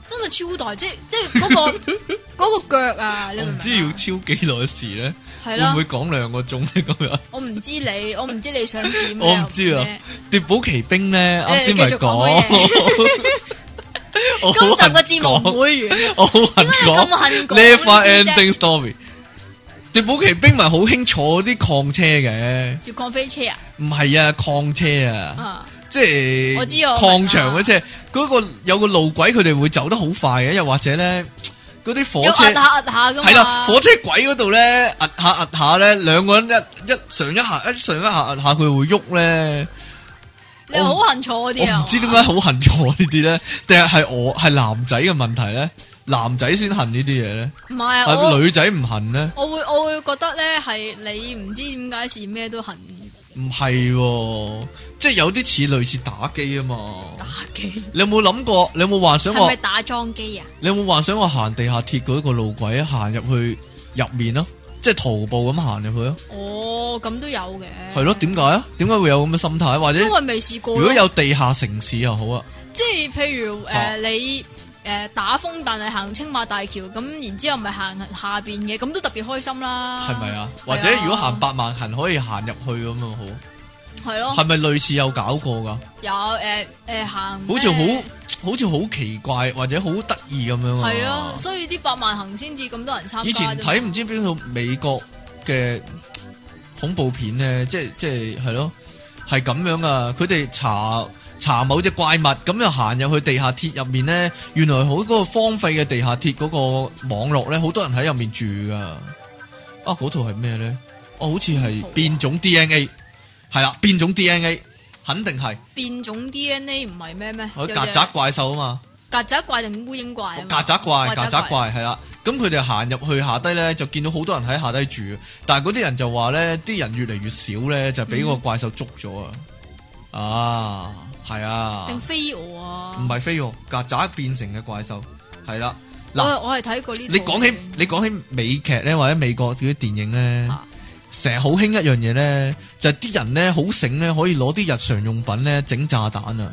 Speaker 2: 真係超大，即即係嗰個 嗰個腳啊，你
Speaker 1: 我
Speaker 2: 明
Speaker 1: 唔
Speaker 2: 唔
Speaker 1: 知要
Speaker 2: 明啊？
Speaker 1: 超幾耐時咧，
Speaker 2: 係
Speaker 1: 會唔
Speaker 2: 啦
Speaker 1: 會，講兩個鐘咧？咁樣
Speaker 2: 我唔知你，我唔知你想 點，
Speaker 1: 我唔知啊
Speaker 2: 你又咩
Speaker 1: 奪寶奇兵咧，啱先咪
Speaker 2: 繼續
Speaker 1: 講
Speaker 2: 講嗰，
Speaker 1: 我好恨
Speaker 2: 今集個節目唔
Speaker 1: 講，
Speaker 2: 會完，
Speaker 1: 我好恨
Speaker 2: 點解你咁
Speaker 1: 講
Speaker 2: 恨講呢
Speaker 1: never
Speaker 2: 啲啫
Speaker 1: ending story。奪寶奇兵咪好興坐啲礦車嘅，
Speaker 2: 要講飛車啊？
Speaker 1: 唔係啊，礦車啊，
Speaker 2: 啊，
Speaker 1: 即係
Speaker 2: 我知我明啊
Speaker 1: 礦場嗰車，嗰個有個路軌，佢哋會走得好快嘅，又或者咧嗰啲火
Speaker 2: 要
Speaker 1: 車
Speaker 2: 壓。下壓下噶嘛？
Speaker 1: 系啦，火車軌嗰度咧，壓下壓下咧，兩個人一一上一下，一上一下壓下，佢會喐咧。
Speaker 2: 你好恨坐嗰
Speaker 1: 我
Speaker 2: 啲啊？
Speaker 1: 唔知點解好恨坐呢啲咧，定係係我係男仔嘅問題咧？男仔先恨呢啲嘢咧，
Speaker 2: 唔係啊，我
Speaker 1: 係女仔唔恨咧？
Speaker 2: 我會我會覺得咧係你唔知點解是咩都恨
Speaker 1: 唔係喎，即係有啲似類似打機啊嘛。
Speaker 2: 打機，
Speaker 1: 你有冇諗過？你有冇幻想
Speaker 2: 係
Speaker 1: 我
Speaker 2: 咪？打裝機啊？
Speaker 1: 你有冇幻想我行地下鐵嗰個路軌行入去入面咯？即係徒步咁行入去咯？
Speaker 2: 哦，咁都有嘅。
Speaker 1: 係咯？點解啊？點解會啊有咁嘅心態？或者
Speaker 2: 因為未試過咯。
Speaker 1: 如果有地下城市又好啊，
Speaker 2: 即係譬如誒、
Speaker 1: 啊
Speaker 2: 你誒、呃打風，但係行青馬大橋咁，然之後咪行下邊嘅，咁都特別開心啦。
Speaker 1: 係咪啊？
Speaker 2: 係
Speaker 1: 或者如果行八萬行可以行入去咁啊
Speaker 2: 嗯係
Speaker 1: 好，
Speaker 2: 咯，
Speaker 1: 係咪類似有搞過噶？
Speaker 2: 有誒誒行，呃
Speaker 1: 好似好好似好奇怪或者好得意咁樣啊！
Speaker 2: 係啊，所以啲百萬行先至咁多人參加啫嘛。
Speaker 1: 以前睇唔知邊套美國嘅恐怖片咧，即係即係係咯，係咁樣啊！佢哋查查某隻怪物，咁又行入去地下鐵入面咧，原來好嗰個荒廢嘅地下鐵嗰個網絡咧，好多人喺入面住噶。啊，嗰套係咩咧？哦，好似係
Speaker 2: 套啊
Speaker 1: 變種 DNA，係啦，變種 DNA，肯定係
Speaker 2: 變種 DNA 唔係咩咩？
Speaker 1: 嗰
Speaker 2: 有隻
Speaker 1: 曱甴怪獸啊嘛。
Speaker 2: 曱甴怪定烏蠅怪啊嘛？
Speaker 1: 曱甴怪，
Speaker 2: 曱
Speaker 1: 曱
Speaker 2: 甴
Speaker 1: 甴怪係啦。咁佢哋行入去下低咧，就見到好多人喺下低住，但係嗰啲人就話咧，啲人越嚟越少咧，就
Speaker 2: 嗯
Speaker 1: 俾個怪獸捉咗啊！啊，係啊，
Speaker 2: 定飛蛾啊？
Speaker 1: 唔係飛蛾，曱甴變成嘅怪獸係啦。嗱，
Speaker 2: 我我係睇過呢套嘅。
Speaker 1: 你講起你講起美劇咧，或者美國嗰啲電影咧
Speaker 2: 啊，
Speaker 1: 成日好興一樣嘢咧，就係啲人咧好醒咧，可以攞啲日常用品咧整炸彈啊！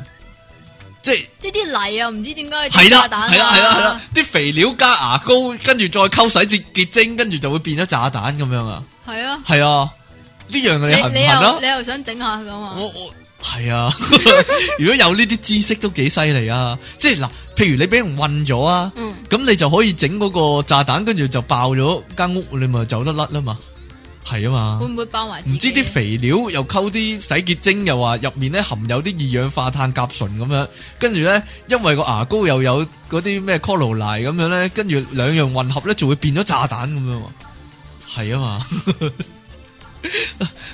Speaker 1: 即係。
Speaker 2: 即係啲泥啊，唔知點解
Speaker 1: 系啦，
Speaker 2: 整炸彈啊
Speaker 1: 系啦，系啦，系啦，啲肥料加牙膏，跟住再溝洗潔結晶，跟住就會變咗炸彈咁樣啊！
Speaker 2: 係啊，
Speaker 1: 係啊，呢樣你恨唔
Speaker 2: 你你
Speaker 1: 恨啊
Speaker 2: 又你？又想整下佢嘛？
Speaker 1: 我我係啊， 如果有呢啲知識都幾犀利啊！即係嗱，譬如你俾人暈咗啊，
Speaker 2: 嗯，
Speaker 1: 咁你就可以整嗰個炸彈，跟住就爆咗間屋，你咪走得甩啦嘛，係啊嘛
Speaker 2: 會。唔會包埋自
Speaker 1: 唔
Speaker 2: 己？
Speaker 1: 知啲肥料又溝啲洗潔精，又話入面咧含有啲二氧化碳甲醇咁樣，跟住咧因為個牙膏又有嗰啲咩 c o l o 咁樣咧，跟住兩樣混合咧就會變咗炸彈咁樣喎，係啊嘛，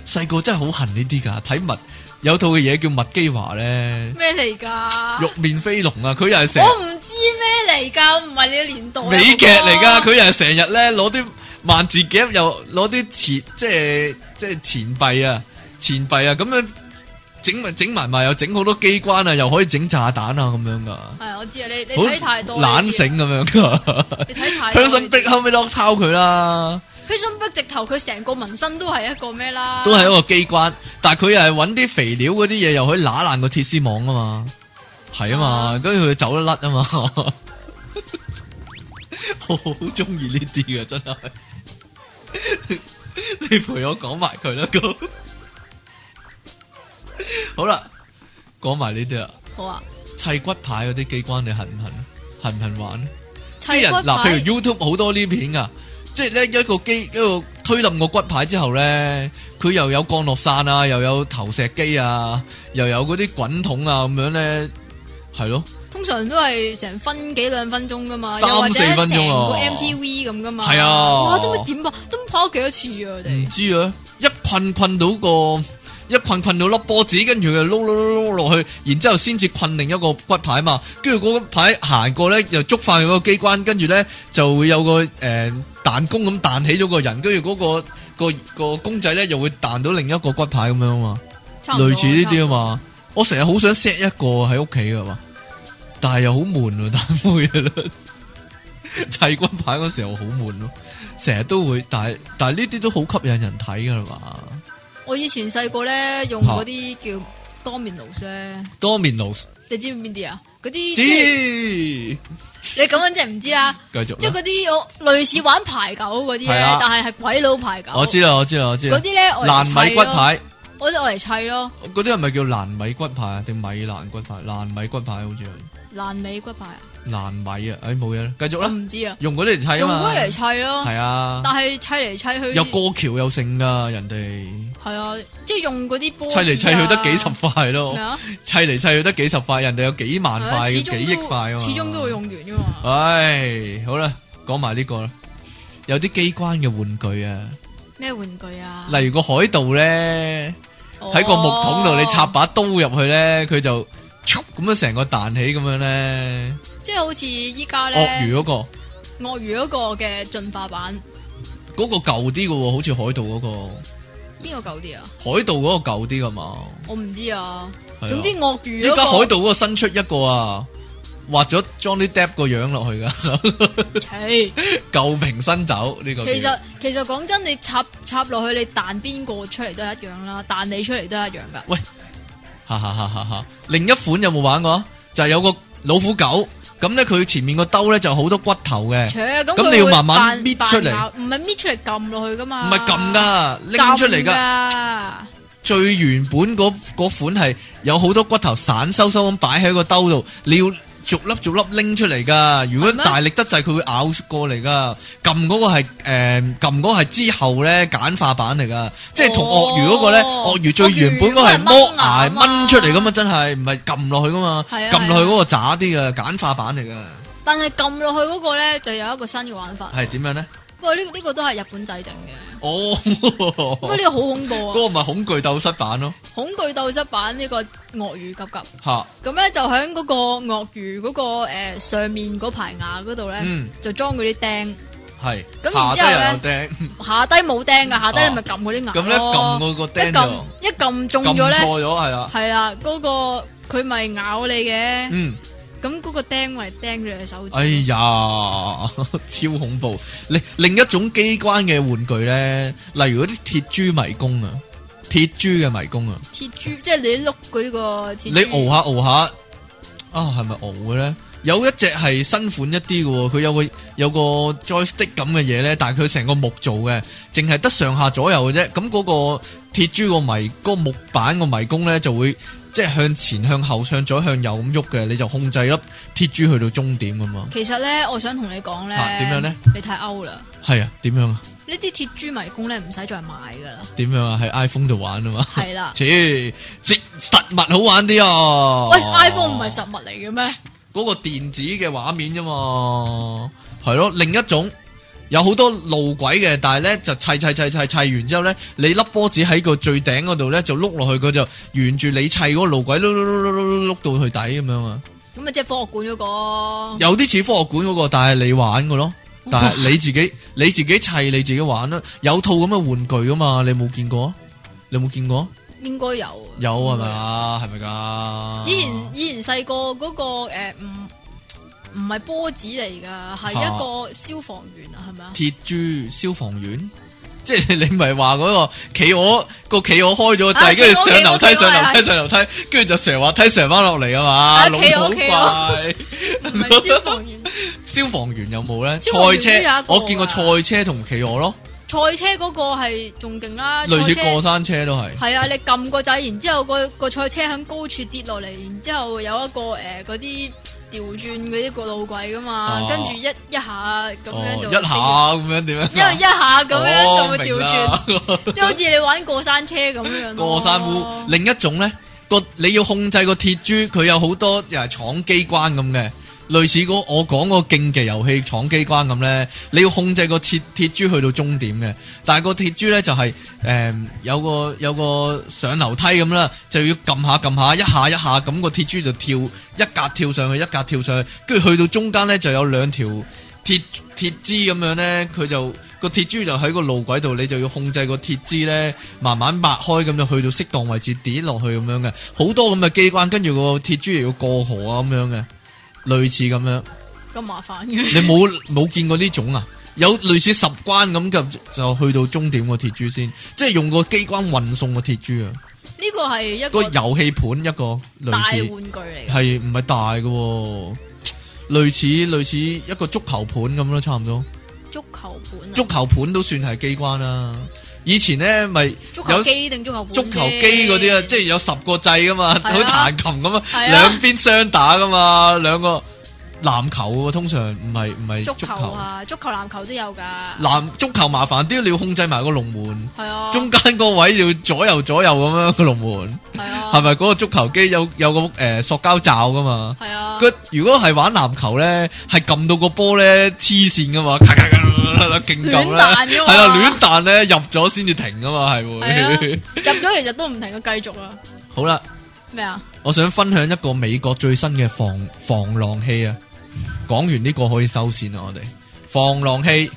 Speaker 1: 細個真係好恨呢啲㗎，睇麥有套嘅嘢叫麥基華咧，
Speaker 2: 咩嚟噶？
Speaker 1: 玉面飛龍啊，佢又係成日
Speaker 2: 我唔知咩嚟噶，唔係你嘅年代啊。
Speaker 1: 美劇嚟
Speaker 2: 好
Speaker 1: 噶，
Speaker 2: 嗎
Speaker 1: 佢又係成日咧攞啲萬字夾，又攞啲錢，即係即係錢幣啊，錢幣啊，咁樣整埋整埋埋，又整好多機關啊，又可以整炸彈啊，咁樣噶，
Speaker 2: 係我知啊，你你
Speaker 1: 好
Speaker 2: 睇太多呢啲啊啊
Speaker 1: 懶，醒咁樣噶。
Speaker 2: 你睇太多呢
Speaker 1: Person
Speaker 2: 啲。
Speaker 1: Big 後尾都抄佢啦，
Speaker 2: Prison Break 直頭佢成個紋身都係一個咩啦？
Speaker 1: 都係一個機關，但係佢又係揾啲肥料嗰啲嘢，又可以揦爛個鐵絲網啊嘛，係啊嘛
Speaker 2: 啊，
Speaker 1: 跟住佢走得甩啊嘛，我好中意呢啲嘅真係， 你陪我講埋佢啦，咁好啦，講埋呢啲啦，
Speaker 2: 好啊，
Speaker 1: 砌骨牌嗰啲機關你恨唔恨？恨唔恨玩？
Speaker 2: 砌
Speaker 1: 啲人
Speaker 2: 骨
Speaker 1: 嗱，譬
Speaker 2: 牌
Speaker 1: 如 YouTube 好多呢片噶，即係咧一個機一個推冧個骨牌之後咧，佢又有降落傘啊，又有投石機啊，又有嗰啲滾筒啊咁樣咧，係咯，
Speaker 2: 通常都係成分幾兩分鐘噶嘛，
Speaker 1: 三
Speaker 2: 又或者
Speaker 1: 四
Speaker 2: 成
Speaker 1: 分鐘
Speaker 2: 個
Speaker 1: 啊
Speaker 2: MTV 咁噶嘛。
Speaker 1: 係啊
Speaker 2: 哇，都會點啊？都跑咗幾多次啊？
Speaker 1: 唔
Speaker 2: 我哋
Speaker 1: 知啊，一困困到個一困困到粒波子，跟住佢就撈撈撈撈落去，然之後先至困另一個骨牌嘛，跟住嗰個牌行過咧，又觸發佢個機關，跟住咧就會有個誒、呃、彈弓咁彈起咗個人，跟住嗰個個個公仔咧又會彈到另一個骨牌咁樣嘛。
Speaker 2: 差唔多
Speaker 1: 類似呢啲啊嘛。我成日好想 set 一個喺屋企噶嘛，但係又好悶喎， 但係冇嘢啦。砌軍牌嗰時候好悶咯，成日都會，但係但係呢啲都好吸引人睇噶啦嘛。
Speaker 2: 我以前細個咧用嗰啲叫 Dominoes 咧，
Speaker 1: Dominoes，
Speaker 2: 你知唔知邊啲啊？嗰啲
Speaker 1: 知
Speaker 2: 即係你咁樣即係唔知啦，
Speaker 1: 繼續
Speaker 2: 即係
Speaker 1: 啦。
Speaker 2: 嗰啲我類似玩排九嗰啲
Speaker 1: 係
Speaker 2: 咧
Speaker 1: 啊，
Speaker 2: 但係係鬼佬排九。
Speaker 1: 我知啦，我知啦，我知
Speaker 2: 嗰
Speaker 1: 啦。
Speaker 2: 啲咧，我嚟
Speaker 1: 爛
Speaker 2: 砌
Speaker 1: 米骨
Speaker 2: 咯，
Speaker 1: 牌，
Speaker 2: 我哋我嚟砌咯，
Speaker 1: 嗰啲係咪叫爛米骨牌啊？定米爛骨牌？爛米骨牌好似係
Speaker 2: 爛尾骨牌啊，
Speaker 1: 爛米啊！唉，冇嘢啦，繼續
Speaker 2: 我
Speaker 1: 啦，
Speaker 2: 唔知啊，
Speaker 1: 用嗰啲嚟砌啊
Speaker 2: 用
Speaker 1: 嘛
Speaker 2: 嗰。嚟砌咯，
Speaker 1: 係啊，
Speaker 2: 但係砌嚟砌去
Speaker 1: 有過橋有剩噶，人哋。
Speaker 2: 係啊，即係用嗰啲波啊
Speaker 1: 砌嚟砌去得幾十塊
Speaker 2: 咩
Speaker 1: 咯，
Speaker 2: 啊？
Speaker 1: 砌嚟砌去得幾十塊，人哋有幾萬
Speaker 2: 係啊
Speaker 1: 塊、
Speaker 2: 始
Speaker 1: 幾億
Speaker 2: 終
Speaker 1: 塊啊嘛，
Speaker 2: 都始終都會。用完噶嘛。
Speaker 1: 唉，好啦，講埋呢個啦，有啲機關嘅玩具啊，
Speaker 2: 咩玩具啊？
Speaker 1: 例如個海盜咧，喺個木桶度你插
Speaker 2: 哦，
Speaker 1: 把刀入去咧，佢就咁樣成個彈起咁樣咧，
Speaker 2: 即係好似依家
Speaker 1: 鱷
Speaker 2: 咧
Speaker 1: 魚嗰
Speaker 2: 鱷魚嗰個嘅進化版，
Speaker 1: 個嗰個舊啲嘅喎，好似海盜嗰個，
Speaker 2: 邊個舊啲啊？
Speaker 1: 海盜嗰個舊啲噶嘛，
Speaker 2: 我唔知啊。
Speaker 1: 係啊
Speaker 2: 總之鱷
Speaker 1: 依
Speaker 2: 魚
Speaker 1: 家海
Speaker 2: 嗰
Speaker 1: 盜嗰個新出一個啊，畫咗 Johnny Depp 個樣落去噶。
Speaker 2: 個，切
Speaker 1: 舊瓶新酒呢、個叫
Speaker 2: 其實其實講真，你插插落去，你彈邊個出嚟都係一樣啦，彈你出嚟都係一樣噶。
Speaker 1: 哈哈哈哈哈！另一款有冇玩過啊？就係有個老虎狗，咁咧佢前面個兜咧就好多骨頭嘅，
Speaker 2: 切咁
Speaker 1: 咁
Speaker 2: 佢
Speaker 1: 你要
Speaker 2: 會
Speaker 1: 慢慢
Speaker 2: 扮
Speaker 1: 搣
Speaker 2: 扮
Speaker 1: 出嚟
Speaker 2: 咬唔係搣出嚟撳落去噶
Speaker 1: 唔
Speaker 2: 嘛？
Speaker 1: 係撳，噶，拎出嚟噶。
Speaker 2: 噶。
Speaker 1: 最原本嗰嗰款係有好多骨頭散收收咁擺喺個兜度，你要逐粒逐粒拎出嚟噶。如果
Speaker 2: 係咩
Speaker 1: 大力得滯，佢會咬過嚟噶。撳嗰個係誒撳嗰個係之後咧簡化版嚟噶，即係同
Speaker 2: 哦
Speaker 1: 鱷魚嗰個咧，鱷魚最原本嗰個係剝牙
Speaker 2: 鱷魚嗰個係掹牙嘛
Speaker 1: 掹出嚟噶嘛，真係唔係撳落去噶嘛，
Speaker 2: 係啊
Speaker 1: 撳落去嗰個渣啲噶，簡化版嚟噶。
Speaker 2: 但係撳落去嗰個咧，就有一個新嘅玩法。
Speaker 1: 係點樣咧？
Speaker 2: 不過呢呢個都係日本仔整嘅，
Speaker 1: 哦，
Speaker 2: 不過呢個好恐怖
Speaker 1: 嗰
Speaker 2: 啊！
Speaker 1: 個咪恐懼鬥室版咯，
Speaker 2: 恐懼鬥室版呢個鱷魚急急，
Speaker 1: 吓，
Speaker 2: 咁咧就喺嗰個鱷魚嗰、個、呃、上面嗰排牙嗰度咧，
Speaker 1: 嗯
Speaker 2: 就裝嗰啲釘，
Speaker 1: 係。
Speaker 2: 咁
Speaker 1: 下
Speaker 2: 然
Speaker 1: 低
Speaker 2: 之後
Speaker 1: 又有
Speaker 2: 咧
Speaker 1: 釘。
Speaker 2: 下低冇釘噶，下低
Speaker 1: 啊
Speaker 2: 你咪撳嗰啲牙
Speaker 1: 咁咧撳
Speaker 2: 咯。
Speaker 1: 嗰個
Speaker 2: 一
Speaker 1: 釘
Speaker 2: 撳
Speaker 1: 就
Speaker 2: 一撳中
Speaker 1: 撳
Speaker 2: 咗咧，
Speaker 1: 錯咗係啦，
Speaker 2: 係啦，嗰、個佢咪咬你嘅，
Speaker 1: 嗯，
Speaker 2: 咁嗰個釘咪釘咗你手指。
Speaker 1: 哎呀，超恐怖！另另一種機關嘅玩具咧，例如嗰啲鐵珠迷宮啊，鐵珠嘅迷 宮啊，
Speaker 2: 鐵珠即係你碌嗰個鐵珠，
Speaker 1: 你熬下熬下，啊係咪熬嘅咧？有一隻係新款一啲嘅喎，佢有個有個 joystick 咁嘅嘢咧，但係佢成個木做嘅，淨係得上下左右嘅啫。咁嗰個鐵珠個迷，嗰個木板個迷宮咧就會即係向前、向後、向左、向右咁喐嘅，你就控制粒鐵珠去到終點咁嘛。
Speaker 2: 其實咧，我想同你講咧，
Speaker 1: 啊點樣咧？
Speaker 2: 你太歐啦！
Speaker 1: 係啊，點樣啊？
Speaker 2: 呢啲鐵珠迷宮咧，唔使再買噶 啦，
Speaker 1: 點樣啊？喺 iPhone 度玩啊嘛。。
Speaker 2: 係啦
Speaker 1: 切，即實物好玩啲啊！
Speaker 2: 喂，iPhone 唔係實物嚟嘅咩？
Speaker 1: 嗰個電子嘅畫面啫嘛，係咯，另一種有好多路軌嘅，但係咧就砌砌砌砌砌完之後咧，你粒波子喺個最頂嗰度咧就碌落去，佢就沿住你砌嗰個路軌碌碌碌碌碌碌到去底咁樣啊！
Speaker 2: 咁咪即係科學館嗰個。
Speaker 1: 有啲似科學館嗰個，但係你玩嘅咯，但係你自己你自己砌你自己玩啦，有套咁嘅玩具噶嘛，你冇見過啊？你有冇見過啊？
Speaker 2: 應該有。
Speaker 1: 有係咪？啊？係咪噶？
Speaker 2: 以前以前細個嗰個誒唔唔係波子嚟㗎，係
Speaker 1: 嚇
Speaker 2: 一個消防員啊，係咪啊？
Speaker 1: 鐵珠消防員， 即係你咪話嗰個企鵝個企鵝開咗個
Speaker 2: 啊
Speaker 1: 掣，跟住
Speaker 2: 企鵝
Speaker 1: 上樓梯
Speaker 2: 企鵝
Speaker 1: 上樓
Speaker 2: 係
Speaker 1: 梯上樓梯，跟住就成滑梯上翻落嚟啊嘛，
Speaker 2: 啊
Speaker 1: 老
Speaker 2: 企鵝
Speaker 1: 土
Speaker 2: 企鵝
Speaker 1: 怪。
Speaker 2: 唔 係消防員，
Speaker 1: 消防員有冇咧？
Speaker 2: 消防員
Speaker 1: 賽
Speaker 2: 都有一個
Speaker 1: 車
Speaker 2: 啊
Speaker 1: 我見過賽車同企鵝咯，
Speaker 2: 賽車嗰個係仲勁啦，
Speaker 1: 類似
Speaker 2: 啊賽車
Speaker 1: 過山車都係，
Speaker 2: 係啊，你撳個掣，然之後個個賽車喺高處跌落嚟，然之後有一個誒嗰啲調轉嗰啲個路軌噶嘛
Speaker 1: 哦，
Speaker 2: 跟住一一下咁
Speaker 1: 哦
Speaker 2: 樣就
Speaker 1: 一下哦咁樣點樣？
Speaker 2: 飛，因為一下咁樣就會
Speaker 1: 調
Speaker 2: 調 轉，即係好似你玩過山車咁樣咯。
Speaker 1: 過山烏，另一種咧個你要控制個鐵珠，佢有好多又係闖機關咁嘅，類似嗰我講嗰個競技遊戲闖機關咁咧，你要控制個鐵鐵珠去到終點嘅，但係個鐵珠咧就係、誒有個有個上樓梯咁啦，就要撳下撳下，一下一下咁個鐵珠就跳一格跳上去，一格跳上去，跟住去到中間咧就有兩條鐵鐵枝咁樣咧，佢就個鐵珠就喺個路軌度，你就要控制個鐵枝咧慢慢擘開咁就去到適當位置跌落去咁樣嘅，好多咁嘅機關，跟住個鐵珠又要過河啊咁樣嘅，類似咁樣。
Speaker 2: 咁麻煩嘅，
Speaker 1: 你冇冇見過呢種啊？有類似十關咁就就去到終點個鐵珠先，即係用個機關運送個鐵珠啊！
Speaker 2: 呢個係一
Speaker 1: 個
Speaker 2: 個
Speaker 1: 遊戲盤一個
Speaker 2: 大玩
Speaker 1: 類
Speaker 2: 具
Speaker 1: 似
Speaker 2: 嚟嘅。
Speaker 1: 係唔係大嘅喎？類似類似一個足球盤咁咯，差唔多。
Speaker 2: 足球盤啊，
Speaker 1: 足球盤都算係機關啦。以前咧咪
Speaker 2: 足
Speaker 1: 有
Speaker 2: 球機定足球盤
Speaker 1: 足球機嗰啲啊，即係有十個掣噶嘛，
Speaker 2: 係啊
Speaker 1: 好似彈琴咁啊，
Speaker 2: 係啊
Speaker 1: 兩邊雙打噶嘛，兩個籃球喎，通常唔係唔係
Speaker 2: 足
Speaker 1: 足
Speaker 2: 球
Speaker 1: 球。
Speaker 2: 啊，足球籃球都有噶，
Speaker 1: 籃足球麻煩啲，你要控制埋個龍門，
Speaker 2: 係啊，
Speaker 1: 中間個位要左右左右咁樣個龍門，
Speaker 2: 係啊，
Speaker 1: 係咪嗰個足球機有有個诶、呃塑膠罩噶嘛？
Speaker 2: 係啊，
Speaker 1: 佢如果係玩籃球咧，係撳到個波咧黐線噶嘛，咔咔咔啦，勁撳
Speaker 2: 亂
Speaker 1: 啦，
Speaker 2: 彈㗎嘛
Speaker 1: 係啦，亂彈咧入咗先至停噶嘛，係
Speaker 2: 係
Speaker 1: 會
Speaker 2: 啊。入咗其實都唔停嘅，繼續啊，
Speaker 1: 好啦，
Speaker 2: 咩啊？
Speaker 1: 我想分享一個美國最新嘅防防浪器啊！講完呢個可以收線啦，我哋防浪器，
Speaker 2: 你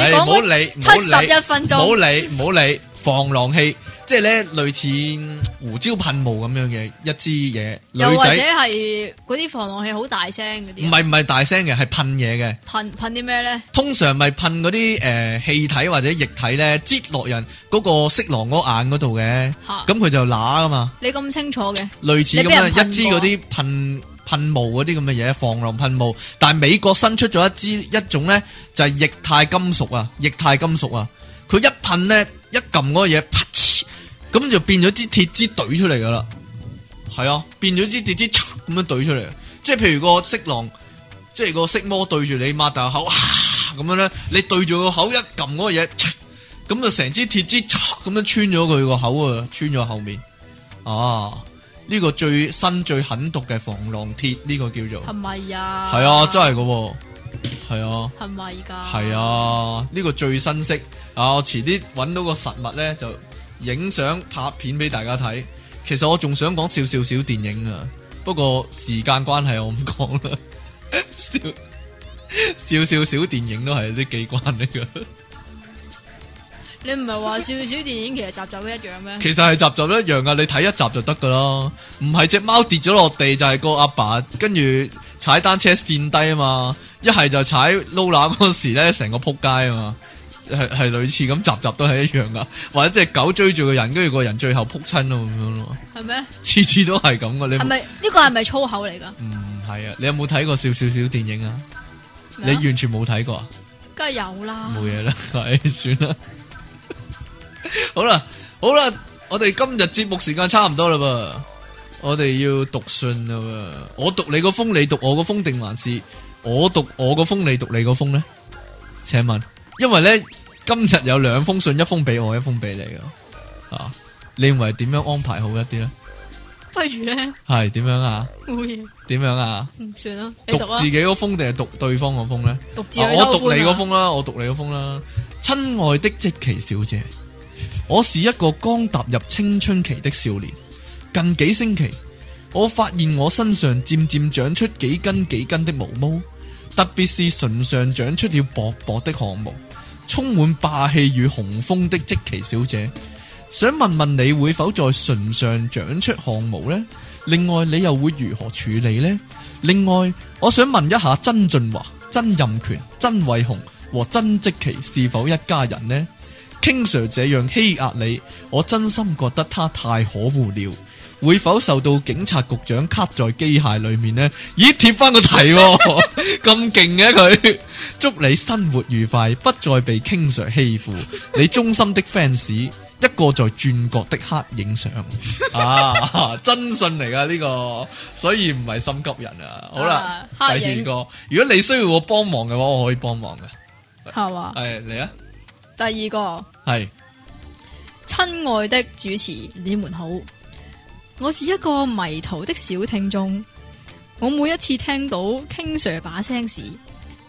Speaker 1: 唉，唔
Speaker 2: 講
Speaker 1: 好
Speaker 2: 嗰
Speaker 1: 理，唔
Speaker 2: 七
Speaker 1: 好
Speaker 2: 十
Speaker 1: 理。
Speaker 2: 一分
Speaker 1: 唔好
Speaker 2: 鐘，
Speaker 1: 理，唔好理，防狼器，即系咧類似嗯胡椒噴霧咁樣嘅一支嘢，
Speaker 2: 又
Speaker 1: 女
Speaker 2: 或者
Speaker 1: 仔
Speaker 2: 係嗰啲防浪器好大聲嗰
Speaker 1: 唔
Speaker 2: 啲啊，
Speaker 1: 係唔係大聲嘅，係噴嘢嘅。
Speaker 2: 噴噴啲咩咧？
Speaker 1: 通常咪噴嗰啲誒氣體或者液體咧，擠落人嗰個色狼嗰眼嗰度嘅，
Speaker 2: 吓，
Speaker 1: 咁佢就乸噶嘛，
Speaker 2: 你咁清楚嘅，
Speaker 1: 類似咁
Speaker 2: 啊你
Speaker 1: 樣
Speaker 2: 俾人噴過啊
Speaker 1: 一支嗰啲噴噴霧嗰啲咁嘅嘢，防狼噴霧。但係美國新出咗一支一種咧，就係液態金屬啊，液態金屬啊，佢一噴咧，一撳嗰個嘢，啪嗤，咁就變咗支鐵枝懟出嚟噶啦。係啊，變咗支鐵枝嚓咁樣懟出嚟，即係譬如個色狼，即係個色魔對住你擘大口啊咁樣咧，你對住個口一撳嗰個嘢，嚓咁就成支鐵枝嚓咁樣穿咗佢個口啊，穿咗後面啊！呢、個最新最狠毒嘅防狼鐵，呢、個叫做
Speaker 2: 係咪啊？
Speaker 1: 係啊，真係噶喎，係啊。
Speaker 2: 係咪㗎？
Speaker 1: 係，啊，呢、個最新式啊！我遲啲揾到個實物呢，就影相拍片俾大家睇。其實我仲想講少少小電影啊，不過時間關係我唔講啦。少少少小電影都係啲機關嚟嘅，
Speaker 2: 你唔係話少少電影其實集集都一樣咩？
Speaker 1: 其實係集集都一樣噶，你睇一集就得噶啦。唔係只貓跌咗落地就係個阿爸跟住踩單車跣低啊嘛，一係就踩撈攬嗰時咧成個撲街啊嘛。係係類似咁，集集都係一樣噶，或者隻狗追住個人，跟住個人最後撲親咯咁樣咯，
Speaker 2: 係咩？
Speaker 1: 次次都係咁噶。你有
Speaker 2: 係
Speaker 1: 冇
Speaker 2: 咪呢個係咪粗口嚟㗎？
Speaker 1: 唔係啊？你有冇睇過少少少電影啊？你
Speaker 2: 咩啊
Speaker 1: 完全冇睇過啊？
Speaker 2: 梗係有啦，
Speaker 1: 冇嘢啦， 係算啦。好啦，好啦，我哋今日節目時間差唔多啦噃，我哋要讀信啦噃。我讀你個封，你讀我個封，定還是我讀我個封，你讀你個封呢？請問，因為呢，今日有兩封信，一封俾我，一封俾你噶。啊，你認為點樣安排好一啲呢？
Speaker 2: 不如咧
Speaker 1: 係點樣啊？
Speaker 2: 冇嘢，
Speaker 1: 點樣啊？
Speaker 2: 嗯，算啦，你
Speaker 1: 讀
Speaker 2: 讀啊
Speaker 1: 自，己嗰封定係讀對方嗰封呢？
Speaker 2: 讀字
Speaker 1: 啊
Speaker 2: 去
Speaker 1: 我
Speaker 2: 偷
Speaker 1: 讀
Speaker 2: 歡
Speaker 1: 你
Speaker 2: 啊
Speaker 1: 嗰封啦，我讀你嗰封啦。親愛的積淇小姐，我是一個剛踏入青春期的少年。近幾星期，我發現我身上漸漸長出幾根幾根的毛毛，特別是唇上長出了薄薄的汗毛。充滿霸氣與雄風的積淇小姐，想問問你會否在唇上長出汗毛呢？另外，你又會如何處理呢？另外，我想問一下曾俊華、曾蔭權、曾偉雄和曾積淇是否一家人呢？King Sir 這樣欺壓你，我真心覺得他太可惡了。會否受到警察局長卡在機械裏面呢？咦，貼翻個題喎， 咁勁嘅佢，祝你生活愉快，不再被 King Sir 欺負。你忠心的 fans，一個在轉角的黑影上啊，真信嚟噶呢個，所以唔係心急人啊。好啦，
Speaker 2: 啊黑
Speaker 1: 第二
Speaker 2: 影
Speaker 1: 個，如果你需要我幫忙嘅話，我可以幫忙嘅。
Speaker 2: 系嘛？
Speaker 1: 係你啊，
Speaker 2: 第二个，
Speaker 1: 係
Speaker 2: 亲爱的主持，你们好，我是一个迷途的小听众，我每一次听到 King Sir 把聲時，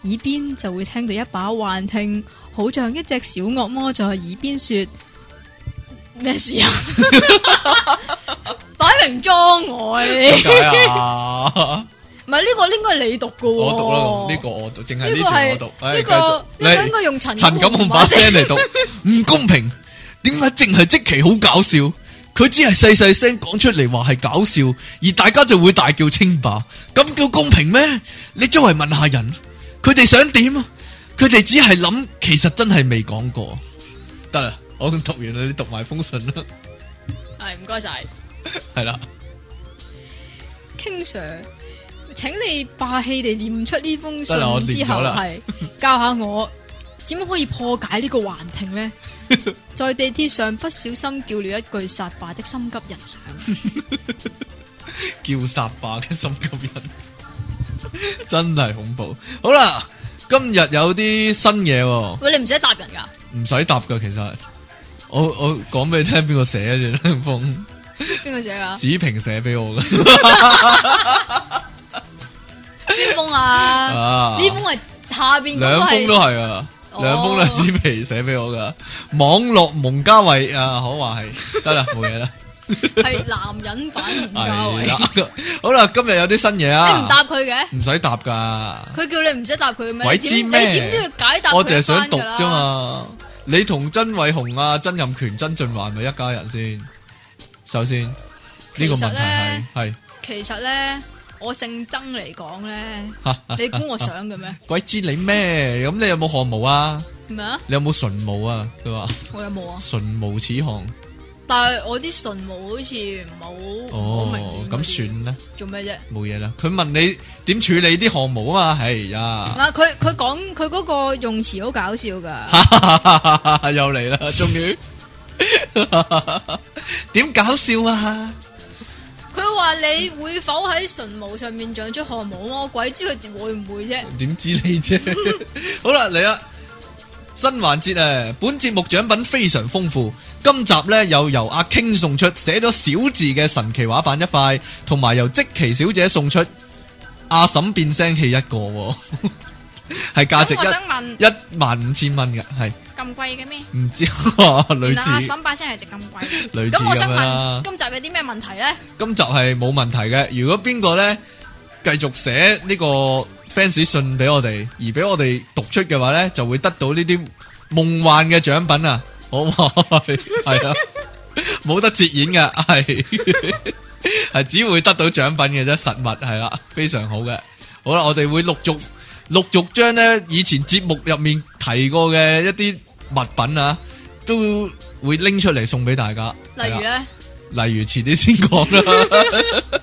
Speaker 2: 耳邊就會聽到一把幻聽，好像一隻小惡魔在耳邊說咩 事啊？擺明裝我啊 你！
Speaker 1: 點解啊？
Speaker 2: 唔係呢個應該係你讀噶 喎。
Speaker 1: 我讀啦，呢個我讀，淨係呢
Speaker 2: 呢個
Speaker 1: 段我
Speaker 2: 係
Speaker 1: 讀。唉
Speaker 2: 呢
Speaker 1: 繼續
Speaker 2: 個呢個應
Speaker 1: 你
Speaker 2: 該用陳
Speaker 1: 陳錦
Speaker 2: 鴻
Speaker 1: 鴻把
Speaker 2: 聲
Speaker 1: 聲嚟 讀，唔公平。點解淨係即期好搞笑？佢只係細細聲講出嚟話係搞笑，而大家就會大叫清霸，咁叫公平咩？你周圍問下人，佢哋想點啊？佢哋只係諗，其實真係未講過。得啦，我讀完啦，你讀埋封信啦，
Speaker 2: 係唔該晒。
Speaker 1: 係啦，
Speaker 2: King Sir，请你霸氣地念出呢封信
Speaker 1: 得啦我
Speaker 2: 之
Speaker 1: 念咗
Speaker 2: 後，
Speaker 1: 啦
Speaker 2: 係教下我點可以破解呢個幻 聽呢？在地鐵上不小心叫了一句殺霸的心急人上，
Speaker 1: 叫殺霸嘅心急人， 真係恐怖。好啦，今日有啲新嘢喎。
Speaker 2: 喂，你唔使答人噶，
Speaker 1: 唔使答噶，其實我我讲俾你聽，邊個寫嘅呢兩封
Speaker 2: 邊個寫 噶？
Speaker 1: 子平寫俾我 嘅，
Speaker 2: 邊封
Speaker 1: 啊
Speaker 2: 啊？呢封係下边嗰
Speaker 1: 兩
Speaker 2: 個
Speaker 1: 封
Speaker 2: 係
Speaker 1: 都係啊，
Speaker 2: 哦
Speaker 1: 兩封都係子皮寫俾我噶。網絡蒙嘉慧啊，可話係得啦，冇嘢 啦，
Speaker 2: 係男人版洪家
Speaker 1: 係
Speaker 2: 偉，
Speaker 1: 啦。好啦， 今日有啲新嘢
Speaker 2: 你唔
Speaker 1: 啊，
Speaker 2: 答佢嘅，
Speaker 1: 唔使答噶，
Speaker 2: 佢叫你唔使答佢嘅咩？
Speaker 1: 鬼
Speaker 2: 你
Speaker 1: 知
Speaker 2: 點你
Speaker 1: 咩
Speaker 2: 點都要解答
Speaker 1: 我
Speaker 2: 佢
Speaker 1: 淨係
Speaker 2: 一
Speaker 1: 想
Speaker 2: 番
Speaker 1: 讀
Speaker 2: 㗎啦
Speaker 1: 啫。嘛。你同曾偉雄啊、曾蔭權、曾俊華係咪一家人先？首先呢個
Speaker 2: 其實
Speaker 1: 問題係
Speaker 2: 呢
Speaker 1: 係
Speaker 2: 其實咧，我姓曾嚟講咧，
Speaker 1: 嚇嚇
Speaker 2: 你估我想嘅咩？
Speaker 1: 鬼知你咩？咁你有冇汗毛啊？
Speaker 2: 咩啊？
Speaker 1: 你有冇唇毛啊？佢話
Speaker 2: 我有冇啊？
Speaker 1: 唇毛此項，
Speaker 2: 但系我啲唇毛好似唔係好唔好明
Speaker 1: 哦
Speaker 2: 顯，嗰啲
Speaker 1: 咁算啦，
Speaker 2: 做咩啫？
Speaker 1: 冇嘢啦。佢問你點處理啲汗毛啊嘛？哎呀，
Speaker 2: 嗱，佢佢讲佢嗰個用詞好搞笑噶，啊
Speaker 1: 又嚟啦，終於 點搞笑啊？
Speaker 2: 佢話你會否喺唇毛上面長出汗毛啊？我鬼知佢會唔會啫？
Speaker 1: 點知你啫？ 好啦，嚟啦，新環節啊！本節目獎品非常豐富，今集呢，有由阿 King 送出寫咗小字嘅神奇畫板一塊，同埋由積淇小姐送出阿嬸變聲器一個喎， 係價值
Speaker 2: 咁我想
Speaker 1: 一
Speaker 2: 問，
Speaker 1: 一萬五千蚊嘅，係
Speaker 2: 咁貴嘅咩？
Speaker 1: 唔知
Speaker 2: 原
Speaker 1: 類
Speaker 2: 來阿
Speaker 1: 似
Speaker 2: 嬸把聲係值咁貴。
Speaker 1: 類似
Speaker 2: 咁我
Speaker 1: 咁
Speaker 2: 想
Speaker 1: 樣
Speaker 2: 問，
Speaker 1: 啦。
Speaker 2: 今集有啲咩問題咧？
Speaker 1: 今集係冇問題嘅，如果邊個呢，繼續寫呢個 fans 信俾我哋，而俾我哋讀出嘅話呢，就會得到呢啲夢幻嘅獎品啊！好 唔好？係啊，冇得折現嘅，係 係只會得到獎品嘅啫，實物係啦，非常好嘅。好啦，我哋會陸續陸續將呢以前節目入面提過嘅一啲物品啊，都會拎出嚟送俾大家。
Speaker 2: 例如
Speaker 1: 係啦，啊
Speaker 2: 咧，
Speaker 1: 例如遲啲先講啦。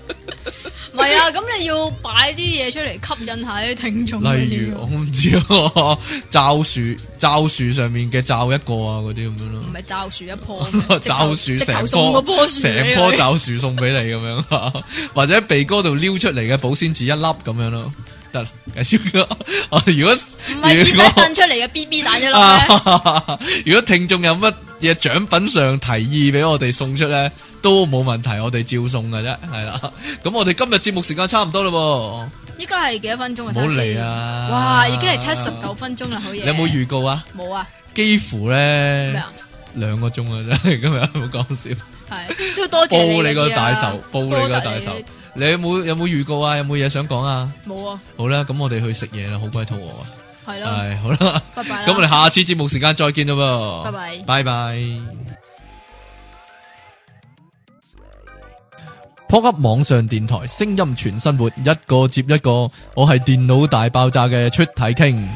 Speaker 2: 唔係啊，咁你要擺啲嘢出嚟吸引下啲聽眾嗰啲喎。
Speaker 1: 例如我唔知啊，罩樹罩樹上面嘅罩一個啊，嗰啲咁樣
Speaker 2: 唔
Speaker 1: 咯，，
Speaker 2: 係罩樹一 棵
Speaker 1: 罩樹
Speaker 2: 直
Speaker 1: 成
Speaker 2: 頭送嗰
Speaker 1: 棵
Speaker 2: 棵樹啊
Speaker 1: 成棵罩樹送俾你咁樣啊，或者鼻哥度撩出嚟嘅保鮮紙一粒咁樣咯，得啦，介紹咗。啊如果
Speaker 2: 唔係耳
Speaker 1: 如
Speaker 2: 仔
Speaker 1: 果
Speaker 2: 掟出嚟嘅 B B 蛋一粒咧，
Speaker 1: 啊！ 如果聽眾有乜嘢獎品上提議俾我哋送出咧，都冇問題，我哋照送嘅啫，係啦。咁我哋今日節目時間差唔多啦喎，
Speaker 2: 依家係幾多分鐘啊？
Speaker 1: 唔好
Speaker 2: 睇下先
Speaker 1: 嚟啊
Speaker 2: 哇，已經係七十九分鐘啦，好嘢！
Speaker 1: 你有冇預告啊？
Speaker 2: 冇啊？
Speaker 1: 幾乎咧
Speaker 2: 咩。啊？
Speaker 1: 兩個鐘啊，真係 今日冇講笑，
Speaker 2: 係都要多謝
Speaker 1: 報
Speaker 2: 你
Speaker 1: 你個
Speaker 2: 嗰啲啊
Speaker 1: 大仇，報你個大仇
Speaker 2: 多得。
Speaker 1: 你有冇有冇預告啊？有冇嘢想講啊？
Speaker 2: 你冇啊？
Speaker 1: 好啦，咁我哋去食嘢啦，好鬼肚餓啊！
Speaker 2: 係咯，
Speaker 1: 係好啦，
Speaker 2: 拜拜啦。
Speaker 1: 咁我哋下次節目時間再見啦噃，
Speaker 2: 拜拜
Speaker 1: 拜拜。撲噏網上電台，聲音全生活，一個接一個。我係電腦大爆炸嘅出體傾。